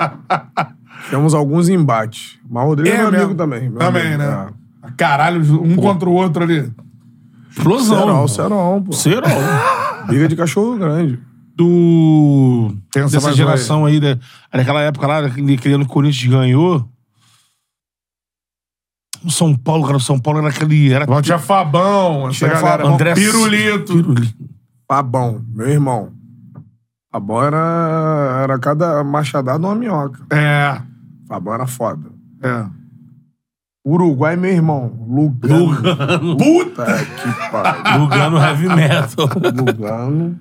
Temos alguns embates. Mas o Rodrigo é, meu mesmo. amigo também. meu Também, amigo, né? Caralho, um contra o outro ali. É. Explosão. Serol, Serol, pô. Serol. Briga de cachorro grande. do. Pensa mais dessa aí. geração aí, né? Naquela época lá, daquele que o Corinthians ganhou. O São Paulo, cara, o São Paulo era aquele. Era tipo Bom, tinha Fabão, essa Tinha galera. Fabão. André Pirulito. Pirulito. Fabão, meu irmão. Fabão era, era cada machadada uma minhoca. É, Fabão era foda. é. Uruguai, é meu irmão. Lugano. Puta que pariu. Lugano Heavy Metal. Lugano.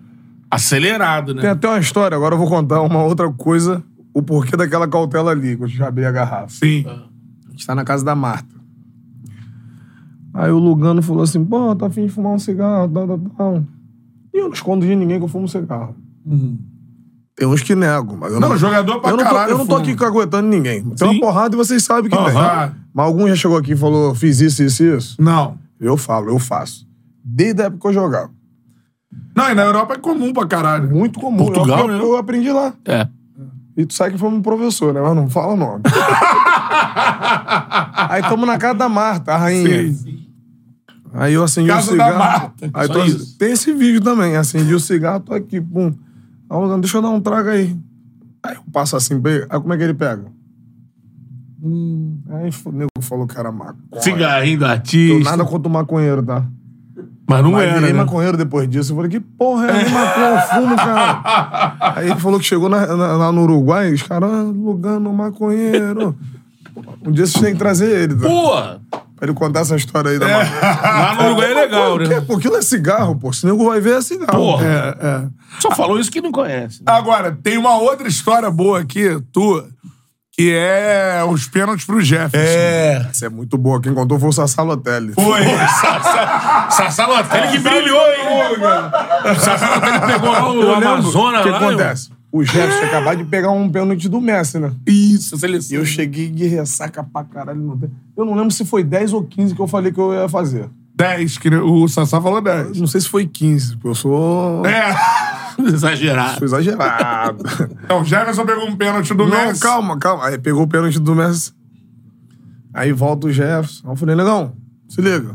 Acelerado, né? É, Tem até uma história, agora eu vou contar uma outra coisa, o porquê daquela cautela ali, quando eu já abri a garrafa. Sim. A gente tá na casa da Marta. Aí o Lugano falou assim, pô, tá afim de fumar um cigarro, tal, tal, tal. E eu não escondo de ninguém que eu fumo um cigarro. Tem uns que negam, mas eu Uhum. Não, jogador pra eu não tô, caralho Eu não tô fuma. aqui caguetando ninguém. Tem Sim. uma porrada e vocês sabem que tem. Aham. Mas algum já chegou aqui e falou, fiz isso, isso, isso. Não. Eu falo, eu faço. Desde a época que eu jogava. Não, e na Europa é comum pra caralho. Muito comum. Portugal, eu, né? eu aprendi lá. É. E tu sabe que foi um professor, né? Mas não fala o nome. aí tamo na casa da Marta, a rainha. Aí eu acendi Casa o cigarro. da Marta, aí só tô- isso. Tem esse vídeo também. Acendi o cigarro, tô aqui, pum. Aí eu, deixa eu dar um trago aí. Aí eu passo assim, pra ele, aí como é que ele pega? Hum, aí f- o nego falou que era maconha. Cigarrinho do Eu artista. nada contra o maconheiro, tá? Mas não Mas era, virei né? maconheiro depois disso. Eu falei, que porra é maconha? Eu fumo, cara. Aí ele falou que chegou na, na- lá no Uruguai, os caras, ah, Lugano, maconheiro. Um dia vocês têm que trazer ele, tá? Pô! Pra ele contar essa história aí da maconha. Ah, Lá no lugar é legal, Por quê? né? Porque aquilo é cigarro, pô. Se o nego vai ver, é cigarro. Porra. É, é. Só falou isso que não conhece. né? Agora, tem uma outra história boa aqui, tua, que é os pênaltis pro Jefferson. É. Essa é muito boa. Quem contou foi o Sassá Lotelli. Foi. Sassá Lotelli que brilhou, hein? Sassá Lotelli pegou lá Eu o lembro Amazonas O que lá. acontece? O Jefferson tinha acabado de pegar um pênalti do Messi, né? Isso, E eu cheguei de ressaca pra caralho no pé. Eu não lembro se foi 10 ou 15 que eu falei que eu ia fazer. 10, que É, o Sassá falou né? 10. Não sei se foi 15, porque eu sou. É. Exagerado. Sou exagerado. Então, o Jefferson pegou um pênalti do não, Messi. calma, calma. Aí pegou o pênalti do Messi. Aí volta o Jefferson. Aí eu falei, negão, se liga.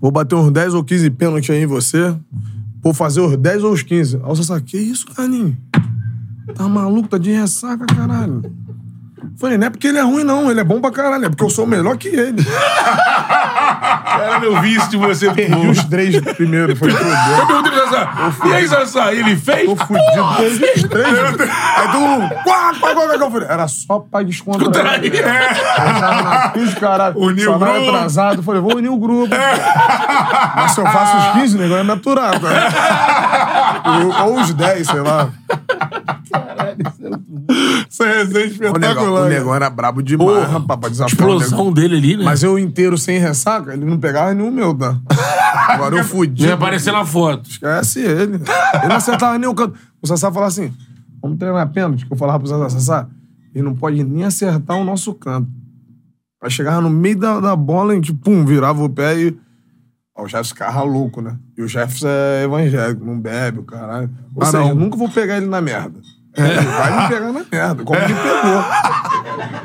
Vou bater uns 10 ou 15 pênaltis aí em você. Vou fazer os 10 ou os 15. Aí o Sassá, que isso, Carlinhos? Tá maluco? Tá de ressaca, caralho. Eu Falei, não é porque ele é ruim, não. Ele é bom pra caralho. É porque eu sou melhor que ele. Era meu vício de você. Perdi os três primeiro. Foi tudo. Eu perguntei pro Sassá. E aí, Sassá, ele fez? Tô fudido desde os três. né? Aí um, todo mundo. Quá, quá, quá, quá, quá. Eu falei, Era só pra descontrair. Descontrair, é. Eu tava na pista, caralho. Unir o Salário grupo. É. atrasado. Falei, vou unir o grupo. Mas se eu faço os 15, o negócio é natural. tá? Ou- Ou os 10, sei lá. Isso é isso é O negócio, o espetacular. negócio era brabo demais, rapaz, pra desafiar o negócio. Explosão dele ali, né? Mas eu inteiro sem ressaca, ele não pegava nenhum meu, tá? Agora eu fudi. Ia aparecer na foto. Esquece ele. Ele não acertava nem o canto. O Sassá falava assim: vamos treinar pênalti, que eu falava pro Sassá, Sassá, ele não pode nem acertar o nosso canto. Aí chegava no meio da, da bola, a gente, pum, virava o pé e. Ó, o Jefferson ficava louco, né? E o Jefferson é evangélico, não bebe, o caralho. Ou seja, eu nunca vou pegar ele na merda. Ele vai me pegar na merda, como ele pegou.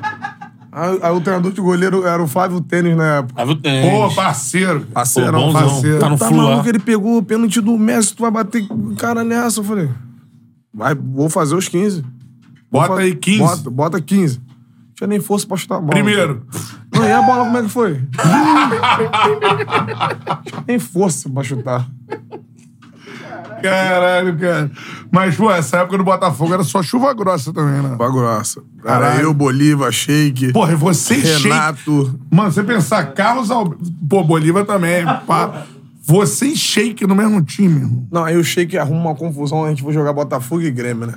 Aí, aí o treinador de goleiro era o Flávio Tênis na época. Aí eu tenho. Pô, parceiro. Parceirão, bonzão. É, parceiro. Tá no flu lá. maluco, ele pegou o pênalti do Messi, tu vai bater cara nessa. Eu falei, vai, vou fazer os 15. Bota Fa- aí 15. Bota, bota 15. Não tinha nem força pra chutar a bola. Primeiro. Não, e a bola como é que foi? nem força pra chutar. Caralho, cara. Mas, pô, essa época do Botafogo era só chuva grossa também, né? Bagrossa. Caralho. Bolívar, Shake, Porra, e você shake. Mano, você pensar, Carlos Alberto. Pô, Bolívar também. Pá. Você e Shake no mesmo time, irmão. Não, aí o Shake arruma uma confusão, a gente vai jogar Botafogo e Grêmio, né?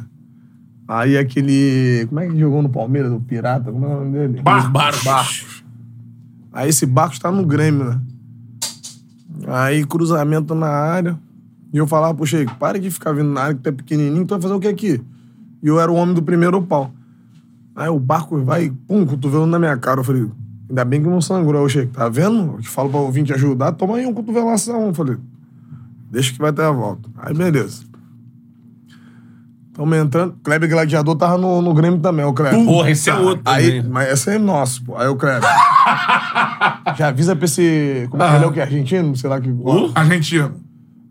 Aí aquele... Como é que jogou no Palmeiras? O Pirata? Como é o nome dele? Barbaros. Aí esse barco tá no Grêmio, né? Aí cruzamento na área. E eu falava pro Sheik, para de ficar vindo na área que tu é pequenininho, tu vai fazer o que aqui? E eu era o homem do primeiro pau. Aí o barco vai, pum, cotovelo na minha cara. Eu falei, ainda bem que não sangrou. Aí o Sheik, tá vendo? Eu te falo pra ouvir te ajudar, toma aí um cotovelação. Eu falei, deixa que vai ter a volta. Aí beleza. Tá aumentando. Kleber Gladiador tava no, no Grêmio também, o Kleber. Porra, esse é outro Aí, também. mas esse é nosso, pô. Aí o Kleber. Já avisa pra esse. Como é que ele é o que? Argentino? Sei lá que. Argentino.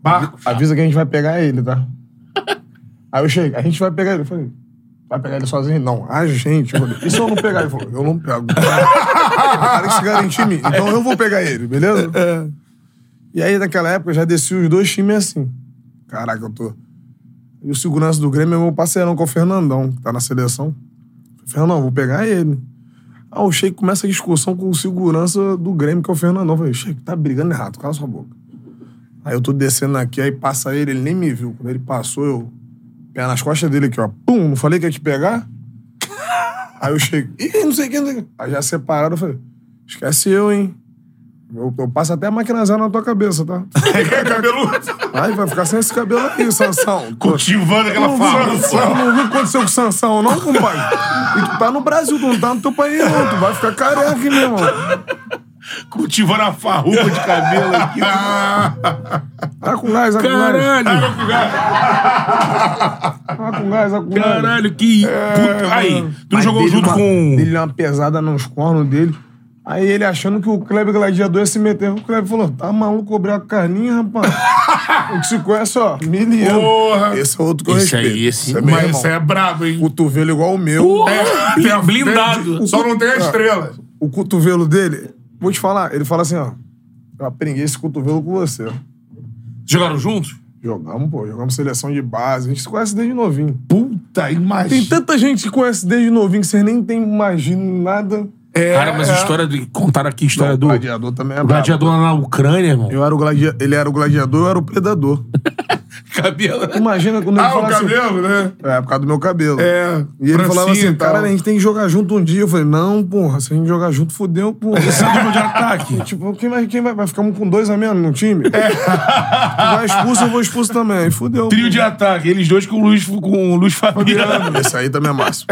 Marcos. Avisa que a gente vai pegar ele, tá? Aí eu cheguei, a gente vai pegar ele. Eu falei, vai pegar ele sozinho? Não, a gente. Eu falei, e se eu não pegar? Ele falou, eu não pego. Para que se garante em mim. Então eu vou pegar ele, beleza? E aí naquela época eu já desci os dois times assim. Caraca, eu tô. E o segurança do Grêmio é meu parceirão, que é o Fernandão, que tá na seleção. Fernandão, vou pegar ele. Ah, o Sheik começa a discussão com o segurança do Grêmio, que é o Fernandão. Eu falei, Sheik, tá brigando errado, cala sua boca. Aí eu tô descendo aqui, aí passa ele, ele nem me viu. Quando ele passou, eu. Pé nas costas dele aqui, ó. Pum, não falei que ia te pegar? Aí eu chego, ih, não sei o que, não sei o que. Aí já separaram, eu falei, esquece eu, hein? Eu, eu passo até a máquina zero na tua cabeça, tá? Cabeludo. Aí vai ficar sem esse cabelo aí, Sansão. Cultivando aquela Sansão, fala. não viu o que aconteceu com o Sansão, não, compadre? E tu tá no Brasil, tu não tá no teu país, não. Tu vai ficar careca, hein, meu irmão. Cultivando a farrupa de cabelo aqui. Tá com gás, tá com gás. Caralho, Tá com gás, tá com gás. caralho, que. puta- Aí, tu não jogou junto com. um. Ele deu uma pesada nos cornos dele. Aí ele achando que o Kleber Gladiador ia se meter. O Kleber falou: tá maluco cobrar a carninha, rapaz? o que se conhece, ó, mil e anos. Porra. Esse é outro que eu Esse aí, respeito. esse- é meu Mas irmão. esse é brabo, hein? Cotovelo igual o meu. É, tem a- um blindado. tem- Só não tem a estrela. O cotovelo dele, vou te falar, ele fala assim, ó. Eu aprendi esse cotovelo com você. Jogaram juntos? Jogamos, pô, jogamos seleção de base. A gente se conhece desde novinho. Puta, imagina. Tem tanta gente que conhece desde novinho que vocês nem tem, imagino nada. É, Cara, mas a é. história do. Contaram aqui a história O do. gladiador também é O gladiador lá na Ucrânia, irmão. Eu era o gladia... Ele era o gladiador, eu era o predador. Cabelo. Imagina quando ele Ah, o falava assim... cabelo, né? É, por causa do meu cabelo. É, E ele francinha falava e assim, tal. cara, a gente tem que jogar junto um dia. Eu falei, não, porra, se a gente jogar junto, fodeu, porra. Esse é o time de ataque. Tipo, quem vai, quem vai, vai ficar um com dois a menos no time? Vai expulso, eu vou expulso também. Aí fodeu. Trio de ataque, eles dois com o Luiz, com o Luiz Fabiano. Fabiano. Esse aí também é massa.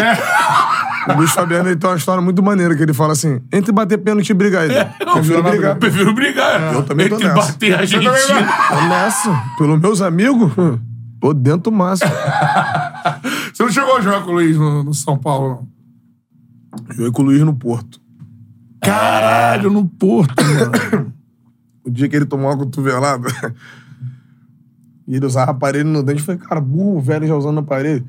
O Luiz Fabiano ele tem uma história muito maneira, que ele fala assim, entre bater pênalti e brigar. Ele, prefiro É, brigar. Eu prefiro brigar. É. eu também tô Entre nessa. bater a gente. Nossa, pelos meus amigos, hum, tô dentro do máximo. Você não chegou a jogar com o Luiz no, no São Paulo, não? Joguei com o Luiz no Porto. Caralho, no Porto, mano. O dia que ele tomou uma cotovelada, e ele usava aparelho no dente, eu falei, cara, burro, velho já usando aparelho.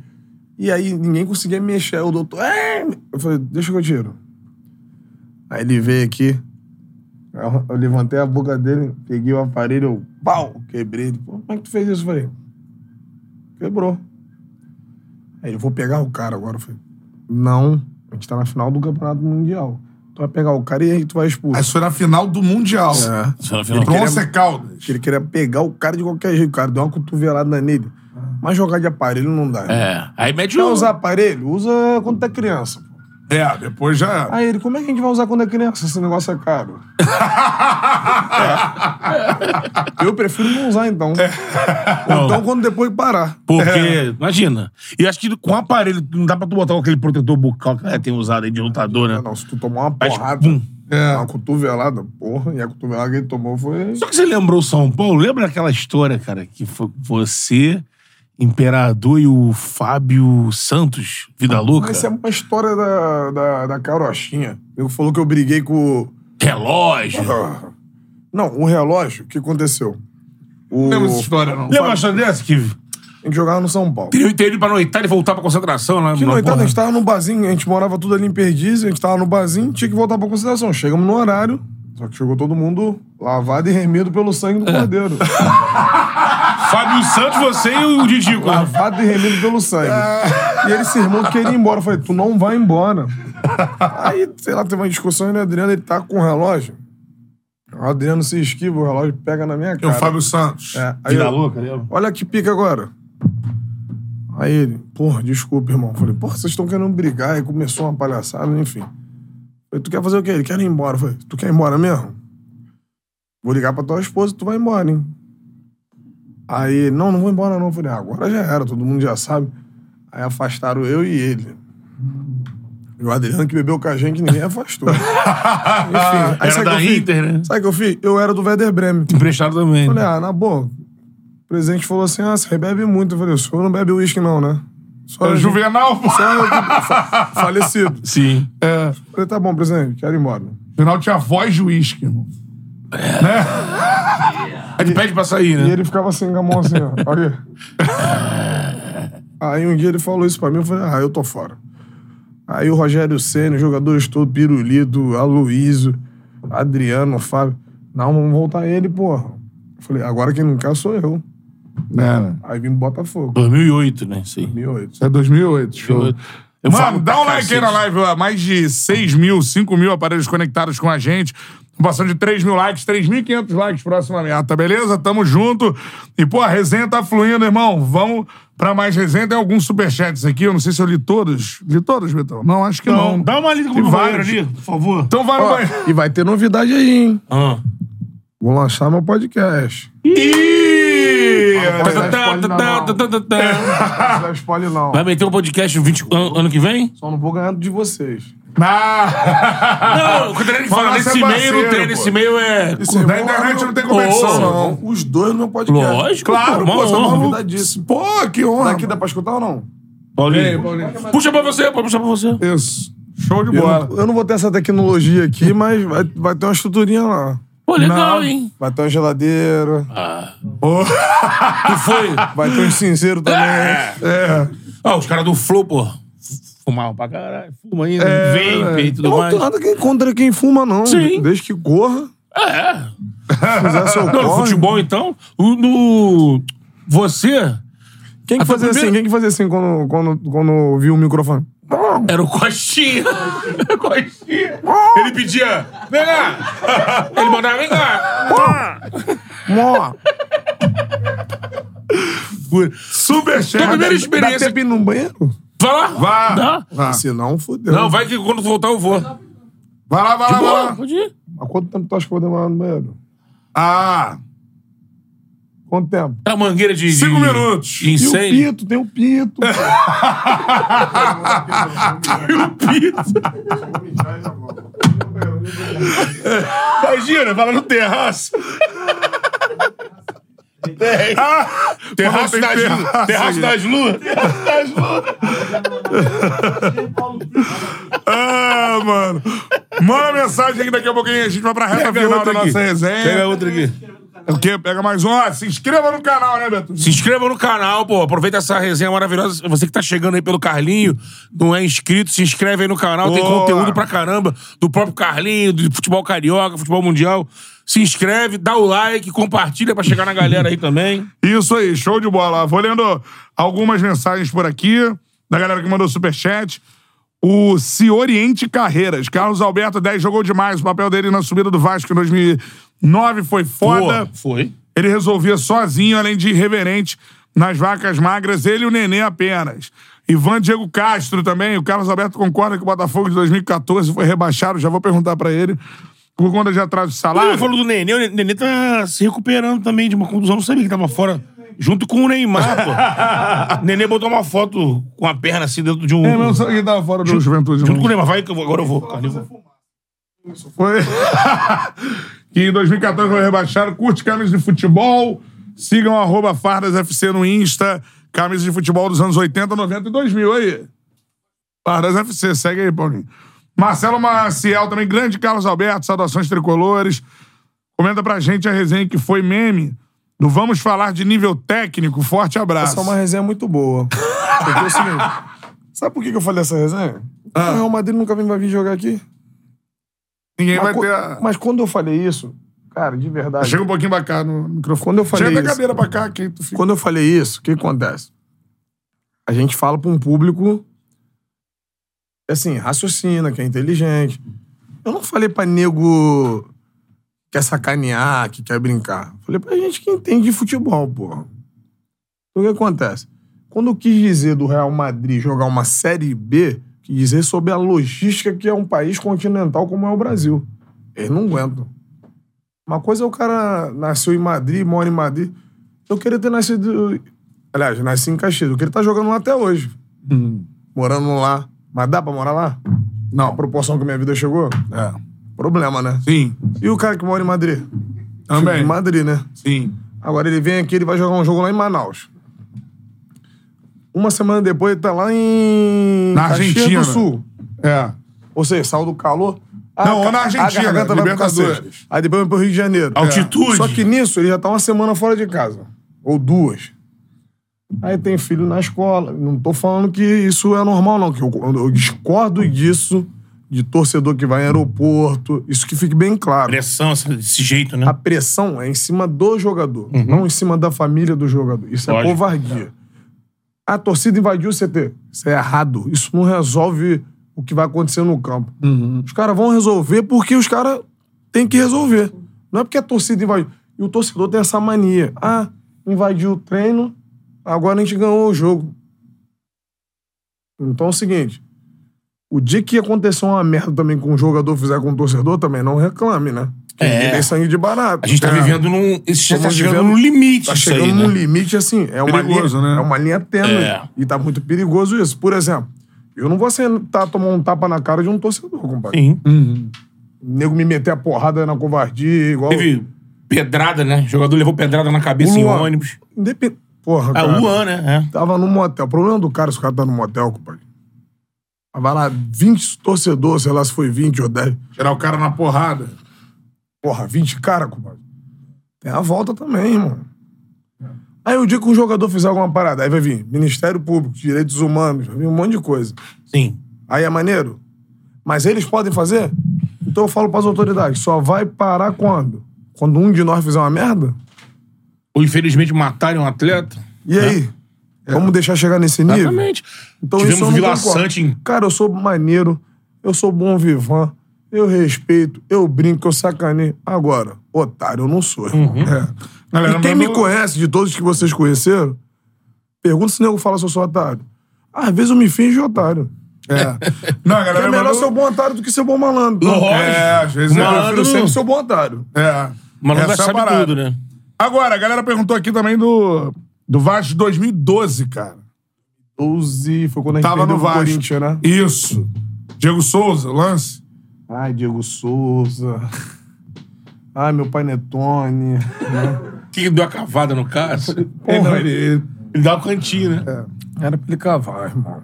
E aí ninguém conseguia mexer. O doutor, "É!" eu falei, deixa que eu tiro. Aí ele veio aqui, eu, eu levantei a boca dele, peguei o aparelho, eu, pau, quebrei. Ele falou, como é que tu fez isso? Eu falei, quebrou. Aí ele, vou pegar o cara agora. Eu falei, não, a gente tá na final do Campeonato Mundial. Tu vai pegar o cara e aí tu vai expulsar. Isso foi na final do Mundial. É. Bronze e Caldas. que ele queria pegar o cara de qualquer jeito. O cara deu uma cotovelada nele. Mas jogar de aparelho não dá. né? É. Aí mede Quer o. usar aparelho? Usa quando tá criança. pô. É, depois já era. Aí ele, como é que a gente vai usar quando é criança? Esse negócio é caro. É. Eu prefiro não usar, então. Ou Então, quando depois parar. É. É. Porque, imagina. E acho que com aparelho, não dá pra tu botar aquele protetor bucal que é, tem usado aí de lutador, né? Não, se tu tomar uma Mas, hum. É. porrada, é. pum. uma cotovelada, porra, e a cotovelada que ele tomou foi... Só que você lembrou o São Paulo? Lembra daquela história, cara, que foi você, Imperador e o Fábio Santos, Vida Louca? Mas isso é uma história da, da, da carochinha. Ele falou que eu briguei com... o- Relógio. Ah. Não, o relógio, o que aconteceu? O... Não lembro essa história, não. Lembra uma história dessa? Que A gente jogava no São Paulo. queria ter ido pra noitada e voltar pra concentração lá Que na noitada, porra. a gente tava no barzinho, a gente morava tudo ali em Perdiz, a gente tava no barzinho, tinha que voltar pra consideração. Chegamos no horário, só que chegou todo mundo lavado e remido pelo sangue do É. cordeiro. Fábio Santos, você e o Didico. lavado e remido pelo sangue. É. E ele se irmão queria ir embora. Eu falei, tu não vai embora. Aí, sei lá, teve uma discussão e o Adriano, ele tá com o relógio. O Adriano se esquiva, o relógio pega na minha É o cara. Fábio Santos. É, aí Vida eu- Louca, né? lembra? Olha que pica agora. Aí ele, porra, desculpa, irmão. Falei, porra, vocês estão querendo brigar. Aí começou uma palhaçada, enfim. Falei, tu quer fazer o quê? Ele quer ir embora. Falei, tu quer ir embora mesmo? Vou ligar pra tua esposa, tu vai embora, hein? Aí ele, não, não vou embora não. Falei, ah, agora já era, todo mundo já sabe. Aí afastaram eu e ele. E o Adriano que bebeu com a gente, ninguém afastou. enfim, aí Era sabe o da que eu fiz? Inter, né? Sabe o que eu fiz? Eu era do Werder Bremen. Emprestado também. Falei, ah, na boa. O presidente falou assim: ah, você bebe muito. Eu falei, o senhor não bebe uísque, não, né? Só É eu- Juvenal, pô. Só eu- fa- falecido. Sim. É, Falei, tá bom, presidente, quero ir embora. Juvenal tinha voz de uísque, irmão. Né? Aí tu É. pede pra sair, E né? ele ficava assim, com a mão assim, ó. Olha. aqui. Aí um dia ele falou isso pra mim, eu falei, ah, eu tô fora. Aí o Rogério Senna, jogadores todos, Pirulito, Aloysio, Adriano, Fábio. Não, vamos voltar ele, porra. Eu falei, agora quem não quer sou eu. É, né? Aí vim do Botafogo, 2008, né? Sim. 2008. É 2008, show. Eu Mano, falo dá pra um like aí cacete. na live, ó. Mais de 6 mil, 5 mil aparelhos conectados com a gente. Tô Passando de 3 mil likes, 3.500 likes próxima meta, beleza? Tamo junto. E, pô, a resenha tá fluindo, irmão. Vamos pra mais resenha. Tem alguns superchats aqui. Eu não sei se eu li todos. Li todos, Betão? Não, acho que não. Não, dá uma lida Tem com o banheiro vários. ali, por favor. Então vai no Ó, banheiro. e vai ter novidade aí, hein? Ah. Vou lançar meu podcast. Ih! Rapaz, Tá, tá, tá, tá, tá, tá, tá, É. tá. Não dá spoiler, não. Vai meter um podcast 20, ano, ano que vem? Só não vou ganhar de vocês. Na... Não, o que eu tenho que Fala, falar você é nesse meio não parceiro, tem, pô. nesse meio é. Na internet não tem competição, Ô, não. Os dois no meu podcast. Lógico, pô, Claro, pô, uma essa é uma honra. novidadíssima. Pô, que honra. Daqui dá pra escutar ou não? Paulinho. Puxa pra você, pô, puxa pra você. Isso. Show de Eu bola. não, eu não vou ter essa tecnologia aqui, mas vai, vai ter uma estruturinha lá. Pô, legal, Não. hein? Vai ter uma geladeira, Que foi? vai ter um cinzeiro também. É. Ah, os caras do Flow, pô. Fumavam pra caralho. Fuma ainda. É, vem, é. e tudo Não mais. tem nada que contra quem fuma, não. Sim. Desde que corra, É. fizer seu Não, no corre. futebol, então. o- No. Você Quem que Ah, foi fazia assim? primeiro? Quem que fazia assim quando, quando, quando viu o microfone? era o Coxinha. Coxinha. Ele pedia. Vem cá. Ele mandava, vem cá. Mó. Superchat. Tua primeira Dá experiência. tempo ir num banheiro? Ah, Vai lá. Vá. Dá. Vá. Se não, fodeu. Não, vai que quando voltar eu vou. Vai lá, vai lá, vai lá. Pode ir. Há quanto tempo tu acha que eu vou demorar no banheiro? Ah, Quanto tempo? É a mangueira de. de- Cinco minutos. de Tem o incêndio. pito, tem o pito. É. imagina, vai lá no terraço. Terraço das Luas. Terraço das Luas. Ah, mano. Manda mensagem aqui, daqui a pouquinho a gente vai pra reta final da nossa resenha. Pega outra aqui. O quê? Pega mais um. Ah, se inscreva no canal, né, Beto? Se inscreva no canal, pô. Aproveita essa resenha maravilhosa. Você que tá chegando aí pelo Carlinho, não é inscrito, se inscreve aí no canal. Tem Boa. conteúdo pra caramba do próprio Carlinho, do futebol carioca, futebol mundial. Se inscreve, dá o like, compartilha pra chegar na galera aí também. Isso aí, show de bola. Vou lendo algumas mensagens por aqui, da galera que mandou superchat. O Cioriente Carreiras. Carlos Alberto 10 jogou demais. O papel dele na subida do Vasco em 2009 foi foda. Pô, foi. Ele resolvia sozinho, além de irreverente, nas vacas magras, ele e o Nenê apenas. Ivan Diego Castro também. O Carlos Alberto concorda que o Botafogo de 2014 foi rebaixado. Já vou perguntar pra ele. Por conta de atraso de Quando ele salário. falou do Nenê, o Nenê tá se recuperando também de uma contusão. Não sabia que tava fora. Junto com o Neymar, pô. O Nenê botou uma foto com a perna assim dentro de um. É, mas eu sabia que tava fora do Juventude. junto não. com o Neymar. Vai que eu vou- agora eu vou. Carlinho, vou. Foi. que em 2014 foi rebaixado. Curte camisas de futebol. Sigam arroba Fardas FC no Insta. Camisas de futebol dos anos 80, 90 e 2000 aí. Fardas FC, segue aí, Paulinho. Marcelo Maciel também, grande Carlos Alberto, saudações tricolores. Comenta pra gente a resenha que foi meme do Vamos Falar de Nível Técnico. Forte abraço. Essa é uma resenha muito boa. Porque é o seguinte. Sabe por que que eu falei essa resenha? Ah. O Real Madrid nunca vem- vai vir jogar aqui. Ninguém vai Mas, co- ter... a- mas quando eu falei isso, cara, de verdade. Chega um pouquinho pra cá no microfone. Quando eu falei Chega da isso- cadeira pra cá, que tu fica... Quando eu falei isso, o que acontece? A gente fala pra um público assim, raciocina, que é inteligente. Eu não falei pra nego que quer sacanear, que quer brincar. Falei pra gente que entende de futebol, porra. Então, o que acontece? Quando eu quis dizer do Real Madrid jogar uma Série B, quis dizer sobre a logística que é um país continental como é o Brasil. Eles não aguentam. Uma coisa é o cara nasceu em Madrid, mora em Madrid. Eu queria ter nascido. Aliás, eu nasci em Caxias. Eu queria estar jogando lá até hoje. Uhum. Morando lá. Mas dá pra morar lá? Não. A proporção que a minha vida chegou? É. Problema, né? Sim, E o cara que mora em Madrid? Também. Em Madrid, né? sim. Agora ele vem aqui, ele vai jogar um jogo lá em Manaus. Uma semana depois ele tá lá em. Na Caxias Argentina. né? do Sul. É. Ou seja, saiu do calor. a Não, ou ca- na Argentina, A garganta vai pro Libertadores. É. cacete. Aí depois vai pro Rio de Janeiro. Altitude. Só que nisso ele já tá uma semana fora de casa. Ou duas. Aí tem filho na escola. Não tô falando que isso é normal, não. Que eu, eu discordo disso, de torcedor que vai em aeroporto. Isso que fique bem claro. Pressão, esse, esse jeito, né? Uhum. A pressão é em cima do jogador, não em cima da família do jogador. Isso Lógico. é covardia. A torcida invadiu o CT. Isso é errado. Isso não resolve o que vai acontecer no campo. Os caras vão resolver porque os caras têm que resolver. Não é porque a torcida invadiu. E o torcedor tem essa mania. Ah, invadiu o treino, agora a gente ganhou o jogo. Então é o seguinte. O dia que acontecer uma merda também com o jogador fizer com o torcedor, também não reclame, né? Porque É. ninguém tem sangue de barato. A gente tá É. vivendo num. Esse já tá Estamos chegando vivendo- no limite. Tá disso chegando aí, num né? limite, assim. É uma Perigoso, linha, né? É uma linha tênue. É. E tá muito perigoso isso. Por exemplo, eu não vou sentar tomar um tapa na cara de um torcedor, compadre. Sim. O nego me meter a porrada na covardia, igual. Teve pedrada, né? O jogador levou pedrada na o cabeça em Luan. ônibus. Independ... Porra, Ah, cara. o Luan, né? Tava no motel. O problema do cara, se o cara tá no motel, compadre. Vai lá, 20 torcedores, sei lá se foi 20 ou 10. Tirar o cara na porrada. Porra, 20 cara, compadre. Tem a volta também, irmão. Aí o dia que um jogador fizer alguma parada, aí vai vir Ministério Público, Direitos Humanos, vai vir um monte de coisa. É. Sim. Aí é maneiro. Mas eles podem fazer? Então eu falo pras autoridades, só vai parar quando? Quando um de nós fizer uma merda? Ou infelizmente mataram um atleta. E É. aí? Vamos deixar chegar nesse nível? Exatamente. Então Tivemos isso eu não Vila concordo. Sante em- Cara, eu sou maneiro, eu sou bom vivan, eu respeito, eu brinco, eu sacaneio. Agora, otário eu não sou. É. Uhum. Galera, e quem mandou- me conhece, de todos que vocês conheceram, pergunta se o nego fala se eu sou otário. Às vezes eu me finjo de otário. É. Não, a Porque galera é melhor mandou- um ser o bom otário do que ser o bom malandro. Lógico. É, às vezes Eu é. Malandro. prefiro sempre ser o bom otário. É. Mas não Essa é a sabe parada. tudo, né? Agora, a galera perguntou aqui também do, do Vasco de 2012, cara. 12 foi quando a gente Tava perdeu no pro Vasco. Corinthians, né? Isso. Diego Souza, lance. Ai, Diego Souza. Ai, meu é panetone. O que que deu a cavada no caso? É, Ele, não, ele- ele- Ele dá o cantinho, né? Era pra ele cavar, irmão.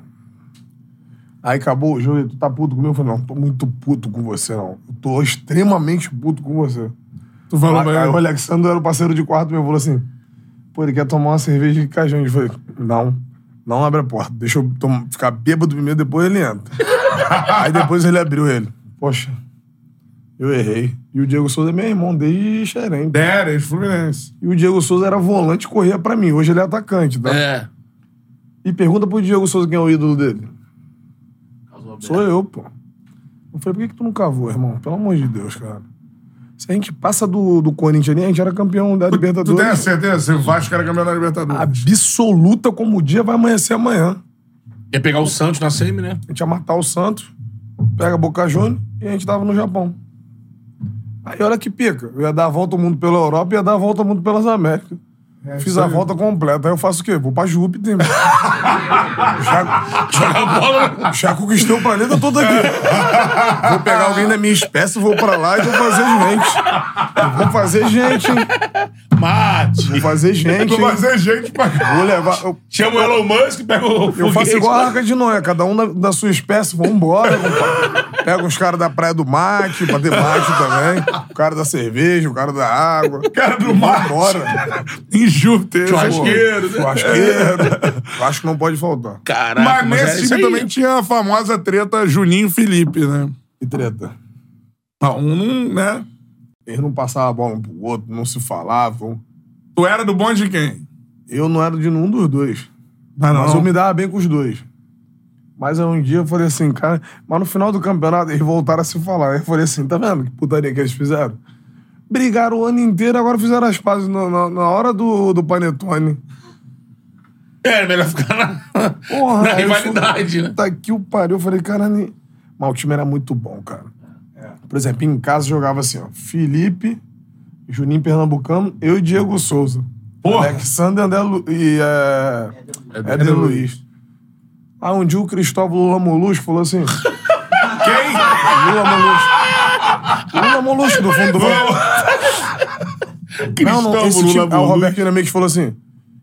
Aí acabou o jogo, ele, tu tá puto comigo? Eu falei, não, tô muito puto com você, não. Eu tô extremamente puto com você. tu falou Aí, pra aí o ele. Alexandre era o parceiro de quarto meu, falou assim: pô, ele quer tomar uma cerveja de cajão. Eu falei: não, não abre a porta, deixa eu tom- ficar bêbado primeiro, depois ele entra. aí depois ele abriu ele. Poxa, eu errei. E o Diego Souza é meu irmão desde xerém. Dera, ele Fluminense. E o Diego Souza era volante e corria pra mim. Hoje ele é atacante, tá? É. E pergunta pro Diego Souza quem é o ídolo dele. Sou eu, pô. Eu falei, por que, que tu não cavou, irmão? Pelo amor de Deus, cara. Se a gente passa do, do Corinthians ali, a gente era campeão da Tu tem a Libertadores. certeza? Se O Vasco era campeão da Libertadores. Absoluta como o dia vai amanhecer amanhã. Ia pegar o Santos na semi, né? A gente ia matar o Santos, pega Boca Juniors e a gente tava no Japão. Aí olha que pica. Eu ia dar a volta ao mundo pela Europa e ia dar a volta ao mundo pelas Américas. Fiz É, isso a aí. volta completa. Aí eu faço o quê? Vou pra Júpiter. irmão. já, Jogar bola. já conquistei o planeta todo aqui. Vou pegar alguém da minha espécie, vou pra lá e vou fazer gente. Eu Vou fazer gente, hein? Mate. Vou fazer gente, Tu hein? vai ser gente pra Vou levar... eu- Chama o Elon Musk, pega o. Eu faço foguete. igual a Arca de Noé, cada um da, da sua espécie, vambora, compadre. Pega os caras da Praia do Mate, pra ter mate também. O cara da cerveja, o cara da água. O cara do mate. Vambora. Em Júpiter. Churrasqueiro, né? Churrasqueiro. Acho que não pode faltar. Caraca. Mas era Tá, nesse é isso time aí. também tinha a famosa treta Juninho e Felipe, né? E treta. Ah, Um, não, né? Eles não passavam a bola um pro outro, não se falavam. Tu era do bonde de quem? Eu não era de nenhum dos dois. Ah, Mas eu me dava bem com os dois. Mas aí um dia eu falei assim, cara. Mas no final do campeonato eles voltaram a se falar. Aí eu falei assim, tá vendo que putaria que eles fizeram? Brigaram o ano inteiro, agora fizeram as pazes na, na- na hora do, do Panetone. É, melhor ficar na, Porra, na aí eu rivalidade, fui- né? Puta que o pariu. Eu falei, cara, nem... mas o time era muito bom, cara. Por exemplo, em casa jogava assim, ó. Felipe, Juninho Pernambucano, eu e Diego Souza. Porra. Alexandre André Lu... e é... Éder, Luiz. Aí um dia o Cristóvão Lula Molusco falou assim... Quem? Lula Molusco. Lula Molusco, do fundo do... Não, não, esse time... Lula Ah, o Molusco. Roberto Dinamite falou assim...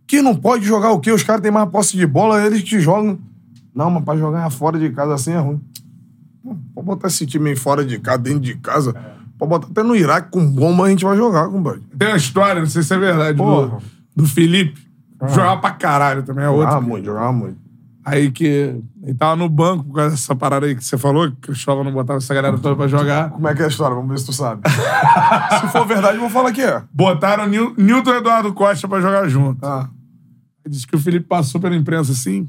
que não pode jogar o quê? Os caras têm mais posse de bola, eles te jogam. Não, mas pra jogar fora de casa assim é ruim. Pô, Pode botar esse time aí fora de casa, dentro de casa. Pode botar até no Iraque com bomba, a gente vai jogar, compadre. Tem uma história, não sei se é verdade, do, Porra. Ah. do Felipe. Jogava pra caralho também, é outro. Jogava "Ah, muito, jogava muito. Aí que ele tava no banco por causa dessa parada aí que você falou, que o Cristóvão não botava essa galera toda pra jogar. Como é que é a história? Vamos ver se tu sabe. se for verdade, eu vou falar que é. Botaram o Nil- Nilton Eduardo Costa pra jogar junto. Ah, Ele disse que o Felipe passou pela imprensa assim.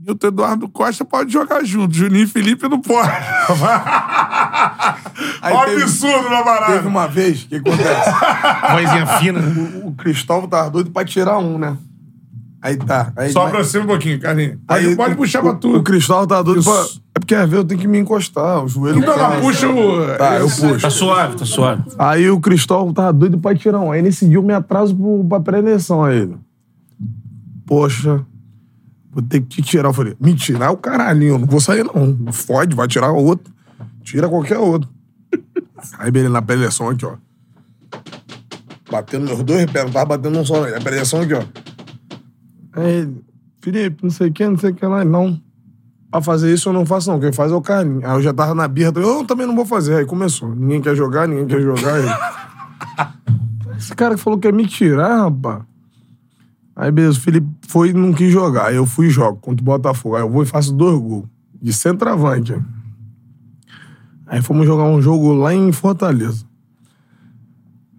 Nilton Eduardo Costa pode jogar junto, Juninho e Felipe não pode. Aí Olha o teve- absurdo na teve parada. uma vez, o que acontece? Vozinha fina. o, o Cristóvão tava doido pra tirar um, né? Aí tá. Aí, Só mas- aproxima um pouquinho, Carlinhos. Pode, aí pode o- puxar o- pra tudo. O Cristóvão tava doido pra... Isso. É porque às vezes eu tenho que me encostar, o joelho... Então, cai. mas puxa o. Tá, eu esse- puxo. Tá suave, tá suave. Aí o Cristóvão tava doido pra tirar um. Aí nesse dia eu me atraso pro, pra pré-eleição aí. ele. Poxa, vou ter que te tirar. Eu falei, me tirar o caralhinho, eu não vou sair não. Fode, vai tirar outro. Tira qualquer outro. Aí beleza, na pré-eleição aqui, ó. Batendo meus dois pés, não tava batendo um só. né? Na pré-eleição aqui, ó. Aí, ele, Felipe, não sei o que, não sei o que lá. Ele, Não, Pra fazer isso eu não faço, não. Quem faz é o Carlinhos. Aí eu já tava na birra, eu também não vou fazer. Aí começou. Ninguém quer jogar, ninguém quer jogar. Aí- Esse cara que falou que ia me tirar, rapaz. Aí beleza, o Felipe foi e não quis jogar. Aí eu fui e jogo contra o Botafogo. Aí eu vou e faço dois gols. De centroavante. Aí fomos jogar um jogo lá em Fortaleza.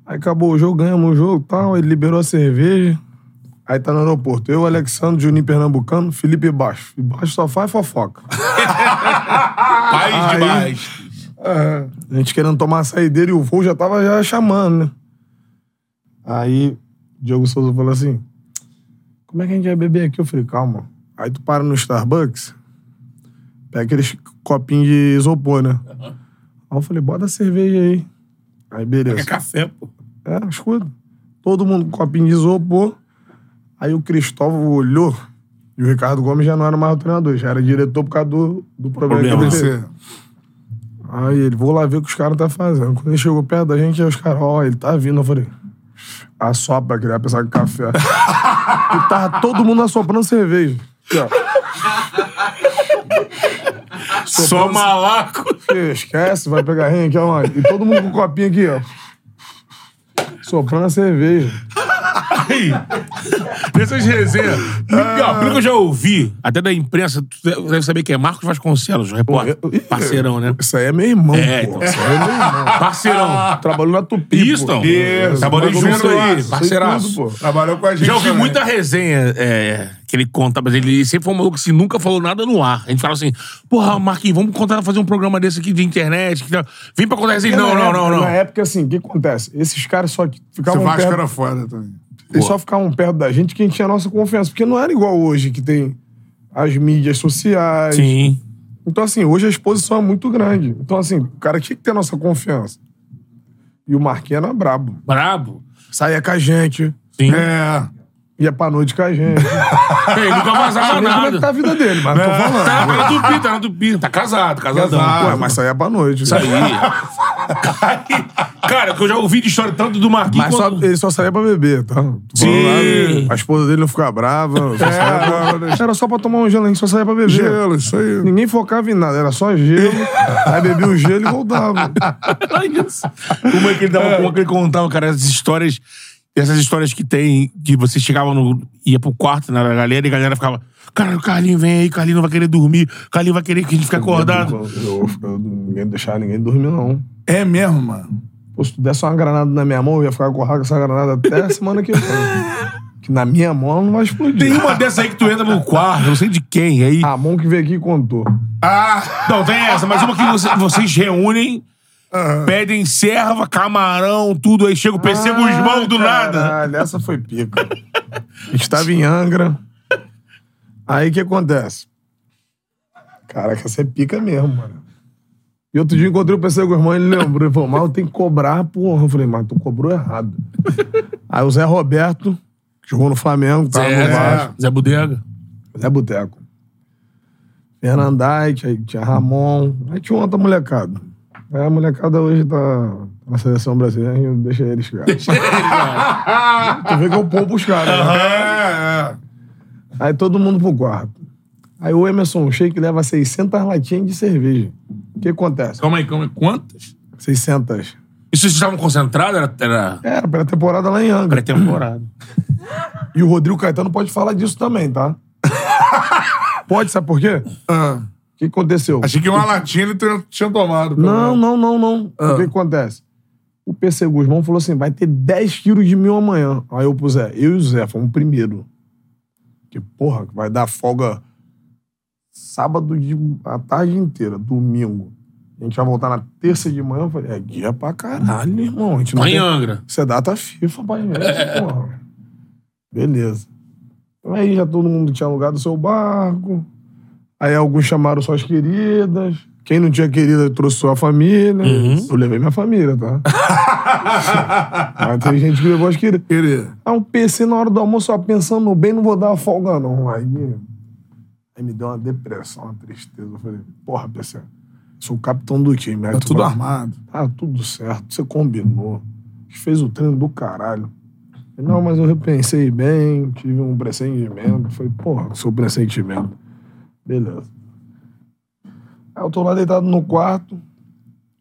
Aí acabou o jogo, ganhamos o jogo e tal. Ele liberou a cerveja. Aí tá no aeroporto. Eu, Alexandre, Juninho Pernambucano, Felipe Baixo. E Baixo só faz fofoca. Paz de Aí- baixo. A gente querendo tomar a saideira e o voo já tava já chamando, né? Aí o Diogo Souza falou assim: Como é que a gente vai beber aqui? Eu falei, calma. Aí tu para no Starbucks, pega aqueles copinhos de isopor, né? Aí eu falei, bota a cerveja aí. Aí beleza. É café, pô. É, escuta. Todo mundo com copinho de isopor. Aí o Cristóvão olhou e o Ricardo Gomes já não era mais o treinador, já era diretor por causa do, do problema, que Problema. ele teve. Aí ele, vou lá ver o que os caras tá fazendo. Quando ele chegou perto da gente, aí os caras, ó, ele tá vindo. Eu falei, assopra, que ele vai pensar que é café. e tava todo mundo assoprando cerveja. Aqui, ó. Só malaco. Porque esquece, vai pegar rinha aqui, ó. E todo mundo com o copinho aqui, ó. Soprando a cerveja. Aí, dessas resenhas. Ah. Pelo que eu já ouvi, até da imprensa, tu deve saber quem é Marcos Vasconcelos, repórter. Pô, eu- Ih, Parceirão, né? Isso aí é meu irmão, É, pô. então. Isso aí é meu irmão. Parceirão. Trabalhou na Tupi, Isso, pô. então. Isso. Trabalhei Mandou junto um aí, abraço. parceiraço. Sei tudo, pô. Trabalhou com a gente. Já ouvi também. muita resenha é, que ele conta, mas ele sempre foi um maluco que nunca falou nada no ar. A gente fala assim, porra, Marquinhos, vamos contar, fazer um programa desse aqui de internet. Que... tal. Vem pra contar resenha. Não, Na não, época- não, é. não. Na época, assim, o que acontece? Esses caras só que Esse ficavam Vasco perto... era foda também. Eles só ficavam perto da gente quem tinha a nossa confiança. Porque não era igual hoje, que tem as mídias sociais. Sim. Então, assim, hoje a exposição é muito grande. Então, assim, o cara tinha que ter a nossa confiança. E o Marquinhos era brabo. Brabo. Saía com a gente, Sim. É. ia pra noite com a gente. É, Ele nunca vazava Sabia como é que tá nada. a vida dele, mas não tô falando. Tá na Tupi, tá na Tupi. Tá casado, casadão. Casado. Ué, mas saía pra noite. Isso aí. Cara, que eu já ouvi de história tanto do Marquinhos Mas É só- quanto... ele só saía pra beber, tá? Tô Sim. falando nada. A esposa dele não ficava brava. só saía pra- É. Era só pra tomar um gelo, a gente só saía pra beber. Gelo, isso aí. Ninguém focava em nada, era só gelo. aí bebia o gelo e voltava. Era isso. Como é que ele dava, como é que ele contava, cara, essas histórias, essas histórias que tem, que você chegava no. ia pro quarto na galera e a galera ficava. Cara, o Carlinho vem aí, Carlinho não vai querer dormir, Carlinho vai querer que a gente fique acordado. Eu, eu- ninguém deixava ninguém dormir, não. É mesmo, mano. Pô, se tu desse uma granada na minha mão, eu ia ficar com com essa granada até a semana que vem. que na minha mão ela não vai explodir. Tem uma dessa aí que tu entra no quarto, não sei de quem, aí. A mão que veio aqui e contou. Ah! Não, tem essa, mas uma que você- vocês reúnem, pedem serva, camarão, tudo, aí chega o PC Guzmão do nada. Caralho, essa foi pica. A gente tava em Angra. Aí o que acontece? Caraca, essa é pica mesmo, mano. E outro dia eu encontrei o PC Guzmão, ele lembrou. Ele falou, mas eu tenho que cobrar, porra. Eu falei, mas tu cobrou errado. Aí o Zé Roberto, que jogou no Flamengo, tava no Vasco. Zé, Zé Bodega. Zé Boteco. Fernandai, tinha, tinha Ramon, aí tinha outra molecada. É, a molecada hoje tá na seleção brasileira e deixa eles chegar. Deixa eles, Tu vê que eu poupo os caras. né? É, é. Aí todo mundo pro quarto. Aí o Emerson, o shake leva 600 latinhas de cerveja. O que acontece? Calma aí, calma aí. Quantas? 600. E vocês estavam concentrados? Era, era Era pra É, temporada lá em Angra. pré-temporada. E o Rodrigo Caetano pode falar disso também, tá? pode, sabe por quê? Ah, O que aconteceu? Achei que uma latinha ele tinha- tinha tomado. pelo Não, menos. não, não, não. O que que acontece? O PC Guzmão falou assim: vai ter 10 quilos de mil amanhã. Aí eu pro Zé, eu e o Zé fomos primeiro. Que porra, vai dar folga sábado de, a tarde inteira, domingo. A gente vai voltar na terça de manhã. Eu falei: é guia pra caralho, irmão. A gente não Lá em tem- Angra. isso é data FIFA, pai. É, porra. Beleza. Então, Aí já todo mundo tinha alugado o seu barco. Aí alguns chamaram suas queridas. Quem não tinha querida trouxe sua família. Uhum. Eu levei minha família, tá? Mas tem gente que levou as queridas. Querido. Ah, um PC na hora do almoço, só pensando no bem, não vou dar uma folga, não. Aí, aí me deu uma depressão, uma tristeza. Eu falei, porra, PC, sou o capitão do time. Aí Tá tu tudo vai- armado. ah, tudo certo, você combinou. A gente fez o treino do caralho. Eu, Não, mas eu repensei bem, tive um pressentimento. Falei, porra, seu pressentimento. Beleza. Aí eu tô lá deitado no quarto.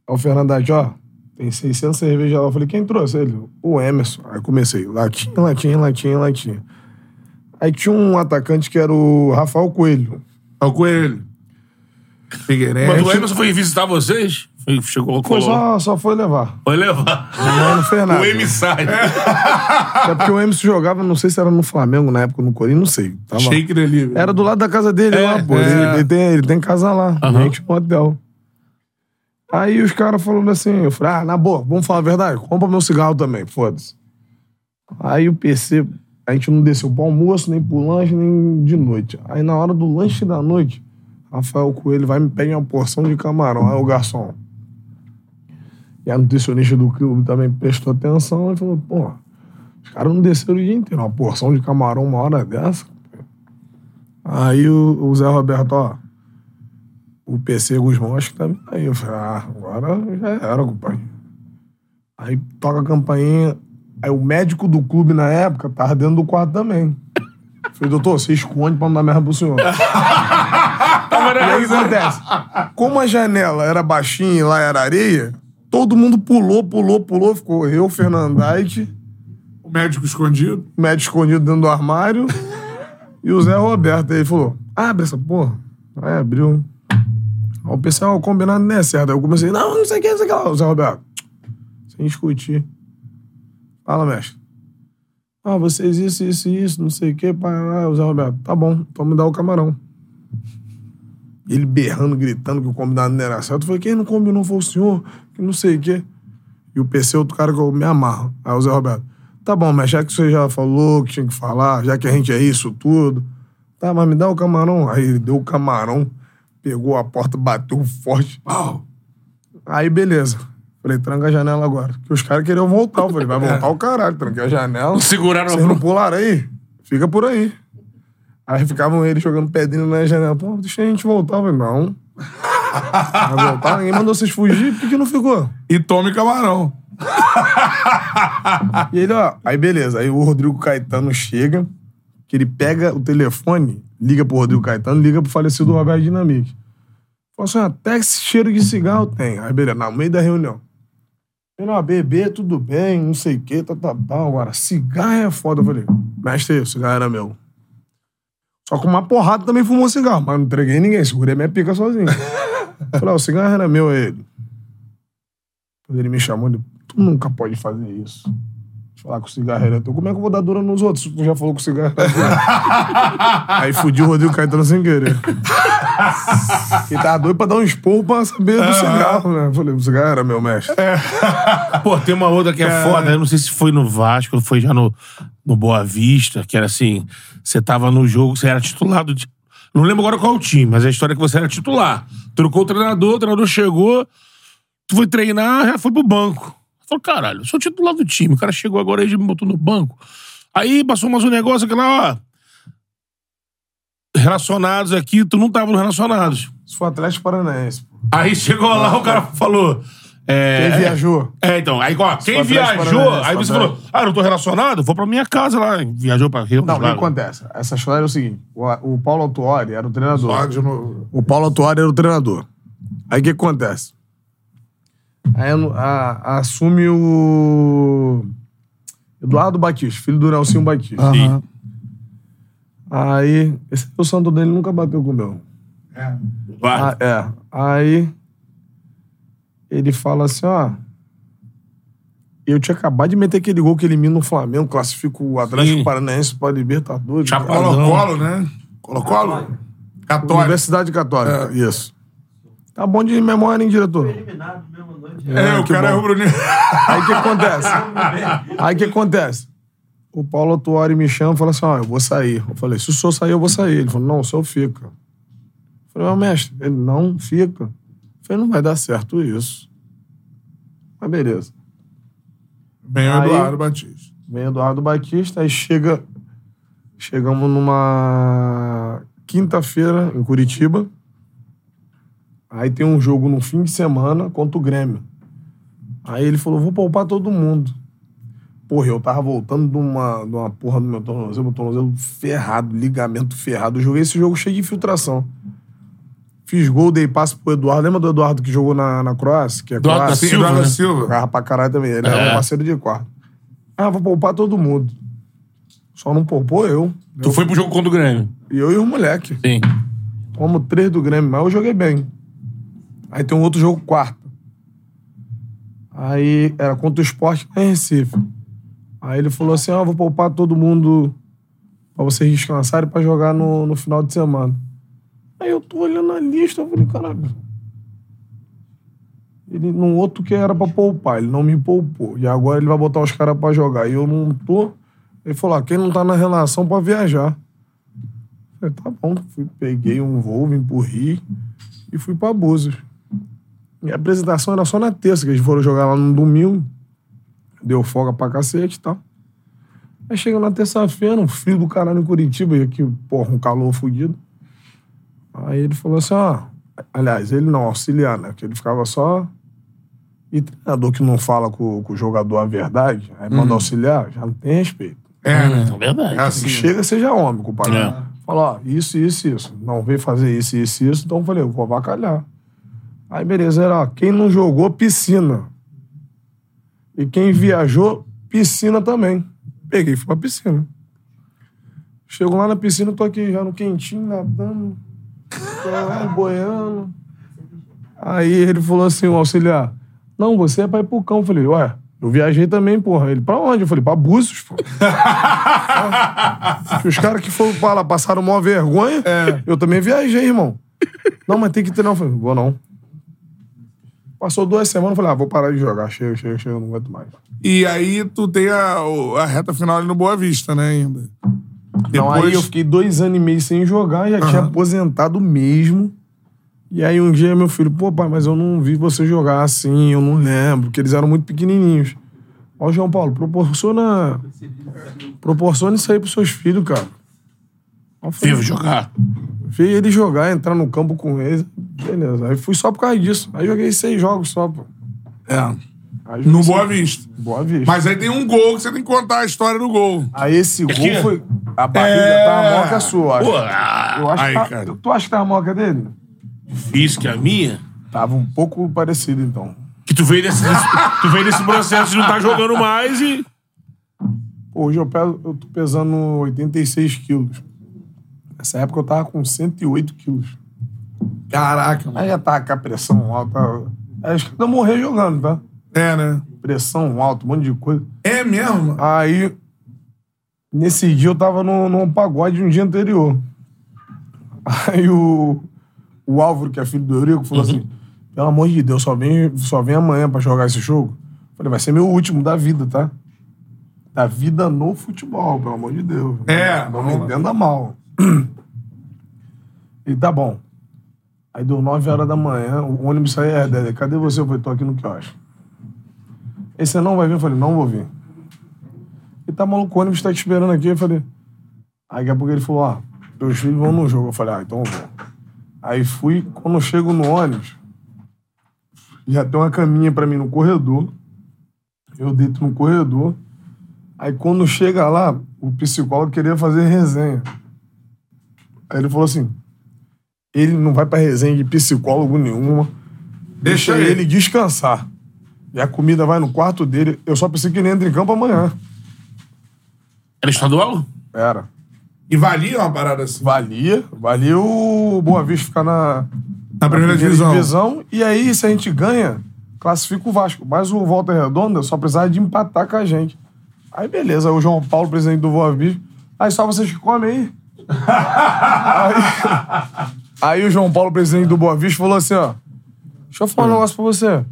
Aí o Fernando Haddad, ó, tem 600 cerveja lá. Eu falei, quem trouxe ele? O Emerson. Aí comecei, latinha, latinha, latinha, latinha. Aí tinha um atacante que era o Rafael Coelho. É o coelho. Figueirense. Mas o Emerson foi visitar vocês? Foi- Chegou, Foi colou. "Ah, só, só foi levar. Foi levar. Não, não fez nada. O emissário. É porque o Emerson jogava, não sei se era no Flamengo na época, no Corinthians, não sei. Tava- Shake delivery. Era do lado da casa dele É, lá, pô. é. Ele, ele tem, ele tem casa lá, Aham. gente no hotel. Aí os caras falando assim, eu falei, ah, na boa, vamos falar a verdade, compra meu cigarro também, foda-se. Aí o PC, a gente não desceu pro almoço, nem pro lanche, nem de noite. Aí na hora do lanche da noite, Rafael Coelho vai e me pede uma porção de camarão. Aí o garçom. E a nutricionista do clube também prestou atenção e falou, pô, os caras não desceram o dia inteiro. Uma porção de camarão uma hora dessa. Aí o, o Zé Roberto, ó, o PC Guzmão, acho que tá vindo aí. Eu falei, ah, agora já era, compadre. Aí toca a campainha. Aí o médico do clube na época tava dentro do quarto também. Eu Falei, doutor, você esconde pra não dar merda pro senhor. e aí o que acontece? Como a janela era baixinha e lá era areia, todo mundo pulou, pulou, pulou. Ficou eu, Fernandite, O médico escondido. o médico escondido dentro do armário e o Zé Roberto. Aí ele falou: abre essa porra. Aí abriu. Aí o pessoal, o combinado não é certo. Aí eu comecei: não, não sei o que, não sei o que lá. O Zé Roberto, sem discutir. Fala, mestre. Ah, vocês isso, isso, isso, não sei o que, parará. O Zé Roberto, tá bom, então me dá o camarão. Ele berrando, gritando que o combinado não era certo. Eu falei: quem não combinou foi o senhor, que não sei o quê. E o PC é outro cara que eu me amarro. Aí o Zé Roberto, tá bom, mas já que você já falou que tinha que falar, já que a gente é isso tudo, tá, mas me dá o camarão. Aí ele deu o camarão, pegou a porta, bateu forte. Pau! Aí beleza. Falei, tranca a janela agora. Porque os caras queriam voltar. Eu falei, vai voltar o caralho, tranquei a janela. Seguraram Vocês não pularam aí? Fica por aí. Aí ficavam eles jogando pedrinho na janela. Pô, deixa a gente voltar. Eu falei, não. Vai voltar? Ninguém mandou vocês fugir, por que, que não ficou? E tome camarão. E ele, ó, aí beleza. Aí o Rodrigo Caetano chega, que ele pega o telefone, liga pro Rodrigo Caetano, liga pro falecido Roberto Dinamite. Fala assim, ó, até esse cheiro de cigarro tem. Aí beleza, no meio da reunião. Ele, ó, bebê, tudo bem, não sei o quê, tá, tá, tá. Agora, cigarro é foda. Eu falei, mestre, o cigarro era meu. Só que uma porrada também fumou cigarro, mas não entreguei ninguém, segurei minha pica sozinho. falei, ó, o cigarro era meu, é ele. Quando ele me chamou, ele, tu nunca pode fazer isso falar que o cigarro era teu. Como é que eu vou dar dura nos outros se tu já falou que o cigarro era teu? Aí fudi o Rodrigo Caetano sem querer. Ele tava doido pra dar um esporro pra saber do cigarro, né? Eu Falei, o cigarro era meu mestre. Pô, tem uma outra que é, foda. Eu não sei se foi no Vasco ou foi já no, no Boa Vista, que era assim: você tava no jogo, você era titulado. De, não lembro agora qual o time, mas a história é que você era titular. Trocou o treinador, o treinador chegou, tu foi treinar, já foi pro banco. Falou, caralho, eu sou titular do time. O cara chegou agora e já me botou no banco. Aí passou mais um negócio que lá, ó. Relacionados aqui, tu não tava nos relacionados. Isso foi Atlético Paranaense, pô. Aí chegou lá, o cara falou. É, Quem viajou? É, então. Aí, ó, quem Atlético viajou, Paranaense, aí você Atlético. falou, ah, eu não tô relacionado, vou pra minha casa lá. Viajou pra Rio. Não, o que lá. acontece? Essa história é o seguinte: o, o Paulo Autuori era o treinador. Só de novo. O Paulo Autuori era o treinador. Aí o que acontece? Aí eu- a- assume o Eduardo Batista, filho do Nelsinho Batista. Sim. Ah. Aí, esse é o santo dele nunca bateu com o meu. Vai. Ah, é. Aí ele fala assim, ó. Eu tinha acabado de meter aquele gol que elimina o Flamengo, classifica o Atlético Sim. Paranaense para Libertadores. Chapadão. Colo-Colo, né? Colo-Colo? Católico. Universidade Católica. Isso. Tá bom de memória, hein, diretor? É, Ah, o que cara é bom. rubro-negro. Aí o que acontece? Aí o que acontece? O Paulo Atuari me chama e fala assim: ó, eu vou sair. Eu falei: se o senhor sair, eu vou sair. Ele falou: não, o senhor fica. Eu falei: mas mestre, ele não fica. Eu falei: não vai dar certo isso. Mas beleza. Bem, o Aí- Eduardo Batista. Vem Eduardo Batista, aí chega. Chegamos numa quinta-feira em Curitiba. Aí tem um jogo no fim de semana contra o Grêmio. Aí ele falou: vou poupar todo mundo. Porra, eu tava voltando de uma, de uma porra do meu tornozelo, meu tornozelo ferrado, ligamento ferrado. Eu joguei esse jogo cheio de infiltração. Fiz gol, dei passe pro Eduardo. Lembra do Eduardo que jogou na, na Croácia? Que é Eduardo da Croácia? Silva, Eduardo né? Silva. Jogava pra caralho também. Ele era É. um parceiro de quarto. Ah, vou poupar todo mundo. Só não poupou eu. Tu foi pro jogo contra o Grêmio. E eu e o moleque. Sim. Como três do Grêmio, mas eu joguei bem. Aí tem um outro jogo quarta. Aí era contra o esporte em Recife. Aí ele falou assim: ó, vou poupar todo mundo pra vocês descansarem pra jogar no, no final de semana. Aí eu tô olhando a lista, eu falei, caralho. Ele, num outro que era pra poupar, ele não me poupou. E agora ele vai botar os caras pra jogar. E eu não tô. Ele falou: ah, quem não tá na relação pode viajar. Eu falei, tá bom. Fui, peguei um voo, vim pro Rio e fui pra Búzios. E a apresentação era só na terça, que eles foram jogar lá no domingo. Deu folga pra cacete e tal. Aí chega na terça-feira, um frio do caralho em Curitiba, e aqui, porra, um calor fudido. Aí ele falou assim, ó... Aliás, ele não, auxiliar, né? Que ele ficava só... E treinador que não fala com, com o jogador a verdade, aí manda auxiliar, já não tem respeito. É, né? É verdade. É assim. Chega, seja homem, compadre. É. Fala, ó, isso, isso, isso. Não veio fazer isso, isso, isso. Então eu falei, eu vou avacalhar. Aí beleza, era, ó, quem não jogou, piscina. E quem viajou, piscina também. Peguei e fui pra piscina. Chego lá na piscina, tô aqui já no quentinho, nadando. Tô lá, boiando. Aí ele falou assim, o auxiliar, não, você é pra ir pro cão. Eu falei, ué, eu viajei também, porra. Ele, pra onde? Eu falei, pra Búzios, pô. Que os caras que foram pra lá passaram maior vergonha. Eu também viajei, irmão. Não, mas tem que treinar. Eu falei, vou não. Passou duas semanas, eu falei, ah, vou parar de jogar. Chega, chega, chega, eu não aguento mais. E aí tu tem a, o- a reta final ali no Boa Vista, né, ainda. Então aí Depois- eu fiquei dois anos e meio sem jogar, já tinha aposentado mesmo. E aí um dia meu filho, pô, pai, mas eu não vi você jogar assim, eu não lembro, porque eles eram muito pequenininhos. Ó, João Paulo, proporciona. Proporciona isso aí pros seus filhos, cara. Aí eu falei, Vivo jogar. Vi ele jogar, entrar no campo com eles. Beleza. Aí fui só por causa disso. Aí joguei seis jogos só, pô. É. Aí No joguei Boa seis- Vista. Boa Vista. Mas aí tem um gol que você tem que contar a história do gol. Aí esse gol que- foi. A barriga É. tava maior que a sua, eu acho. Pô, ah, eu acho aí, que tá- cara. Tu acha que tava maior que a dele? isso que é a minha. Tava um pouco parecido, então. Que tu veio desse, tu veio desse processo de não tá jogando mais e. Pô, hoje eu, peso, eu tô pesando 86 quilos. Nessa época eu tava com 108 quilos. Caraca, Aí já tava com a pressão alta. Aí acho que eu morrer jogando, tá? É, né? Pressão alta, um monte de coisa. É mesmo? mano? Aí, nesse dia eu tava no, num pagode um dia anterior. Aí o, o Álvaro, que é filho do Eurico, falou assim: pelo amor de Deus, só vem, só vem amanhã pra jogar esse jogo. Falei, vai ser meu último da vida, tá? Da vida no futebol, pelo amor de Deus. É, Não me vamos lá. entenda mal. Ele, tá bom. Aí deu 9 horas da manhã, o ônibus saiu, é, Dedé, cadê você? Eu falei, tô aqui no quiosque. Ele, você não vai vir? Eu falei, não vou vir. Ele tá maluco, o ônibus tá te esperando aqui. Eu falei. Aí daqui a pouco ele falou: ó, meus filhos vão no jogo. Eu falei, ah, então eu vou. Aí fui, quando eu chego no ônibus, Já tem uma caminha pra mim no corredor. Eu deito no corredor. Aí quando chega lá, o psicólogo queria fazer resenha. Aí ele falou assim: ele não vai pra resenha de psicólogo nenhuma. Deixa, Deixa ele. ele descansar. E a comida vai no quarto dele. Eu só pensei que ele entra em campo amanhã. Era estadual? Era. E valia uma parada assim. Valia, valia o Boa Vista ficar na, Na primeira divisão. E aí, se a gente ganha, classifica o Vasco. Mas o Volta Redonda só precisava de empatar com a gente. Aí, beleza. Aí o João Paulo, presidente do Boa Vista. Aí, só vocês que comem aí. aí. Aí o João Paulo, presidente do Boa Vista, falou assim, ó. Deixa eu falar um negócio pra você.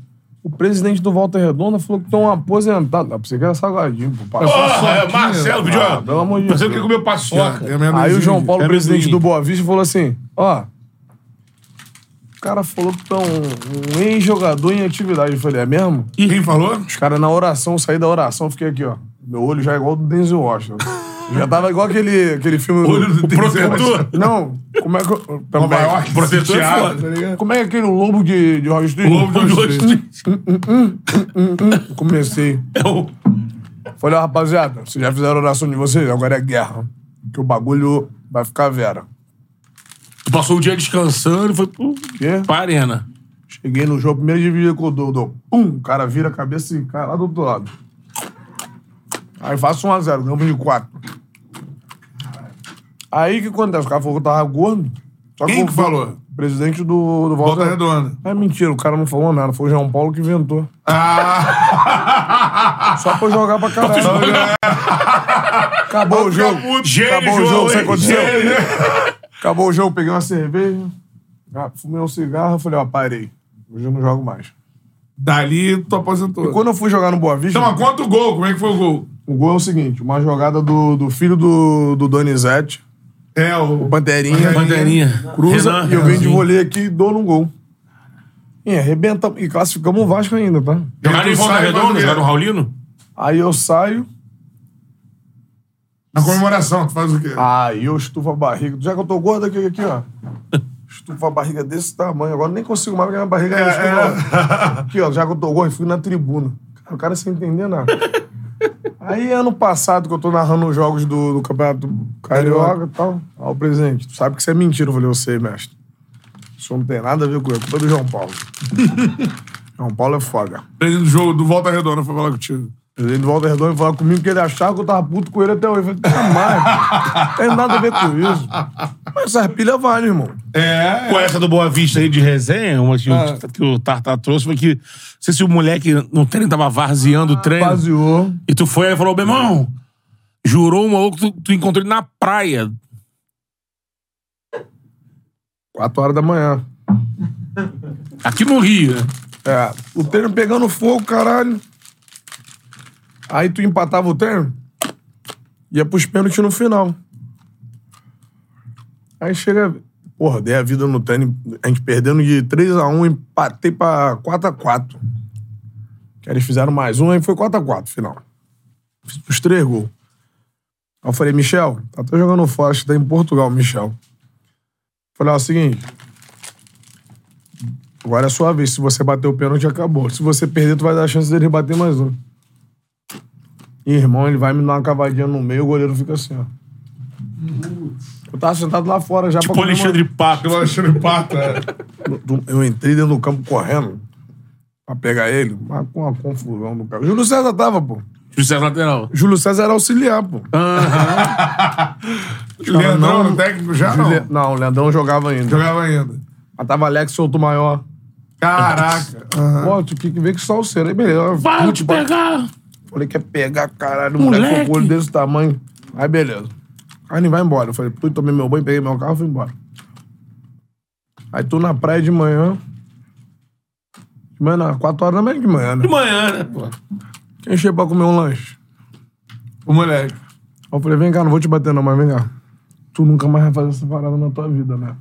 O presidente do Volta Redona falou que tem um aposentado. Ah, pra você que era salgadinho, pô. papai. Porra, é, Marcelo pediu. Ah, pelo amor de Marcelo Deus. queria comer paçoca. É mesmo Aí o João Paulo, Era presidente amendoim. do Boa Vista, falou assim: ó. O cara falou que tá um, um ex-jogador em atividade. Eu falei, é mesmo? E quem falou? Os caras na oração, eu saí da oração, eu fiquei aqui, ó. Meu olho já é igual ao do Denzel Washington. Já tava igual aquele, aquele filme. Olho do o Denzel protetor. Não, como é que. eu- Pelo Nova menos- York, protetor é Santiago, foda. tá ligado? Como é que aquele lobo de, de Wall Street? Lobo de Wall Street. Comecei. É o- Falei, ó, rapaziada, vocês já fizeram a oração de vocês, agora é guerra. Que o bagulho vai ficar vera. Tu passou o dia descansando e foi pro... Quê? pra arena. Cheguei no jogo, primeiro dividida com o Dodo. Pum, o cara vira a cabeça e cai lá do outro lado. Aí faço 1x0, ganhamos de 4. Aí o que acontece? O cara falou que eu tava gordo. Só Quem o que falou? Presidente do, do Volta Redonda. É mentira, o cara não falou nada. Foi o João Paulo que inventou. Só pra eu jogar pra caralho. Acabou o jogo. Gênio, Acabou o João, jogo, sabe o que hein? aconteceu? Gênio. né? Acabou o jogo, peguei uma cerveja, ah, fumei um cigarro, falei, ó, parei. Hoje eu não jogo mais. Dali, tu aposentou. E quando eu fui jogar no Boa Vista, Então, mas conta o gol. Como é que foi o gol? o gol é o seguinte, uma jogada do, do filho do, do Donizete, É, o... Panterinha, Bandeirinha. cruza, Renan, e eu venho de Renanzinho. vôlei aqui e dou num gol. E arrebenta, e classificamos o Vasco ainda, tá? Jogaram em Volta Sai, Redonda, Bandeira. jogaram no Raulino. Aí eu saio, Na comemoração, tu faz o quê? aí eu estufo a barriga, já que eu tô gordo aqui, aqui ó, estufo a barriga desse tamanho, agora eu nem consigo mais, porque minha barriga é, estufa. Aqui ó, já que eu tô gordo, fui na tribuna. Cara, o cara sem entender nada. Aí, ano passado, que eu tô narrando os jogos do, do Campeonato Carioca e tal. Ó, o presidente, tu sabe que isso é mentira. Eu falei, eu sei, mestre. Isso não tem nada a ver com eu, é culpa do João Paulo. João Paulo é foda. Presidente do jogo do Volta Redonda foi falar contigo. O presidente do Walter Redondo falou comigo que ele achava que eu tava puto com ele até hoje. Eu falei, jamais, pô. Não tem nada a ver com isso. Mas essas pilhas valem, irmão. É. Com essa do Boa Vista aí de resenha, uma que, o, que o Tartar trouxe, foi que. Não sei se o moleque no treino tava varzeando o treino. Baseou. E tu foi aí e falou: meu irmão, jurou um maluco, tu, tu encontrou ele na praia. 4 horas da manhã. Aqui no Rio, né? É, o treino pegando fogo, caralho. Aí tu empatava o treino, ia pros pênaltis no final. Aí chega. Porra, dei a vida no treino, a gente perdendo de 3x1, empatei pra 4x4. Que eles fizeram mais um, aí foi 4x4 final. Fiz os três gols. Aí eu falei, Michel, tá até jogando fora, acho que tá em Portugal, Michel. Falei, ó, é o seguinte, Agora é a sua vez. Se você bater o pênalti, acabou. Se você perder, tu vai dar a chance dele bater mais um. E, irmão, ele vai me dar uma cavadinha no meio, o goleiro fica assim, ó. Eu tava sentado lá fora já Tipo pra comemorar. Alexandre Pato. Pelo Alexandre Pato, é. Do- Eu entrei dentro do campo correndo pra pegar ele, mas com uma confusão no carro. Júlio César tava, pô. José é Lateral. Júlio César era auxiliar, pô. Leandrão, não- no técnico já Júlio- não. não, o Leandrão jogava ainda. Jogava ainda. Mas tava Alex Souto Maior. Caraca. Pô, tu tinha que ver que só o Cera. Aí, beleza. Vai eu te Fute, pá. pegar. Falei que é pegar, caralho, moleque, moleque Moleque. com o olho desse tamanho. Aí, beleza. Aí ele vai embora. Eu falei, fui, tomei meu banho, peguei meu carro e fui embora. Aí tô na praia de manhã. De manhã, não, 4 horas da manhã de manhã, né? De manhã, né, pô? Quem chega pra comer um lanche? O moleque. Aí eu falei, vem cá, não vou te bater não, mas vem cá. Tu nunca mais vai fazer essa parada na tua vida, né?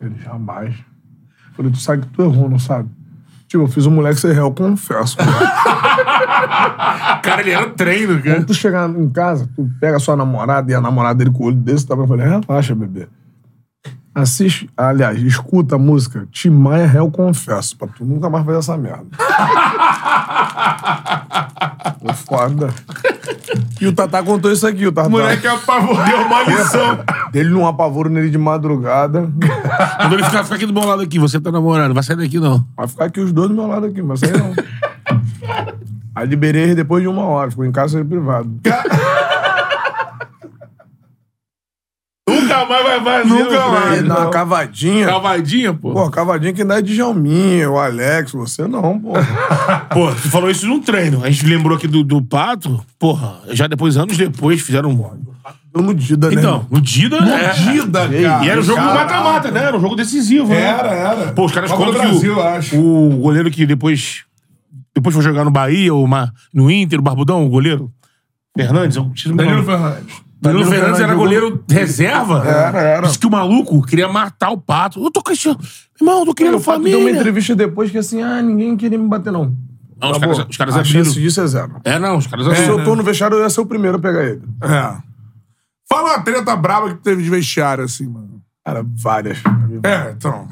Ele, jamais. Eu falei, tu sabe que tu errou, não sabe? Tipo, eu fiz um moleque ser réu, confesso. Cara, ele era treino, cara. tu chegar em casa, tu pega a sua namorada e a namorada dele com o olho desse, tá? Eu falei, relaxa, bebê. Assiste, aliás, escuta a música Tim Maia Réu Confesso, pra tu nunca mais fazer essa merda. Pô, Foda. E o Tatá contou isso aqui, o Tatá. O é moleque é um apavorou uma lição. Dele num apavoro nele de madrugada. Quando ele ficar, fica aqui do meu lado aqui, você tá namorando, vai sair daqui não. Vai ficar aqui os dois do meu lado aqui, mas aí não. Aí liberei ele depois de uma hora, ficou em casa privado. Nunca mais vai fazer. Nunca mais. Ele dá uma cavadinha. Cavadinha, pô. Pô, cavadinha que dá de Djalminha, o Alex, você não, pô. Pô, tu falou isso num treino. A gente lembrou aqui do, do Pato. Porra, já depois, anos depois, fizeram um móvel. Deu nudida, né? Então, no Dida, né? Medida, cara. E era o jogo do Caralho. mata-mata, né? Era um jogo decisivo, né? Era, era. Pô, os caras Copa do contam que o- Brasil, acho. o goleiro que depois depois foi jogar no Bahia, ou ma- no Inter, o Barbudão, o goleiro Fernandes, eu preciso me Danilo lembrar. Fernandes. Danilo Danilo Fernandes era Fernandes goleiro reserva. Era, era. Diz que o maluco queria matar o Pato. Eu tô questionando. Irmão, eu tô querendo É, o Pato deu uma família. entrevista depois que assim, ah, ninguém queria me bater, não. Não, os Acabou. caras, os caras A abriram. chance disso é zero. É, não, os caras Se abriram. eu tô no vestiário, eu ia ser o primeiro a pegar ele. É. Fala uma treta braba que teve de vestiário, assim, mano. Cara, várias. É, então.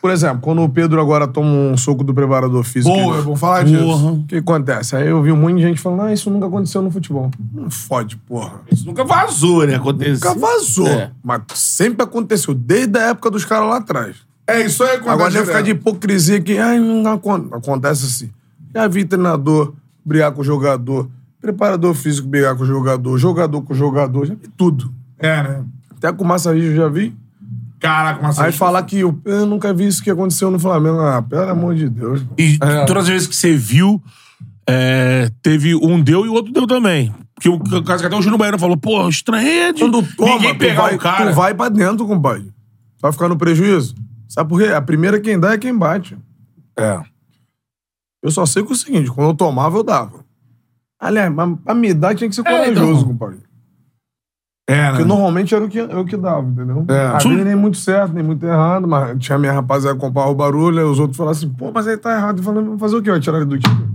Por exemplo, quando o Pedro agora toma um soco do preparador físico. Boa, é ele- bom falar disso. Porra. O que acontece? Aí eu vi um monte de gente falando, ah, isso nunca aconteceu no futebol. Não fode, porra. Isso nunca vazou, né? Aconteceu. Nunca vazou. É. Mas sempre aconteceu, desde a época dos caras lá atrás. É isso aí, quando Agora é deve ficar de direto. hipocrisia que ai, não acon- acontece assim. Já vi treinador brigar com o jogador, preparador físico brigar com o jogador, jogador com o jogador, já vi tudo. É, né? Até com o massagista eu já vi. Caraca, uma Aí falar que eu, eu nunca vi isso que aconteceu no Flamengo. Ah, pelo amor de Deus. pô. E todas as vezes que você viu, é, teve um deu e o outro deu também. Porque o o caso que até o Júnior Baiano falou, pô, estranha de Quando toma, ninguém tu pegar vai, o cara. tu vai pra dentro, compadre. Tu Vai ficar no prejuízo. Sabe por quê? A primeira quem dá é quem bate. É. Eu só sei que é o seguinte, quando eu tomava, eu dava. Aliás, mas pra me dar tinha que ser É, então. corajoso, compadre. É, né? Porque normalmente era o que, era o que dava, entendeu? É. Às vezes nem muito certo, nem muito errado, mas tinha minha rapaziada que comprava o barulho, aí os outros falavam assim, pô, mas ele tá errado. Eu falei, "Vou fazer o quê? Vai tirar ele do time?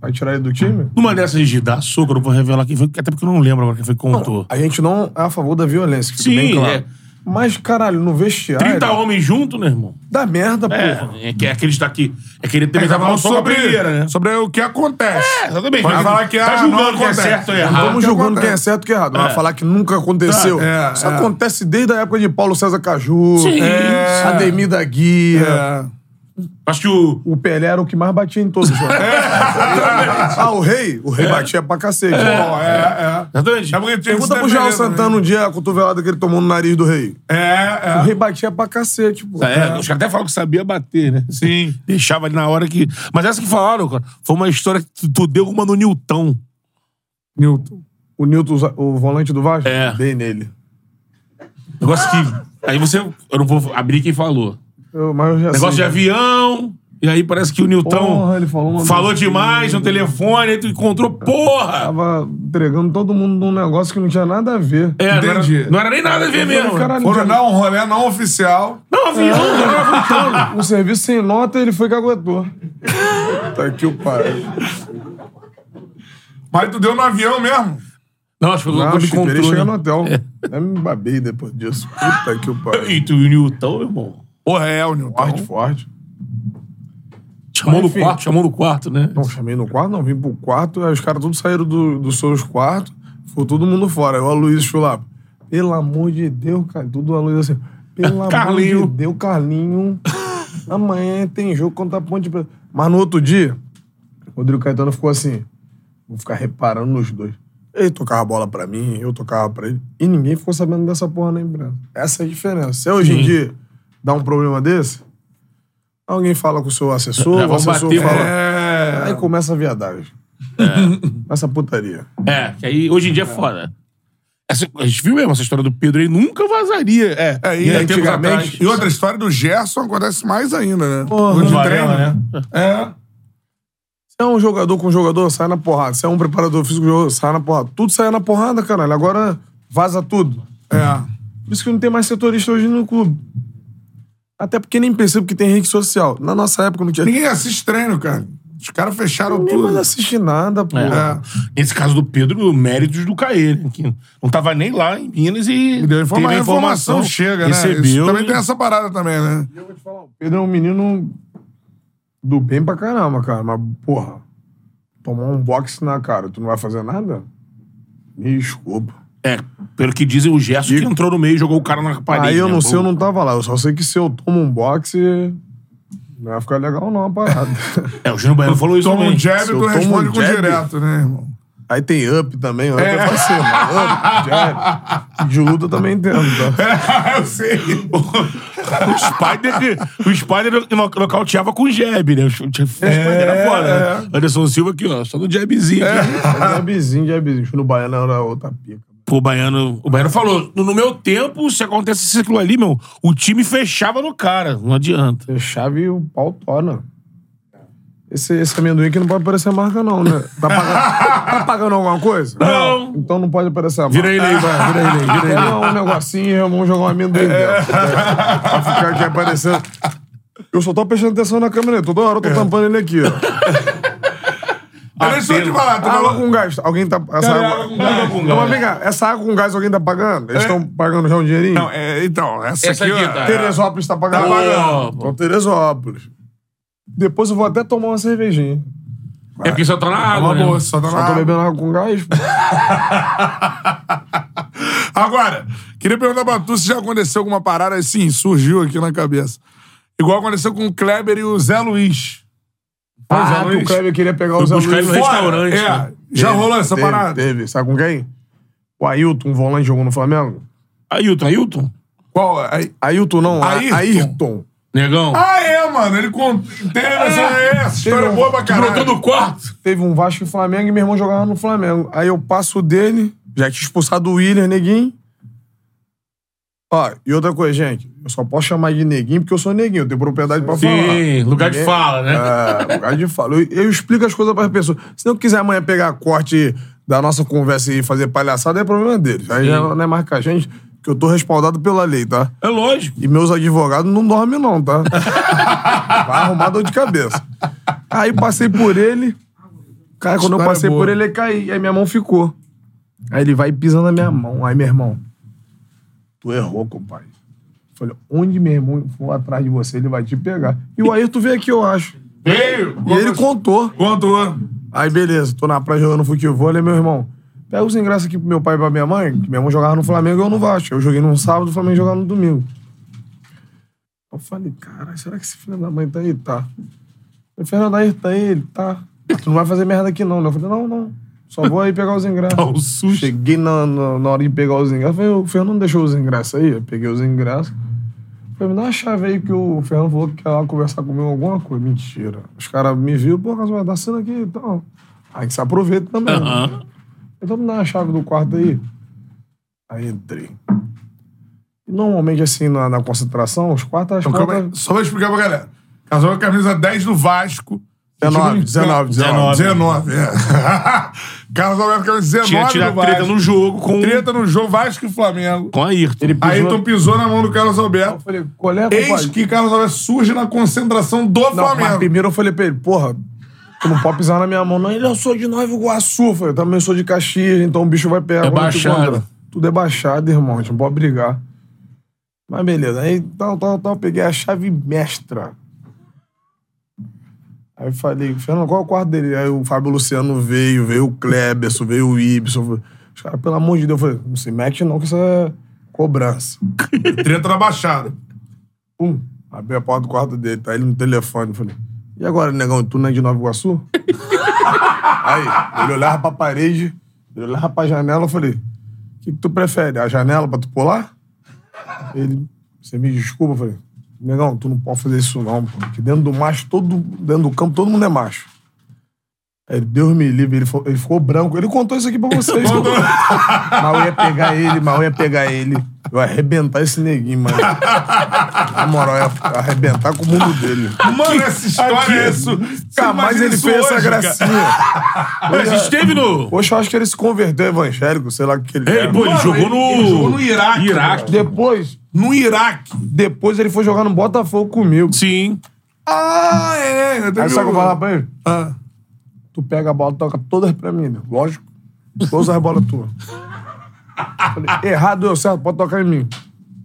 Vai tirar ele do time? Numa dessas de dar soco, eu não vou revelar quem foi, até porque eu não lembro agora quem foi que contou. A gente não é a favor da violência, que fique Sim, bem claro. é. Mas, caralho, no vestiário... 30 homens junto, né, irmão? Dá merda, porra. É, é, que- é aquele que tá aqui. É que ele também Ele tá tá falando falando sobre a primeira, né? sobre o que acontece. É, exatamente. Pode falar que tá ah, não julgando que é acontece. certo ou Não errado. Estamos que julgando acontece. quem é certo e quem é errado. Mas falar que nunca aconteceu. Tá, é, Isso é. acontece desde a época de Paulo César Caju, Sim. é, Ademir da Guia. É. Acho que o. O Pelé era o que mais batia em todos. É, ah, o rei? O rei batia pra cacete. Bom, é, é. Exatamente. É porque tinha que Pergunta se pro Jair defender também. né? Santana um dia a cotovelada que ele tomou no nariz do rei. O É, rei batia pra cacete, pô. É, os caras até falaram que sabia bater, né? Sim. Deixava ali na hora que. Mas essa que falaram, cara, foi uma história que tu, tu deu uma no Newton. Newton. O Newton, usa- o volante do Vasco? É. Dei nele. Negócio que. Aí você. Eu não vou abrir quem falou. Eu- mas eu já Negócio de sei. né? avião. E aí parece que o então, Newton Porra, ele falou uma falou vez. demais no telefone, aí tu encontrou, porra! Tava entregando todo mundo num negócio que não tinha nada a ver. É, não era, entendi. não era nem nada a ver Eu falei, mesmo. caralho, é. Foram dar um rolê não oficial. Não, avião, não era Um serviço sem nota, ele foi que aguentou. tá aqui o pai. Mas tu deu no avião mesmo. Não, acho que eu Não, me né? É. esperei chegar no controle. hotel. É. Eu me babei depois disso. Puta que o pai. E tu e o Newton, meu irmão. Porra, é, o Newton. Forte, forte. Chamou no enfim. quarto, chamou no quarto, né? Não, chamei no quarto, não. Vim pro quarto, aí os caras todos saíram do- dos seus quartos. Ficou todo mundo fora. Aí o Aloysio foi lá. Pelo amor de Deus, cara. Tudo o Aloysio assim. Pelo amor de Carlinho. Deus, Carlinho. Amanhã tem jogo contra a ponte. Preta." Mas no outro dia, o Rodrigo Caetano ficou assim. Vou ficar reparando nos dois. Ele tocava a bola pra mim, eu tocava pra ele. E ninguém ficou sabendo dessa porra na imprensa. Essa é a diferença. Se hoje em dia dá um problema desse, alguém fala com o seu assessor, Já o vão assessor bater, né? fala... É. Aí começa a viadagem. Essa putaria. É, que aí hoje em dia é foda. Essa- a gente viu mesmo essa história do Pedro, ele nunca vazaria. É, É, há tempos antigamente- atrás. e outra história do Gerson acontece mais ainda, né? Porra. O de Do Varela, treino. né? É. Se é um jogador com um jogador, sai na porrada. Se é um preparador físico com jogador, sai na porrada. Tudo sai na porrada, caralho. Agora vaza tudo. É. Por isso que não tem mais setorista hoje no clube. Até porque nem percebo que tem rede social. Na nossa época não tinha. Ninguém assiste treino, cara. Os caras fecharam Nem mais tudo. assisti nada, pô. É. Nesse caso do Pedro, méritos do Caê, né? que não tava nem lá em Minas e. Deu teve informa- a a informação, chega, né? Recebeu. Isso também tem essa parada também, né? Eu vou te falar, o Pedro é um menino do bem pra caramba, cara. Mas, porra, tomar um boxe na cara, tu não vai fazer nada? Me desculpa. É, pelo que dizem, o Gerson que entrou no meio e jogou o cara na parede. Aí eu né? não Pô, sei, eu não tava lá. Eu só sei que se eu tomo um boxe, não vai ficar legal não a parada. É, o Gino Baiano falou isso Toma também. um jab e Se eu tu tomo responde um com jab- direto, né, irmão? Aí tem up também, up é, pra cima. Up, jab. De luta eu também entendo, tá? eu sei. o Spider, que- o Spider no- nocauteava com jab, né? O Spider É. era fora. né? Anderson Silva aqui, ó, só no jabzinho. É. aqui. Jabzinho, jabzinho. Chute no baiano era outra pica. Pô, o Baiano, o Baiano falou, no meu tempo, se acontece aquilo ali, meu, o time fechava no cara, não adianta. Tem chave e o pau torna. Esse, esse amendoim aqui não pode aparecer a marca, não, né? Tá pagando, tá pagando alguma coisa? Não. Então não pode aparecer a marca. Vira ele aí, vai, vira ele aí, vira ele aí. Pega um negocinho e vamos jogar um É. amendoim dentro. né? Pra ficar aqui aparecendo. Eu só tô prestando atenção na câmera, toda hora eu É. tô tampando ele aqui, ó. Ah, deixa eu te falar, um- tu Ah, Água falou... com gás. Alguém tá. Essa Cara, água água com gás. É. Não, mas vem cá, essa água com gás alguém tá pagando? Eles estão pagando já um dinheirinho? Não, é, então, essa, Essa aqui, aqui ó, tá- Teresópolis tá pagando. Tá pagando. Então, Teresópolis. Depois eu vou até tomar uma cervejinha. É porque só tá na é uma água, né? boa, só tá na Só tô água. bebendo água com gás. pô. Agora, queria perguntar pra tu se já aconteceu alguma parada assim, surgiu aqui na cabeça. Igual aconteceu com o Kleber e o Zé Luiz. Ah, Zé que o Luiz. Kleber queria pegar o Zé Foi buscar Luiz. ele no Fora. restaurante, É, né? já rolou essa Teve, parada? Teve. Sabe com quem? O Ailton, um volante, jogou no Flamengo. Ailton, Ailton? Qual? Aí... Ailton não, A- Ayrton. Ayrton. Negão. Ah, é, mano. Ele contou. Teve essa, é, essa história Teve um- boa pra caralho. Brotou do quarto. Teve um Vasco e Flamengo e meu irmão jogava no Flamengo. Aí eu passo dele, já tinha expulsado o William, neguinho. Ó, e outra coisa, gente, eu só posso chamar de neguinho porque eu sou neguinho, eu tenho propriedade pra Sim, falar. lugar de Ninguém- fala, né? É, lugar de fala. Eu, eu explico as coisas pras pessoas. Se não quiser amanhã pegar corte da nossa conversa e fazer palhaçada, é problema deles. Aí Sim. já não é mais com a gente, que eu tô respaldado pela lei, tá? É lógico. E meus advogados não dormem, não, tá? Vai arrumar dor de cabeça. Aí passei por ele. Cara, quando eu História passei boa. por ele, ele caiu. Aí minha mão ficou. Aí ele vai pisando na minha mão. Aí, meu irmão, tu errou, compadre. Falei, onde meu irmão for atrás de você, ele vai te pegar. E o Ayrton veio aqui, eu acho. Veio. E ele contou. Contou. Aí, beleza, tô na praia jogando futebol, aí, meu irmão, pega os ingressos aqui pro meu pai e pra minha mãe, que minha mãe jogava no Flamengo e eu no Vasco. Eu joguei num sábado, o Flamengo jogava no domingo. Eu falei, cara, será que esse filho da mãe tá aí? Tá. O Fernando aí tá aí, ele tá. Ah, Tu não vai fazer merda aqui não, né? Eu falei, não, não. Só vou aí pegar os ingressos. Tá um susto. Cheguei na, na, na hora de pegar os ingressos. Falei, o Fernando deixou os ingressos aí. Eu peguei os ingressos. Falei, me dá uma chave aí que o Fernando falou que quer lá conversar comigo alguma coisa. Mentira. Os caras me viram, pô, Casual, dá cena aqui e tal. Aí que se aproveita também. né? Aham. Então me dá uma chave do quarto aí. Aí entrei. E normalmente, assim, na, na concentração, os quartos... As Então, calma aí. portas- Só vou explicar pra galera. Casou com a camisa 10 do Vasco. 19, 19, 19. 19, é. Carlos Alberto com a camisa 19 Tinha tirado do Vasco. treta no jogo com, Treta no jogo, Vasco e Flamengo. com a Ayrton. Ele pisou... Aí tu pisou na mão do Carlos Eu Alberto. falei, qual é, Eis compadre? que Carlos Alberto surge na concentração do Não, mas Flamengo. primeiro eu falei pra ele, porra, tu não pode pisar na minha mão, não. Ele, eu sou de Nova Iguaçu. Eu falei, também eu sou de Caxias, então o bicho vai pegar. É quando tu baixada. encontrar. Tudo é baixado, irmão, a gente não pode brigar. Mas beleza, aí tal, tal, tal, peguei a chave mestra. Aí eu falei, Fernando, qual é o quarto dele? Aí o Fábio Luciano veio, veio o Kleberson, veio o Ibson. Os caras, pelo amor de Deus, eu falei, não se mete não, que isso é cobrança. Treta na Baixada. Pum, abri a porta do quarto dele, tá ele no telefone. Falei, e agora, negão, tu não é de Nova Iguaçu? Aí, ele olhava pra parede, ele olhava pra janela, eu falei, o que, que tu prefere, a janela pra tu pular? Ele, você me desculpa, eu falei, negão, tu não pode fazer isso não, pô, porque dentro do macho, todo, dentro do campo, todo mundo é macho. Aí, ele, Deus me livre, ele, fo- ele ficou branco. Ele contou isso aqui pra vocês. mal eu ia pegar ele, mal eu ia pegar ele. Eu ia arrebentar esse neguinho, mano. Na moral, eu ia arrebentar com o mundo dele. Mano, essa história é isso. Cara, mas ele fez essa gracinha. Mas esteve no. Poxa, eu acho que ele se converteu evangélico, sei lá o que ele Ele, era. pô, ele É, Mano, jogou no. ele- ele jogou no Iraque, Iraque. Depois, No Iraque. depois ele foi jogar no Botafogo comigo. Sim. Ah, é. Eu Aí tenho- sabe o que eu falava pra ele? Ah. Tu pega a bola, toca todas pra mim, nego. Lógico. Todas as bolas tuas. Falei, errado eu, certo? Pode tocar em mim.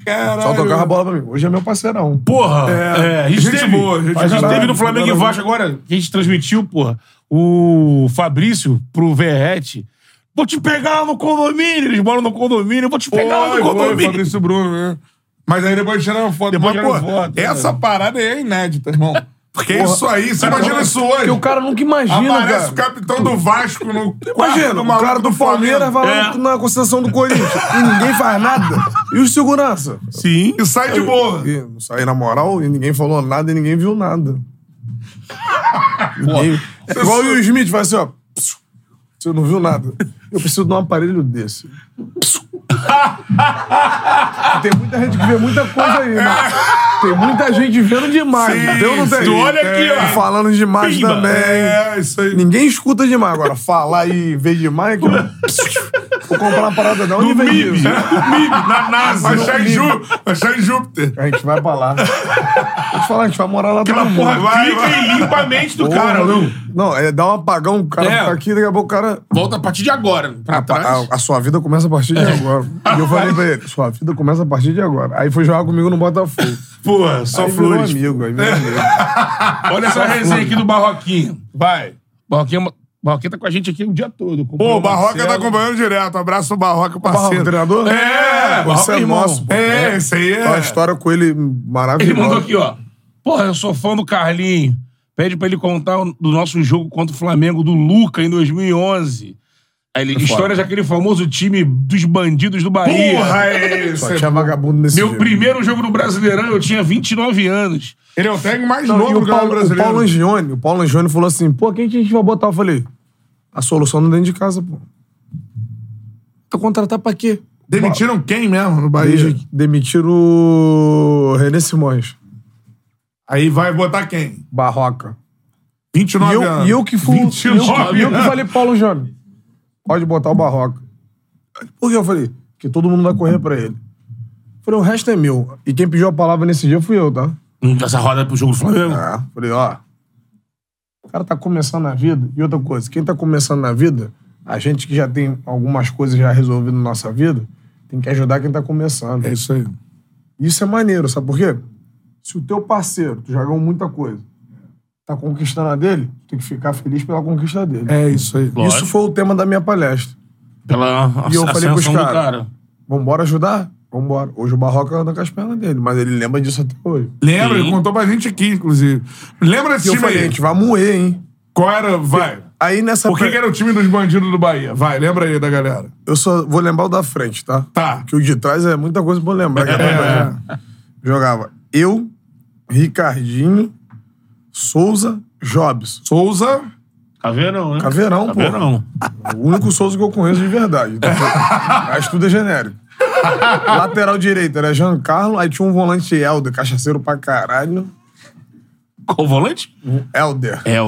Caralho. Só tocava a bola pra mim. Hoje é meu parceirão. Porra, é, a gente, gente teve, boa, gente a gente boa. teve no Flamengo e Vasco agora, que a gente transmitiu, porra, o Fabrício pro Verrete. Vou te pegar no condomínio, eles moram no condomínio, eu vou te pegar Foi, no foi, condomínio. Fabrício Bruno, né? Mas aí depois tiraram uma foto. Depois Mas, tiraram pô, né? foto, essa parada aí é inédita, irmão. Porque é isso aí, você imagina isso hoje. Porque o cara nunca imagina, Aparece o cara. capitão do Vasco no. quarto Imagina, o maluco cara do Palmeiras vai lá É. na concentração do Corinthians e ninguém faz nada. E os segurança? Sim. E sai de boa. E não saí na moral e ninguém falou nada e ninguém viu nada. ninguém... É igual o Will Smith, vai assim, ó. psiu, Você não viu nada. Eu preciso de um aparelho desse. Psiu. Tem muita gente que vê muita coisa aí, né? Tem muita gente vendo demais. Sim, entendeu? não tem? tu olha aqui, É, ó. Falando demais Pimba. também. É, isso aí. Ninguém escuta demais. Agora, falar e ver demais é que. Vou comprar uma parada da onde No vem MIB, isso. no MIB, na NASA. Vai achar, é em Amigo. Jú- vai achar em Júpiter. A gente vai pra lá. Vou te falar, a gente vai morar lá Aquela todo porra mundo. Vai, clica vai. e limpa a mente do Porra, cara, não. Não, é dar um apagão, o cara É. fica aqui, daqui a pouco o cara. tá- Volta a partir de agora, pra trás. A, a sua vida começa a partir de É. agora. E eu falei pra ele, sua vida começa a partir de agora. Aí foi jogar comigo no Botafogo. Porra, só aí flores. É. Virou amigo, aí virou amigo. Olha essa resenha aqui do Barroquinho. Vai. Barroquinho, Barroquinho tá com a gente aqui o dia todo. Pô, o Barroca tá acompanhando direto. Abraço pro Barroca, é Barroca, parceiro. o treinador? É, É, Barroca é é irmão. nosso, pô. É, isso aí Uma é. história com ele Ele maravilhosa. mandou aqui, ó. Porra, eu sou fã do Carlinho. Pede pra ele contar o- do nosso jogo contra o Flamengo, do Luca, em 2011. Aí ele, histórias daquele famoso time dos bandidos do Bahia. Porra, é isso. Só tinha vagabundo nesse Meu jogo. primeiro jogo no Brasileirão, eu tinha 29 anos. Ele é o técnico mais Não, e novo o do Campeonato Paulo, o Brasileiro. Paulo Angione, o Paulo Angione falou assim, pô, quem que a gente vai botar? Eu falei, a solução não é dentro de casa, pô. Tô contratar pra quê? Demitiram quem mesmo no Bahia? Desde demitir o René Simões, Aí vai botar quem? Barroca. 29 E eu, anos. e eu que fui. 29 eu, que- e eu que anos. falei pro Paulo Jane, pode botar o Barroca. Por que eu falei? Que todo mundo vai correr pra ele. Eu Falei, o resto é meu. E quem pediu a palavra nesse dia fui eu, tá? Hum, Essa roda é pro jogo do Flamengo. Ah, falei, ó. O cara tá começando na vida. E outra coisa, quem tá começando na vida, a gente que já tem algumas coisas já resolvidas na nossa vida, tem que ajudar quem tá começando. É isso aí. Isso é maneiro, sabe por quê? Se o teu parceiro, tu já ganhou muita coisa, tá conquistando a dele, tu tem que ficar feliz pela conquista dele. É isso aí. Isso foi o tema da minha palestra. Pela E eu ascensão falei pros do caras. cara. Vambora ajudar? Vambora. Hoje o Barroca anda com as pernas dele, mas ele lembra disso até hoje. Lembra? Ele contou pra gente aqui, inclusive. Lembra E desse eu time falei, tipo, a aí? gente vai moer, hein? Qual era? Vai. Aí nessa... Por que, que era o time dos bandidos do Bahia? Vai, lembra aí da galera. Eu só vou lembrar o da frente, tá? Tá. Que o de trás é muita coisa pra eu lembrar. que é pra imaginar. Jogava eu, Ricardinho, Souza, Jobs. Souza. Caveirão, né? Caveirão, pô. Caveirão. O único Souza que eu conheço de verdade. Mas tudo é genérico. Lateral direito era Giancarlo, aí tinha um volante Helder, cachaceiro pra caralho. Qual o volante? Helder. É, o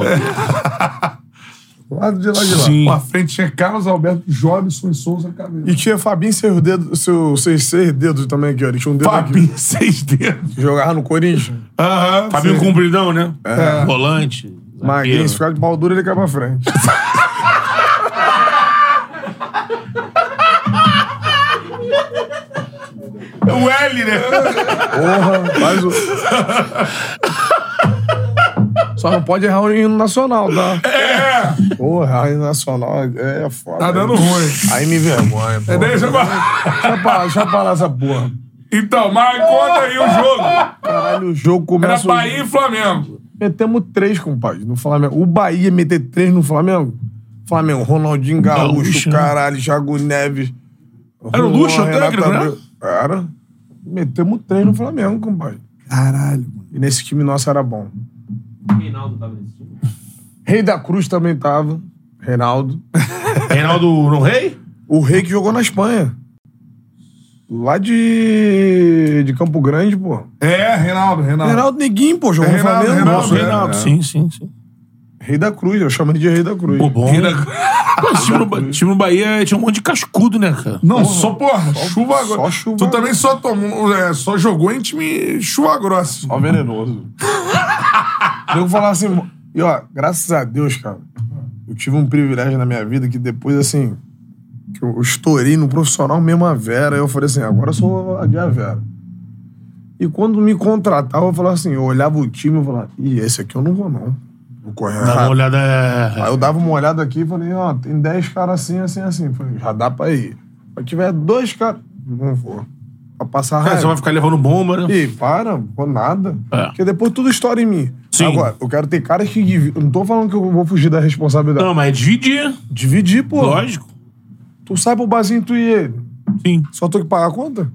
Lado de lá de lá. Sim. À frente tinha Carlos Alberto, Jobson e Souza Caveira. E tinha Fabinho seus dedos, seu, seus seis dedos também aqui, ó. Ele tinha um dedo aqui. Fabinho, seis dedos. Jogava no Corinthians. Aham. Fabinho sim. É. Cumpridão, né? Volante. zagueiro. Maguinho, se ficar de pau duro, ele cai pra frente. O L, né? Porra, faz o. Só não pode errar o hino nacional, tá? É! Porra, hino nacional é foda. Tá dando ruim. É, Aí me vergonha, pô. Deixa Deixa eu... eu parar, deixa eu parar essa porra. Então, mas conta aí o jogo. Caralho, o jogo Era começa. Bahia e Flamengo. Metemos três, compadre, no Flamengo. O Bahia meter três no Flamengo? Flamengo, Ronaldinho Gaúcho, Gaúcho, né? caralho, Thiago Neves. Era o Juan, Lucha o Renato técnico, né? Abreu. Era. Metemos três no Flamengo, compadre. Caralho, mano. E nesse time nosso era bom. Reinaldo tava nesse time? Rei da Cruz também tava. Reinaldo. Reinaldo no Rei? O rei que jogou na Espanha. Lá de, de Campo Grande, pô. É, Reinaldo, Reinaldo. Reinaldo Neguinho, pô, jogou É no Reinaldo, Flamengo. Reinaldo, Nosso é. Reinaldo. Sim, sim, sim. Rei da Cruz, eu chamo ele de Rei da Cruz. Pô, bom. Ainda- Pô, esse time, no, Ba- time no Bahia tinha um monte de cascudo, né, cara? Ah, é. Não, só porra, chuva só agora. chuva Tu agora. também só tomou, é, só jogou em time chuva grossa. Ó, venenoso. Eu falava assim, e ó, graças a Deus, cara, eu tive um privilégio na minha vida que depois, assim, que eu estourei no profissional mesmo a Vera, eu falei assim, agora eu sou a de a Vera. E quando me contratava, eu falava assim, eu olhava o time e falava, ih, esse aqui eu não vou não. Vou correr Dá uma errado. olhada. é, Aí eu dava uma olhada aqui e falei, ó, tem 10 caras assim, assim, assim. Falei, já dá pra ir. Se tiver dois caras, não vou. Pra passar É, Ah, raiva. você vai ficar levando bomba, né? Ih, para, vou nada. É. Porque depois tudo estoura em mim. Sim. Agora, eu quero ter caras que. divi- Eu não tô falando que eu vou fugir da responsabilidade. Não, mas é dividir. Dividir, pô. Lógico. Tu sai pro barzinho, tu e ele. Sim. Só tu que paga a conta?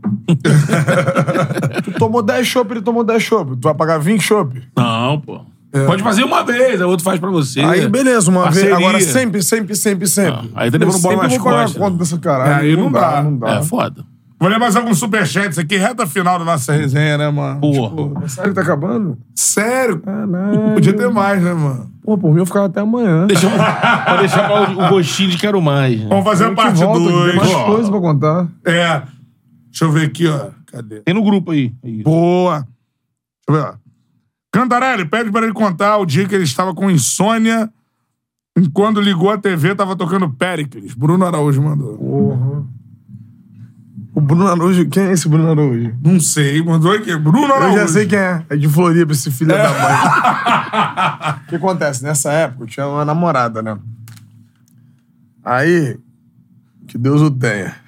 tu tomou 10 chopp, ele tomou 10 chopp. Tu vai pagar 20 chopp. Não, pô. É. Pode fazer uma vez, a outra faz pra você. Aí, beleza, uma Parceria. vez. Agora, sempre, sempre, sempre, sempre. Ah, aí tá levando Eu bola sempre nas vou pagar costas, a conta né? dessa caralho. Aí não dá. não dá. É foda. Vou ler mais alguns superchats aqui, reta final da nossa resenha, né, mano? Porra. Sério, tá acabando? Sério? Caralho. Podia ter mais, né, mano? Pô, por mim eu ficava até amanhã. Deixa pra deixar o, gostinho de quero mais. né? Vamos fazer a Eu te parte volto, Tem mais 2. coisa pra contar. É. Deixa eu ver aqui, ó. Cadê? Tem no grupo aí. aí. Boa. Deixa eu ver, ó. Cantarelli, pede pra ele contar o dia que ele estava com insônia e quando ligou a TV tava tocando Péricles. Bruno Araújo mandou. Porra. O Bruno Araújo, quem é esse Bruno Araújo? Não sei, mandou aqui. Bruno Eu Araújo. já sei quem é. É de Floripa, esse filho da mãe. O que acontece? Nessa época, eu tinha uma namorada, né? Aí, que Deus o tenha.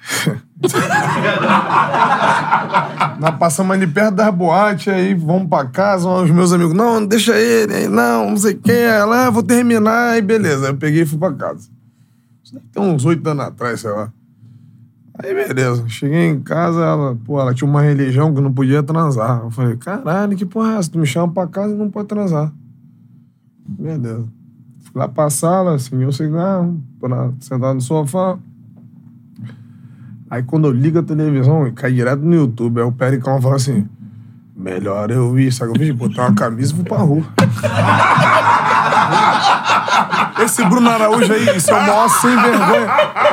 Nós passamos ali perto das boates, aí vamos pra casa, os meus amigos, não, deixa ele, aí, não, não sei quem é, lá, vou terminar, aí beleza. Eu peguei e fui pra casa. Isso deve ter uns oito anos atrás, sei lá. Aí beleza, cheguei em casa, ela, pô, ela tinha uma religião que não podia transar. Eu falei, caralho, que porra é essa? Tu me chama pra casa e não pode transar. Beleza. Fui lá pra sala, acendi um cigarro, tô na- sentado no sofá. Aí quando eu ligo a televisão, cai direto no YouTube. Aí o Pericão fala assim, melhor eu ir, sabe? Eu fiz botar uma camisa e vou pra rua. Esse Bruno Araújo aí, seu maior sem vergonha.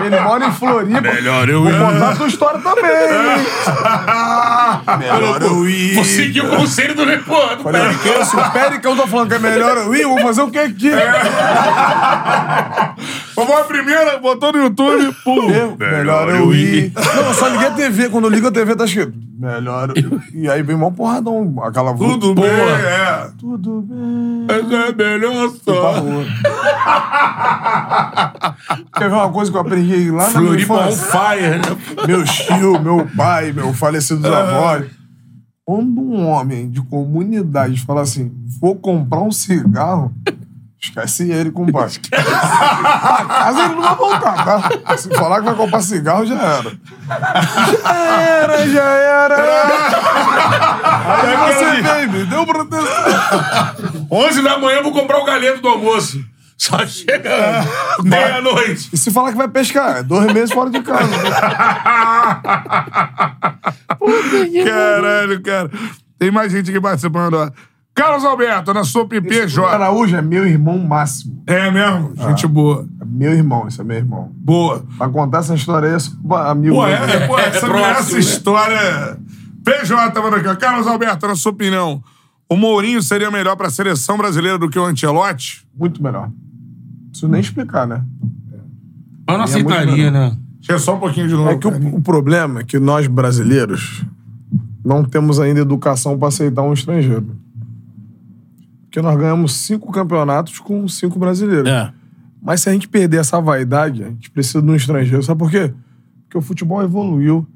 Ele mora em Floripa. Melhor eu Vou contar a tua história também, hein? Melhor eu ir. Você seguiu o conselho do Leopoldo. Falei, o que? Se o Péricão tá falando que é melhor eu ir, eu vou fazer o que aqui? Vamos a primeira, botou no YouTube. Pum. Eu, melhor eu ir. Não, eu só liguei a TV. Quando eu ligo a TV, tá escrito, melhor eu E aí vem mó porradão, aquela voz. Tudo bem, é. Tudo bem. Mas é melhor Por Tá só. favor. Quer ver uma coisa que eu aprendi lá na minha Floripa on infância? fire, né? Meus tios, meu pai, meu falecido avós. Quando um homem de comunidade fala assim, vou comprar um cigarro, esquece ele, compadre. Pra casa ele não vai voltar, tá? Se falar que vai comprar cigarro, já era. Já era, já era. É Aí você vem, me deu proteção. 11 da manhã eu vou comprar o galeto do almoço. Só chega meia-noite. E se falar que vai pescar, é dois meses fora de casa. né? Caralho, cara. Tem mais gente aqui participando, ó. Carlos Alberto, na sua O PPJ. Araújo é meu irmão máximo. É mesmo? Gente boa. É meu irmão, esse é meu irmão. Boa. Pra contar essa história aí, é eu sou amigo. Pô, meu. é, pô, essa, próximo, essa né? história. é PJ, tá aqui, ó. Carlos Alberto, na sua opinião, o Mourinho seria melhor pra seleção brasileira do que o Antelote? Muito melhor. Não preciso nem explicar, né? Eu não aceitaria, né? Deixa eu só um pouquinho de novo. É que cara. o, o problema é que nós brasileiros não temos ainda educação pra aceitar um estrangeiro. Porque nós ganhamos cinco campeonatos com cinco brasileiros. É. Mas se a gente perder essa vaidade, a gente precisa de um estrangeiro. Sabe por quê? Porque o futebol evoluiu.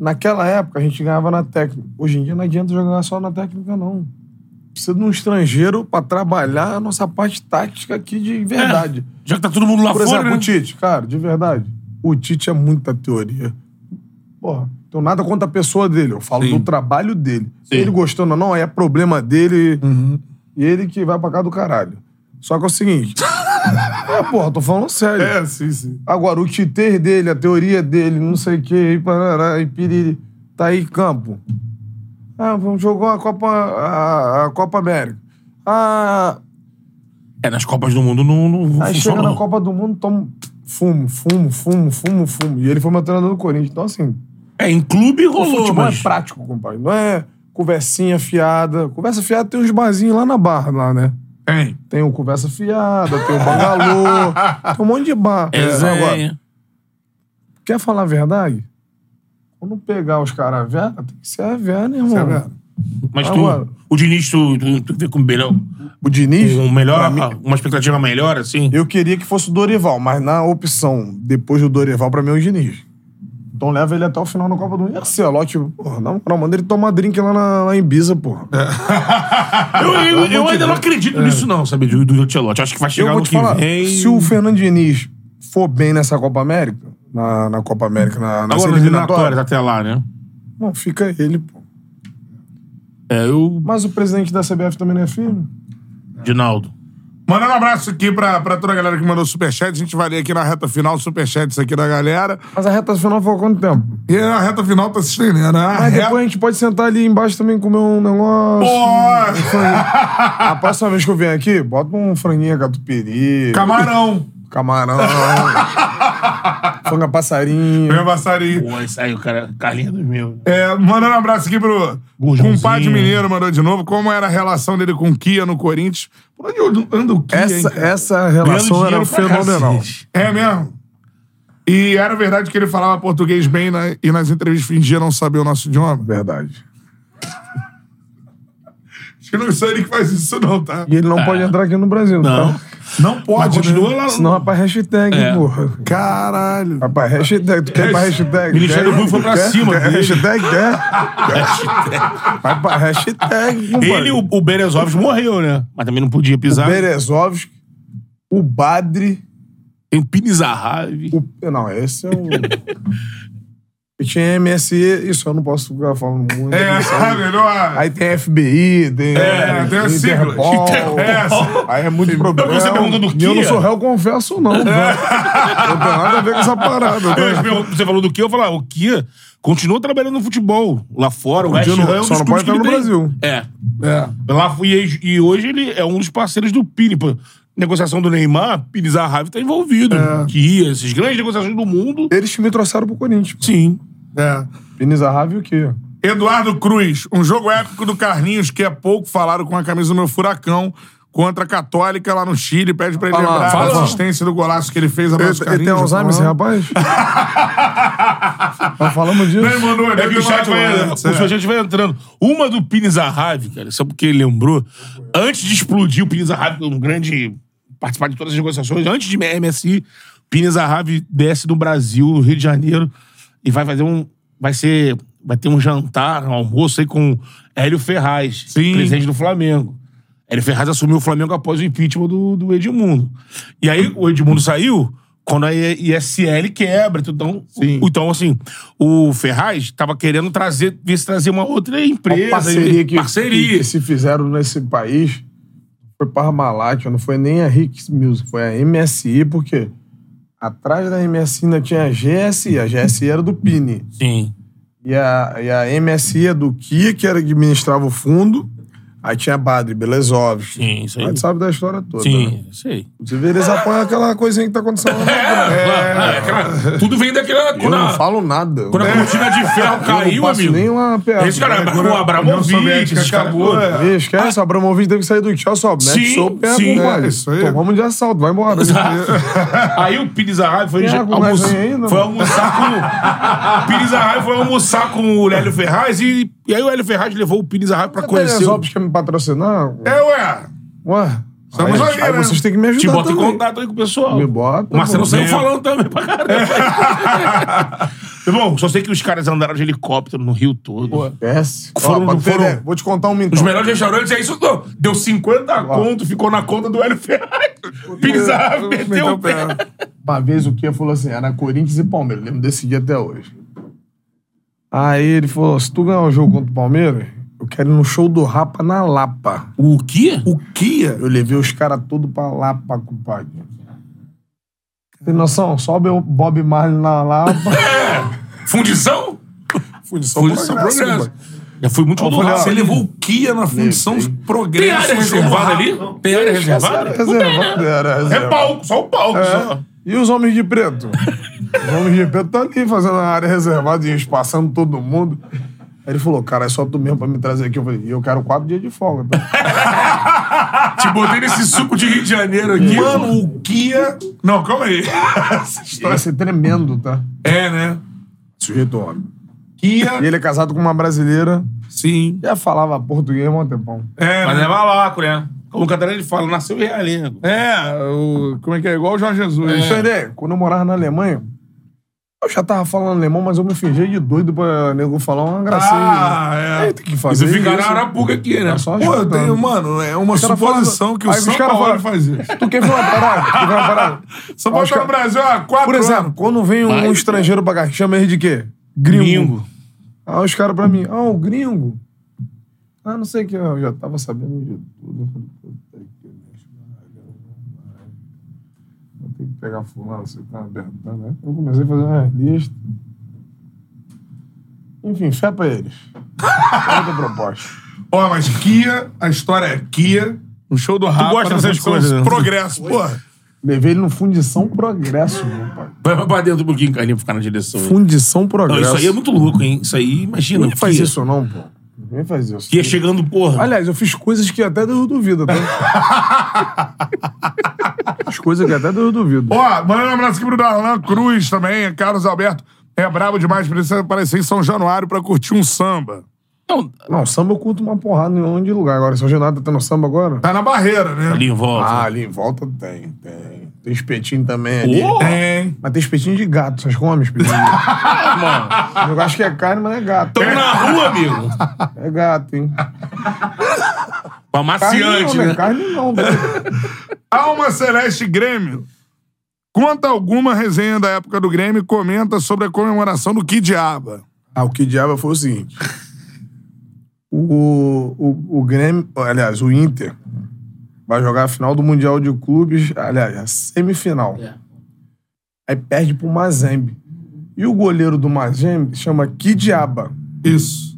Naquela época, a gente ganhava na técnica. Hoje em dia, não adianta jogar só na técnica, não. Precisa de um estrangeiro pra trabalhar a nossa parte tática aqui de verdade. Já que tá todo mundo lá Por fora, exemplo, o né? Tite, cara, de verdade. O Tite é muita teoria. Porra, então nada contra a pessoa dele. Eu falo Sim. do trabalho dele. Sim. Ele gostando ou não, aí é problema dele. E ele que vai pra cá do caralho. Só que é o seguinte. é, porra, tô falando sério. É, sim, sim. Agora, o titer dele, a teoria dele, não sei o quê, e parará, e piriri, tá aí em campo. Ah, vamos jogar a Copa, a, a Copa América. Ah, É, nas Copas do Mundo não, não Aí chega funciona, na não. Copa do Mundo, toma fumo, fumo, fumo, fumo, fumo. E ele foi meu treinador do Corinthians. Então, assim, É, em clube o rolou, futebol mas... é prático, compadre. Não é Conversinha fiada. Conversa fiada tem uns barzinhos lá na barra, lá, né? Tem. Tem o Conversa Fiada, tem o Bangalô, tem um monte de bar. É, Agora, Resenha. quer falar a verdade? Quando pegar os caras velhos, tem que ser a velha, né, Tá é irmão? vendo? Mas Agora- tu, o Diniz, tu, tu, tu vê como melhor, o Diniz, um melhor pra mim, uma expectativa melhor, assim? eu queria que fosse o Dorival, mas na opção depois do Dorival, pra mim é o Diniz. Então leva ele até o final da Copa do Mundo. E assim, ó, tipo, porra, na moral, manda ele tomar drink lá, na, lá em Ibiza, porra. É, Eu, eu- eu ainda não acredito nisso, não, sabe? Do, do Ancelotti. Acho que vai Eu chegar vou no te que falar, vem. se o Fernando Diniz for bem nessa Copa América, na, na Copa América, na, Agora nas nas eliminatórias eliminatórias, até lá, né? não, fica ele, pô. É, eu. Mas o presidente da CBF também não é filho? Dinaldo. Mandando um abraço aqui pra, pra toda a galera que mandou superchat. A gente vai ler aqui na reta final os superchats aqui da galera. Mas a reta final foi quanto tempo? E a reta final tá se estendendo, né? A Mas É. reta... depois a gente pode sentar ali embaixo também e comer um negócio. Pô! A próxima vez que eu venho aqui, bota um franguinho catupiry. Camarão. Camarão. Franga passarinho. Meu passarinho. Pô, isso aí, o cara, Carlinhos dos meus. É, mandando um abraço aqui pro Gurjãozinho. compadre mineiro, mandou de novo. Como era a relação dele com o Kia no Corinthians? Por onde anda o Kia, hein, Essa, cara? essa relação era dinheiro assim, pra fenomenal. cacete. É mesmo? E era verdade que ele falava português bem né? e nas entrevistas fingia não saber o nosso idioma? Verdade. Acho que não é só ele que faz isso não, tá? E ele não pode entrar aqui no Brasil, É. Não. tá? Não pode, Mas continua né? lá. Senão vai pra hashtag, É. porra. Caralho. Vai pra hashtag. Tu quer ir pra hashtag? Ministério Quer? Público foi pra Quer? cima Quer dele. hashtag? Quer? Vai pra hashtag, compadre. Ele e o, o Berezovski morreu, né? Mas também não podia pisar. Berezovski, o Badri, Tem o Pinizarrave. o... Não, esse é o... E tinha MSE, isso eu não posso ficar falando muito. É, não é sabe? melhor. Aí tem FBI, tem... É, tem as siglas. Interpol, Interpol. Aí é muito problema. você perguntou do E eu não Kia. sou réu, confesso não, velho. Não tem nada a ver com essa parada. Eu né? te pergunto, Então, Você falou do que? Eu falava, o Kia continua trabalhando no futebol. Lá fora, o West Continua, Ham é um só dos não clubes pode que ele estar no tem. É. Lá fui, e- e hoje ele é um dos parceiros do Pini. pô. Negociação do Neymar, Pini Zahavi tá envolvido. Kia, essas grandes negociações do mundo. Eles que me trouxeram pro Corinthians. Sim. É. Pinizarrave e o quê? Eduardo Cruz, um jogo épico do Carlinhos que é pouco falaram com a camisa do meu furacão contra a Católica lá no Chile. Pede pra ele Fala, lembrar fala. a assistência do golaço que ele fez a nosso Ele, ele Carlinhos. tem Alzheimer, esse já rapaz? Nós falamos disso. falou. Ele mandou, um ele É que o chat vai, mandou, o antes, é. chat vai entrando. Uma do Pini Zahavi, cara, só porque ele lembrou, antes de explodir o Pini Zahavi, um grande participar de todas as negociações, antes de MSI, Pini Zahavi desce do Brasil, no Rio de Janeiro, e vai fazer um. Vai ser. Vai ter um jantar, um almoço aí com Hélio Ferraz, Sim. presidente do Flamengo. Hélio Ferraz assumiu o Flamengo após o impeachment do, do Edmundo. E aí o Edmundo saiu quando a ISL quebra. Então, Sim. então assim, o Ferraz estava querendo trazer, ver se trazer uma outra empresa. Uma parceria que, parceria. que se fizeram nesse país foi Parmalat, não foi nem a Hicks Music, foi a MSI, porque atrás da MSI ainda tinha a GSI, a GSI era do Pini. Sim. E a, e a MSI é do Kia, que era que administrava o fundo. Aí tinha a Badri, Belezov. Sim, isso aí. A gente sabe da história toda. Né? Sim, sei. Inclusive, eles apoiam aquela coisinha que tá acontecendo lá na Ucrânia. É tudo vem daquela. Eu Quando não a, falo nada. quando a cortina de ferro eu caiu, não passo amigo. nem lá perto. Esse cara, um Né? o Abramovich, Soviética esse cara- acabou, é. Ih, Esquece, o Abramovic teve que sair do Chelsea, ó. Mete Ah. Sim, seu pé, sim. compadre. É, isso aí. Tomamos de assalto, vai embora. Aí o Pires Arraio foi, Quem é já- que vai almoçar, ganhar ainda, foi mano? almoçar com. Pires Arraio foi almoçar com o Hélio Ferraz e, e aí o Hélio Ferraz levou o Pires Arraio pra conhecer. Só o- quer me patrocinar? É, ué. Ué. Estamos aí, ali, aí né? vocês têm que me ajudar Te bota em também. contato aí com o pessoal. Me bota, O Marcelo pô. saiu Meu. falando também pra caramba. Irmão, só sei que os caras andaram de helicóptero no Rio todo. Esquece. Ó, Foram- pra tu ter foram- ideia, Vou te contar um mito. Os melhores restaurantes é isso, não. Deu 50 conto, ficou na conta do Hélio Ferraz. Pisava, meteu o pé. Uma vez o Kia falou assim, era Corinthians e Palmeiras. Lembro desse dia até hoje. Aí ele falou, se tu ganhar o jogo contra o Palmeiras, eu quero ir no show do Rapa na Lapa. O quê? O Kia? Eu levei os caras todos pra Lapa, compadre. Tem noção? Sobe o Bob Marley na Lapa. Fundição? Fundição Fundição Progresso. Já fui muito falei, ó, Você levou o Kia na fundição Progresso. Tem área reservada ali? Tem área reservada? Reservado, era É reservado. palco, só um o É. palco. só. E os homens de preto? os homens de preto tá ali fazendo a área reservada e espaçando todo mundo. Aí ele falou, cara, é só tu mesmo pra me trazer aqui. Eu falei, e eu quero quatro dias de folga. tá? Te botei nesse suco de Rio de Janeiro aqui. Mano, o Kia... Não, calma aí. Essa Vai história- ser tremendo, tá? É, né? Sujeito homem. E Kia. ele é casado com uma brasileira. Sim. Já falava português há um tempão. É, Mas né? é malaco, né? Como o Catarina ele fala, nasceu em realengo. É, o, como é que é? Igual o Jorge Jesus. é Isso aí, né? Quando eu morava na Alemanha, eu já tava falando alemão, mas eu me fingia de doido pra nego falar uma gracinha. Ah, é. Aí tem que fazer Isso fica na isso. Arapuca aqui, né? É só Pô, eu ajudando. tenho, mano, é uma cara suposição falava- que o Aí os São caras Paulo falavam- faz isso. Tu quer ver uma parada? Tu quer ver uma parada? São Paulo Acho tá que- no Brasil há quatro Por exemplo, quando vem um Vai, estrangeiro pra cá, chama ele de quê? Gringo. Aí os caras pra mim, ah, o gringo. Ah, não sei o que, eu já tava sabendo de tudo. Eu falei, puta que merda, vou ter que pegar fulano, você tá abertando, né? Eu comecei a fazer umas listas. Enfim, fé pra eles. Outra proposta. anos. Ó, mas Kia, a história é Kia. Um show do Ah, Rafa. gosta né? dessas São coisas, os né? progressos. Progresso, porra. Levei ele no Fundição Progresso, meu pai. Vai vai pra dentro um pouquinho, Carlinhos, pra ficar na direção. Fundição Não, Progresso. isso aí é muito louco, hein? Isso aí, imagina. Ninguém faz Kia. isso não, pô. Ninguém faz isso. Kia chegando, porra. Aliás, eu fiz coisas que até Deus duvida, tá? As coisas que até Deus duvida. Ó, mandando um abraço aqui pro Darlan Cruz também, Carlos Alberto. É brabo demais, precisa aparecer em São Januário pra curtir um samba. Não, Não, samba eu curto uma porrada em um monte de lugar agora. São Genado tá tendo samba agora? Tá na barreira, né? ali em volta. Ah, ali em volta tem, tem. Tem espetinho também ali. Porra, Tem. Mas tem espetinho de gato, vocês comem espetinho de gato? Eu acho que é carne, mas é gato. Tamo na rua, amigo. É gato, hein? Pra Carne não, maciante, né? né? Carne não. velho. Alma Celeste Grêmio. Conta alguma resenha da época do Grêmio e comenta sobre a comemoração do Kidiaba. Ah, o que diabo foi o seguinte. O, o, o Grêmio, aliás, o Inter vai jogar a final do Mundial de Clubes, aliás, a semifinal. Aí perde pro Mazembe. E o goleiro do Mazembe chama Kidiaba, Isso.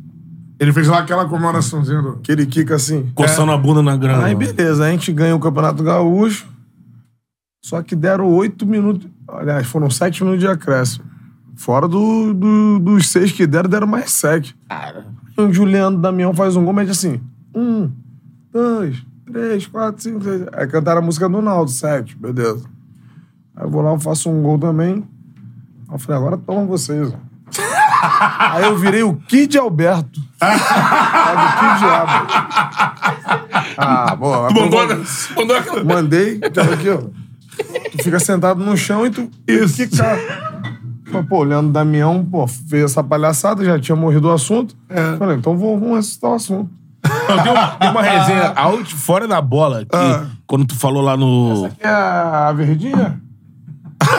Ele fez lá aquela comemoraçãozinha do... que ele quica assim. Coçando a bunda na grama. Aí beleza, a gente ganha o Campeonato Gaúcho. Só que deram oito minutos. Aliás, foram sete minutos de acréscimo. Fora do, do- dos seis que deram, deram mais sete. Onde o Leandro Damião faz um gol, mete assim: um, dois, três, quatro, cinco, seis. Aí cantaram a música do Naldo, sete, beleza. Aí eu vou lá, eu faço um gol também. Aí eu falei: agora tomam vocês. ó. Aí eu virei o Kid Alberto. Sabe, que diabo. Ah, boa. Tu mandou, mandou aquela... Mandei, tá aqui, ó. Tu fica sentado no chão e tu. Isso. Que cara. Pô, pô, o Leandro Damião, pô, fez essa palhaçada, já tinha morrido o assunto. Falei, então vou, vamos ressuscitar o assunto. Não, tem, uma, tem uma resenha out, fora da bola que quando tu falou lá no. É a verdinha?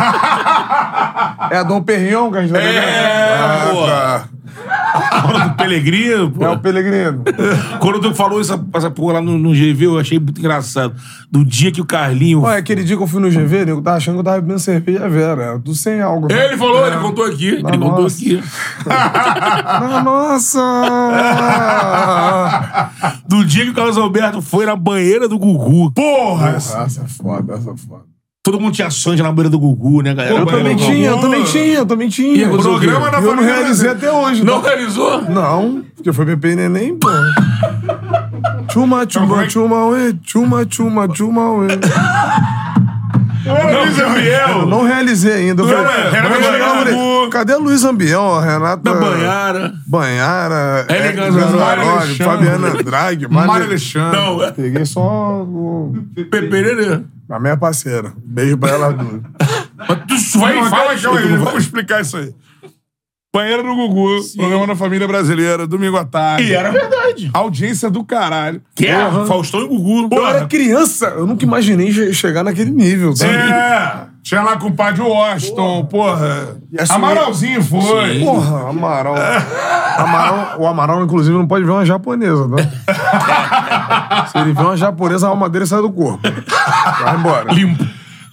é a Dom Perrion que a gente tá É, vendo? pô. Fora do Pelegrino, pô. É o Pelegrino. Quando tu falou essa, essa porra lá no, no GV, eu achei muito engraçado. Do dia que o Carlinho. Pô, é aquele dia que eu fui no GV, nego tava achando que eu tava bebendo cerveja vera. Era tudo sem álcool. Ele falou, ele contou aqui. Ele Na contou nossa. aqui. Ah, nossa! Do dia que o Carlos Alberto foi na banheira do Gugu. Porra! essa é foda, essa é foda. Todo mundo tinha sonho na banheira do Gugu, né, galera? Eu Banheira também do tinha, eu Gugu. também tinha, eu também tinha. E o programa eu da não família- realizei até hoje. Não tá? realizou? Não, porque foi bebê neném, pô. Tchuma, como é tchuma, que- tchuma, ué. Tchuma, tchuma, tchuma, ué. Não, Luiz Eu Gabriel. não realizei ainda. Eu Não, falei, é, Renata vou jogar, Banhara, falei, Cadê Luiz Ambião, Renata... Da banhara. Banhara, É Hélio Hélio Gazzaroli, Gazzaroli, Alexandre. Fabiana Andrade, Mário Mário... Alexandre. Não, é. Peguei só o... Pepererê. a minha parceira. Beijo pra ela duas. Mas tu vai Não, calma, e faz. calma aí, tu não vai. vamos explicar isso aí. Banheiro do Gugu, programa da família brasileira, domingo à tarde. E era verdade. Audiência do caralho. Que é? Faustão e Gugu. Eu era criança, eu nunca imaginei che- chegar naquele nível, sabe? É. Tinha lá com o padre Washington, porra. assim, Amaralzinho foi. Porra, Amaral. Amaral. O Amaral, inclusive, não pode ver uma japonesa, tá? Se ele vê uma japonesa, a alma dele sai do corpo. Vai embora. Limpo.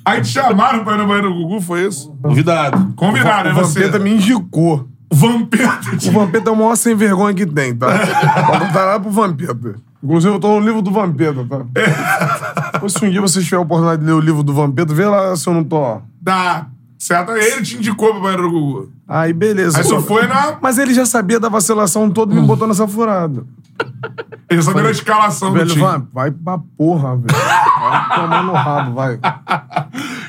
Aí te chamaram pra ir no banheiro do Gugu, foi isso? Convidado. Combinado, O né? Você. Vampeta me indicou. Vampeta. O Vampeta é o maior sem vergonha que tem, tá? Pode contar lá pro Vampeta. Inclusive, eu tô no livro do Vampeta, tá? Ou Se um dia vocês tiverem a oportunidade de ler o livro do Vampeta, vê lá se eu não tô. Da. Certo? Ele te indicou pro banheiro do Gugu. Aí, beleza. Aí só Pô, foi na- Mas ele já sabia da vacilação toda e me botou nessa furada. Ele só deu a escalação do Velho, time. vai, vai pra porra, velho. Vai tomar no rabo, vai.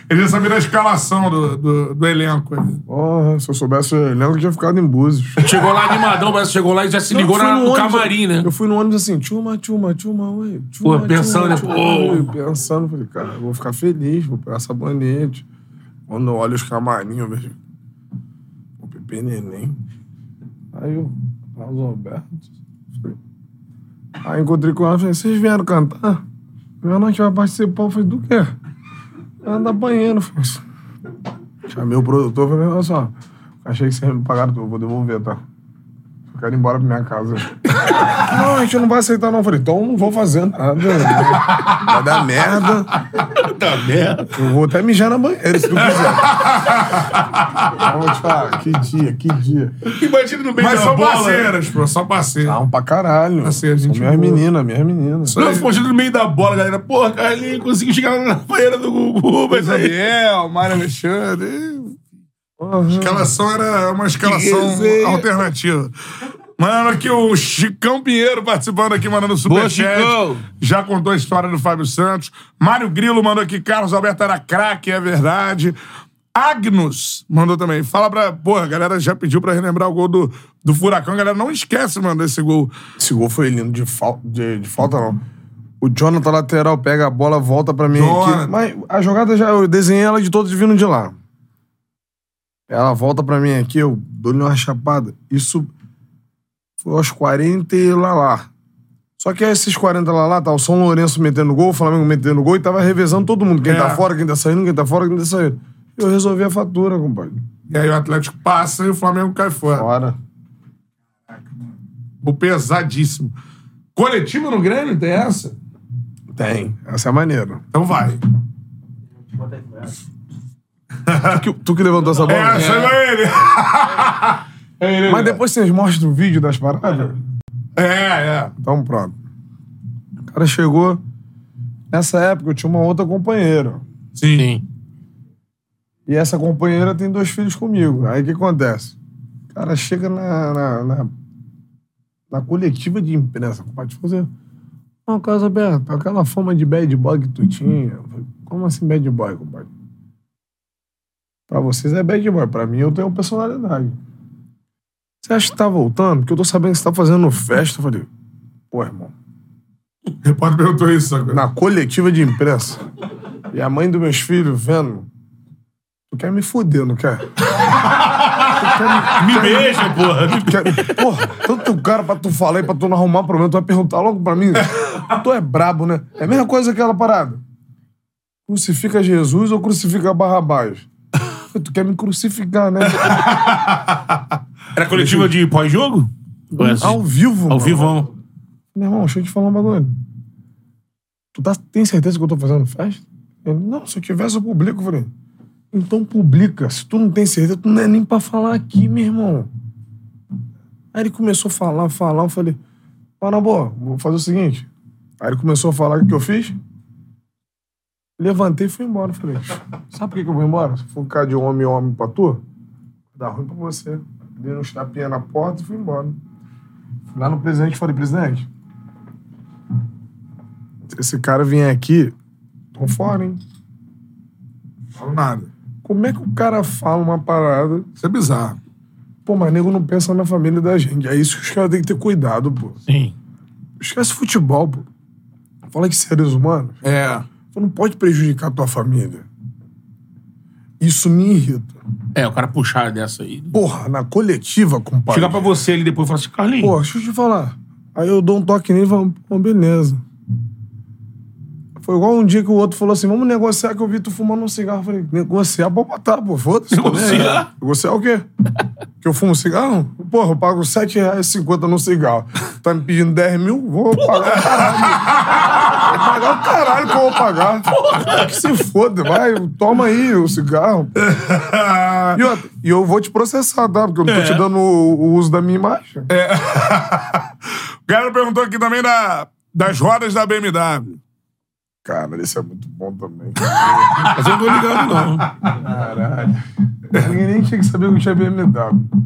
Ele já sabia da escalação do, do, do elenco. Porra, se eu soubesse, eu lembro que tinha ficado em Búzios. Chegou lá animadão, mas chegou lá e já se ligou Eu fui na- no, ônibus, camarim, né? Eu fui no ônibus assim, tchuma, tchuma, tchuma, ué. Tchuma, Pô, pensando, né? tchuma, Pô. ué, Pensando, falei, cara, eu vou ficar feliz, vou pegar sabonete. Quando eu olho os camarim, eu vejo. O Pepe é Neném. Aí eu, Carlos Alberto. falei, Aí encontrei com ela e falei, vocês vieram cantar? Meu nós que vai participar. Eu falei, do quê? Ela da banheiro. Eu falei, Chamei o produtor e falei, olha só, achei que vocês me pagaram tudo, eu vou devolver, tá? Eu quero ir embora pra minha casa. não, a gente não vai aceitar, não. Eu falei, então eu não vou fazer nada. Vai dar merda. Puta merda. Eu vou até mijar na banheira, se tu quiser. Então, Eu vou te falar, que dia, que dia. Imagina no meio Mas da são bola. parceiras, pô. São parceiras. Não, pra caralho. Tá certo, São gente minhas boa. meninas, minhas meninas. Não, ficou no meio da bola, galera. Porra, Carlinhos, consegui chegar na banheira do Gugu, mas é Gabriel, Mário Alexandre. Porra. escalação era uma escalação resenha. alternativa. Mano, aqui o Chicão Pinheiro participando aqui, mandando superchat. Chicão. Já contou a história do Fábio Santos. Mário Grilo mandou aqui, Carlos Alberto era craque, é verdade. Agnus mandou também. Fala pra... Porra, a galera já pediu pra relembrar o gol do, do Furacão. A galera não esquece, mano, desse gol. Esse gol foi lindo de, fal... de, de falta, não. O Jonathan lateral pega a bola, volta pra mim. Jonathan. aqui. Mas a jogada já. Eu desenhei ela de todos vindo de lá. Ela volta pra mim aqui, eu dou-lhe uma chapada. Isso foi aos 40 e lá lá. Só que esses 40 lá lá, tá o São Lourenço metendo gol, o Flamengo metendo gol e tava revezando todo mundo. Quem É. tá fora, quem tá saindo, quem tá fora, quem tá saindo. Eu resolvi a fatura, compadre. E aí o Atlético passa e o Flamengo cai fora. Fora. Gol pesadíssimo. Coletivo no Grêmio, tem essa? Tem. Essa é a maneira. Então vai. Tu que, Tá tu que levantou essa bola? É, chegou ele. É ele. Mas depois vocês mostram o vídeo das paradas? É, é. Então pronto. O cara chegou. Nessa época eu tinha uma outra companheira. Sim. E essa companheira tem dois filhos comigo. Aí o que acontece? O cara chega na, na, na, na coletiva de imprensa, é pode fazer. Não, Carlos Alberto, é aquela fama de bad boy que tu tinha. Eu falei, Como assim bad boy, compadre? Pra vocês é bad boy, pra mim eu tenho personalidade. Você acha que tá voltando? Porque eu tô sabendo que você tá fazendo festa. Eu falei, pô, irmão, O repórter perguntou isso agora. na coletiva de imprensa. E a mãe dos meus filhos vendo. Tu quer me foder, não quer? Me beija, porra. quer porra, tanto cara pra tu falar e pra tu não arrumar problema, tu vai perguntar logo pra mim. Tu é brabo, né? É a mesma coisa que aquela parada. Crucifica Jesus ou crucifica Barrabás? Tu quer me crucificar, né? Era coletiva de pós-jogo? Ou é assim? Ao vivo, Ao mano. vivão. Meu irmão, deixa eu te falar um bagulho. Tu tá, tem certeza que eu tô fazendo festa? Ele, não, se eu tivesse, eu publico. Eu falei, então publica. Se tu não tem certeza, tu não é nem pra falar aqui, meu irmão. Aí ele começou a falar, falar, eu falei, ó, na boa, vou fazer o seguinte. Aí ele começou a falar o que eu fiz. Levantei e fui embora. Eu Falei, sabe por que que eu vou embora? Se for ficar de homem homem pra tu, dá ruim pra você. Dei uns tapinha na porta e fui embora. Fui lá no presidente e falei, presidente, se esse cara vier aqui, tô fora, hein? Falo nada. Como é que o cara fala uma parada? Isso é bizarro. Pô, mas nego não pensa na família da gente. É isso que os caras têm que ter cuidado, pô. Sim. Esquece futebol, pô. Fala que seres humanos. É. Tu não pode prejudicar tua família. Isso me irrita. É, o cara puxar dessa aí. Porra, na coletiva, compadre. Chegar pra você ali depois e falar assim, Carlinhos. Pô, deixa eu te falar. Aí eu dou um toque nele e falo, pô, beleza. Foi igual um dia que o outro falou assim: vamos negociar que eu vi tu fumando um cigarro. Eu falei, negociar pra botar, pô, foda-se. tô nem aí. Negociar? Negociar o quê? Que eu fumo cigarro? Porra, eu pago R$ 7,50 no cigarro. Tá me pedindo 10 mil? Vou pagar o caralho. Vou pagar o caralho que eu vou pagar. Que se foda, vai, toma aí o cigarro. E outra, e eu, vou te processar, tá? Porque eu não tô te dando o, o uso da minha imagem. o cara perguntou aqui também da, das rodas da BMW. Cara, esse é muito bom também. Mas eu não tô ligado, não. Caralho. Ninguém nem tinha que saber que tinha BMW.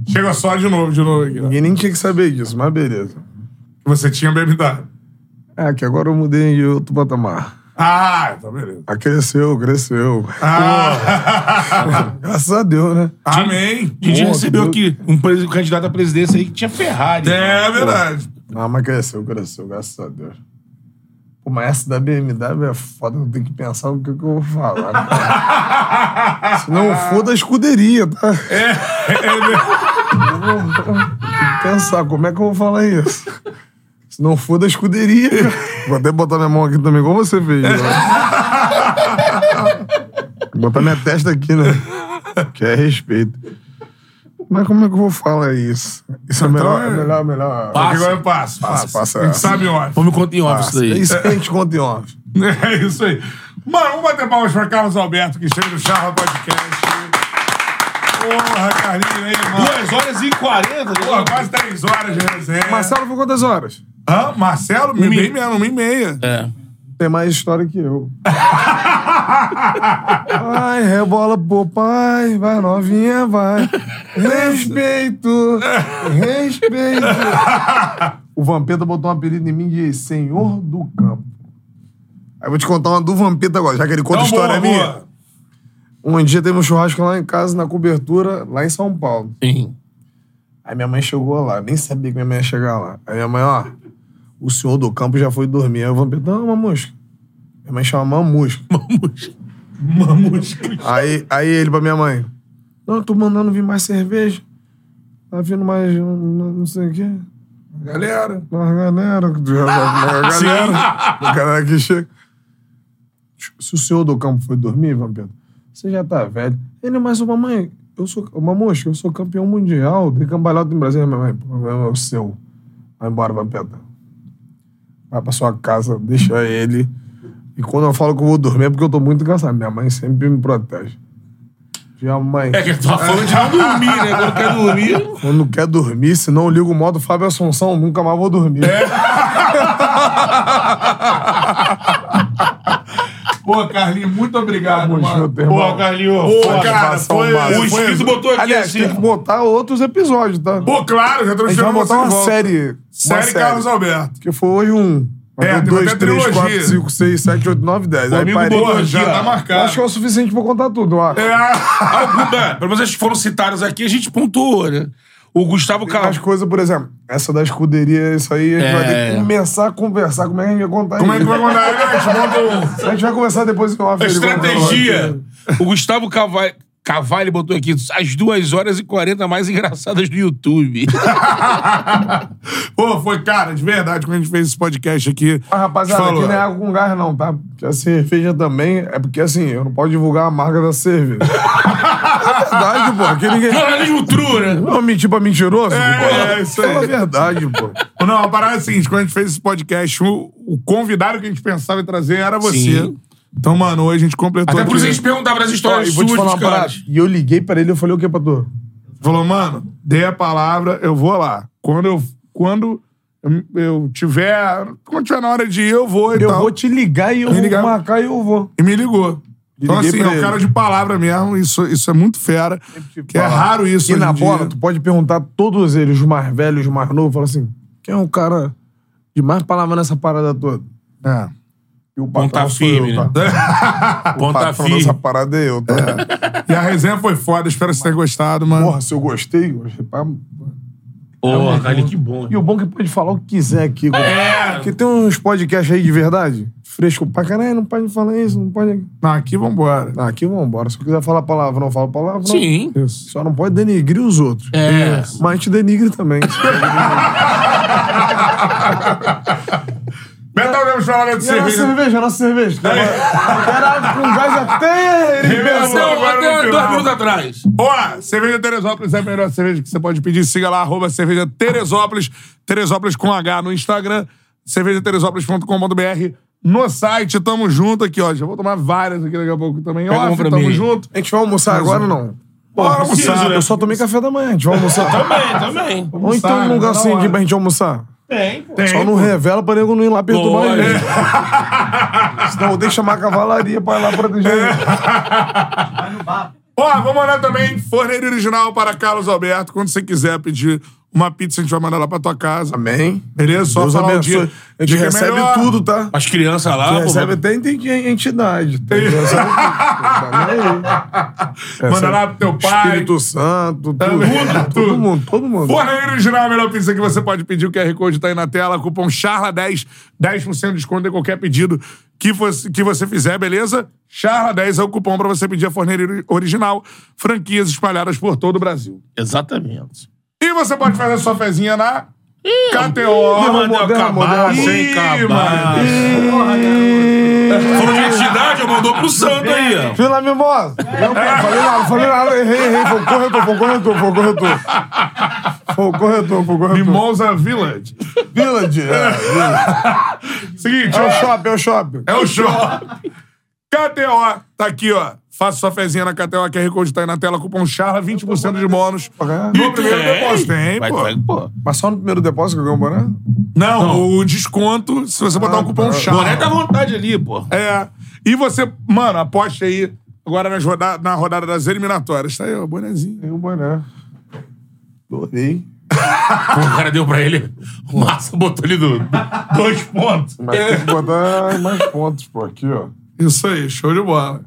Chega só de novo, de novo aqui. ó. Ninguém nem tinha que saber disso, mas beleza. Você tinha BMW. É, que agora eu mudei de outro patamar. Ah, então beleza. Ah, cresceu, cresceu. Ah, Graças a Deus, né? amém. A gente Porra, recebeu meu- aqui um pres- um candidato à presidência aí que tinha Ferrari. É verdade. Ah, mas cresceu, cresceu, graças a Deus. Pô, mas essa da BMW é foda, eu tenho que pensar no que, que eu vou falar. Né? Se não for da escuderia, tá? É, eu vou- eu tenho que pensar, como é que eu vou falar isso? Se não for da escuderia. cara. Vou até botar minha mão aqui também, como você fez. Né? botar minha testa aqui, né? Que é respeito. Mas como é que eu vou falar isso? Isso é melhor, é melhor, melhor. Porque Agora eu passo, passo. passa. A gente sabe onde. Vamos contar um em off Ah, isso É daí. isso que a gente conta em off. É isso aí. Mano, vamos bater palmas pra Carlos Alberto, que chega do Charla Podcast. Porra, Carlinho, hein, mano? 2 horas e né? 40. Porra, quase 10 horas de resenha. Marcelo foi quantas horas? um Hã? Marcelo, bem e- mesmo, uma e meia. É. Tem mais história que eu. Vai, rebola pro pai, vai novinha, vai. Respeito, respeito. O Vampeta botou um apelido em mim de Senhor do Campo. Aí eu vou te contar uma do Vampeta agora, já que ele conta Então, é história boa, minha. boa. Um dia teve um churrasco lá em casa, na cobertura, lá em São Paulo. Sim. Aí minha mãe chegou lá, nem sabia que minha mãe ia chegar lá. Aí minha mãe, ó, o senhor do campo já foi dormir. Aí eu vou não, mamusca. Minha mãe chama mamusca. Mamusca. aí, aí ele pra minha mãe, não, eu tô mandando vir mais cerveja. Tá vindo mais, um- não, não sei o quê. Galera. Uma galera, uma galera, uma galera que chega. Se o senhor do campo foi dormir, Vampeta, você já tá velho. Ele, mas ô mamãe, eu sou. ô, Mamosca, eu sou campeão mundial, dei cambalhota em Brasília, minha mãe. O problema é o seu. Vai embora, Vampeta. Vai pra sua casa, deixa ele. E quando eu falo que eu vou dormir é porque eu tô muito cansado. Minha mãe sempre me protege. Minha mãe. É que eu tava falando de não dormir, né? Quando quer dormir. Quando quer dormir, se não liga o modo Fábio Assunção, nunca mais vou dormir. É, Pô, Carlinho, muito obrigado, Poxa, mano. meu irmão. Pô, Carlinho, Pô, um cara, satisfação, foi, mano. O Espírito botou aqui Aliás, assim. tem que botar outros episódios, tá? Pô, claro, já a gente vai transformou botar Então uma série. uma Série Carlos Alberto. Que foi hoje um. Vai É, ter tem dois, até três, trilogia. quatro, cinco, seis, sete, oito, nove, dez. O Aí amigo parei. botou Pô, já aqui, tá ó. marcado. É, Acho que é o suficiente pra contar tudo, eu acho. Ah, o Guga, pelo menos eles foram citados aqui, a gente pontuou, né? O Gustavo As Carlos. coisas, por exemplo, essa da escuderia, isso aí, a gente vai ter É. que começar a conversar. Como é que a gente vai contar Como é isso? que vai É mandar? né? A gente um- monta A gente vai conversar depois com a Estratégia. né? O Gustavo Cavalho. Cavalho botou aqui as duas horas e 40 mais engraçadas do YouTube. um... Pô, foi, cara, de verdade, quando a gente fez esse podcast aqui. Mas, rapaziada, a gente aqui não é falou, água com gás, não, tá? Porque a cerveja também. É porque assim, eu não posso divulgar a marca da cerveja. é verdade, pô. Aqui ninguém. é Jornalismo true, né? Não, mentir pra um tipo, mentiroso? É, pô. é, isso aí. Fala a verdade, pô. Não, a parada é a seguinte: quando a gente fez esse podcast, o, o convidado que a gente pensava em trazer era você. Sim. Então, mano, hoje a gente completou. Até por isso a aqui. gente perguntava as Ó, histórias e vou suas te falar dos uma parada. caras. E eu liguei pra ele e eu falei o que pra tu? Falou, mano, dê a palavra, eu vou lá. Quando eu, quando eu- eu tiver. Quando tiver na hora de ir, eu vou e Eu tal. vou te ligar e eu Então, Me vou ligar. marcar e eu vou. E me ligou. Então, liguei assim, é pra um ele. cara de palavra mesmo, isso, isso é muito fera. Que é Fala. raro isso, E hoje na em dia. bola, tu pode perguntar todos eles, os mais velhos, os mais novos, fala assim: quem é o cara de mais palavra nessa parada toda? É. E o Ponta patrão sou firme, né? eu, tá? O Ponta patrão dessa Tá firme. parada é eu, tá? E a resenha foi foda, espero que você tenha gostado, mano. Porra, se eu gostei, eu achei pra- Porra, Carlinhos, que bom. E o bom é que pode falar o que quiser aqui. É. Porque tem uns podcasts aí de verdade, fresco pra caralho, não pode falar isso, não pode. Não, aqui vambora. Ah, aqui vambora. Se eu quiser falar palavra, não falo palavra. Sim. Isso. Só não pode denigrir os outros. É. Mas a gente denigre também. Metal Lemos pra hora de E a nossa cerveja. cerveja, a nossa cerveja. Caralho, com gás até ele Revelou. pensa. Não, Agora no até dois final. minutos atrás. Ó, cerveja Teresópolis é a melhor cerveja que você pode pedir. Siga lá, arroba cerveja Teresópolis, Teresópolis com H no Instagram, cervejateresópolis.com.br no site. Tamo junto aqui, ó. Já vou tomar várias aqui daqui a pouco também. Pega Ó, uma pra tamo mim. junto. A gente vai almoçar agora ou não? Bora Preciso, almoçar. Eu só tomei café da manhã, a gente vai almoçar. né? Também, também. Ou então Almoçar, um lugar tá na assim hora. aqui pra gente almoçar. Tem, pô. Só não revela pra nego não ir lá perturbar Lógico. ele. Senão eu tenho que chamar a cavalaria pra ir lá proteger ele. Ó, vamos mandar também forneiro original para Carlos Alberto. Quando você quiser pedir uma pizza, a gente vai mandar lá pra tua casa. Amém. Beleza? Só Deus falar o abençoe. dia. A gente dia que é recebe melhor. tudo, tá? As crianças lá, Quem pô. recebe até ent- entidade. Tem que receber tudo. Tá nem aí. Manda lá pro teu pai. Tá Espírito Santo, tudo. Tudo, tudo. Todo mundo, todo mundo. Forneiro original, a melhor pizza que você pode pedir. O QR Code tá aí na tela. Cupom CHARLA10, 10% de desconto em qualquer pedido que você, que você fizer, beleza? CHARLA10 é o cupom pra você pedir a forneira original. Franquias espalhadas por todo o Brasil. Exatamente. E você pode fazer sua fezinha na Mano, KTO. derramou, derramou, acabar, derramou. sem Ih, acabar. mano. Falou de entidade, eu mandou pro santo aí, ó. Fila mimosa! Não, cara, falei nada, falei nada, errei, errei. Foi o corretor, foi o corretor, foi o corretor. Foi o corretor, foi o corretor. Mimosa Village. Village. É, Seguinte, é ó. o shopping, é o shopping. É o shopping. KTO, tá aqui, ó. Faça sua fezinha na KTO, QR Code tá aí na tela, cupom CHARLA, 20% de bônus. No primeiro depósito, tem, Vai, pô. vai, pô. Mas só no primeiro depósito que eu ganho um boné? Não, o desconto, se você botar um cupom tá. CHARLA. Boné tá à vontade ali, pô. É. E você, mano, aposte aí agora nas roda- na rodada das eliminatórias. Tá aí, ó, bonezinho. Tem um boné. Adorei. O cara deu pra ele. O Massa botou ele do, dois pontos. Mas É. tem que botar mais pontos, pô, aqui, ó. Isso aí, show de bola.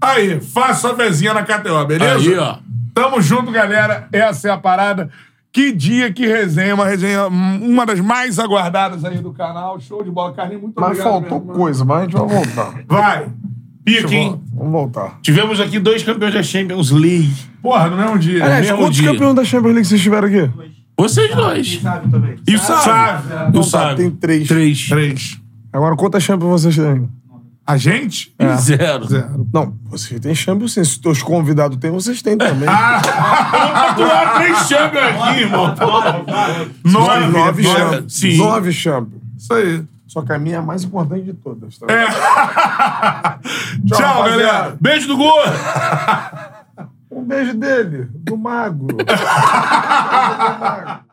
Aí, faça sua fezinha na KTO, beleza? Aí, ó. Tamo junto, galera. Essa é a parada. Que dia, que resenha. Uma resenha, hum, uma das mais aguardadas aí do canal. Show de bola. Carlinhos, muito Mas obrigado. faltou meu irmão. coisa, mas a gente vai voltar. Vai. Pique, hein? Vamos voltar. Tivemos aqui dois campeões da Champions League. Porra, no mesmo dia. né? É, Aliás, mesmo quantos dia. campeões da Champions League vocês tiveram aqui? Vocês dois. Sabe também. E o Sábio? Sábio. O Então tá, Sábio. tem três. Três. Três. Agora, quantas Champions vocês têm? A gente? É. E Zero. Zero. Não, vocês têm Champions sim. Se os convidados têm, vocês têm também. Tatuar três Champions aqui, irmão. Nove. nove nove. Champions. sim. Nove Champions. Isso aí. Só que a minha é a mais importante de todas. Tá? Tchau, Tchau, galera. rapaziada. Beijo do gol. Um beijo dele, do Mago.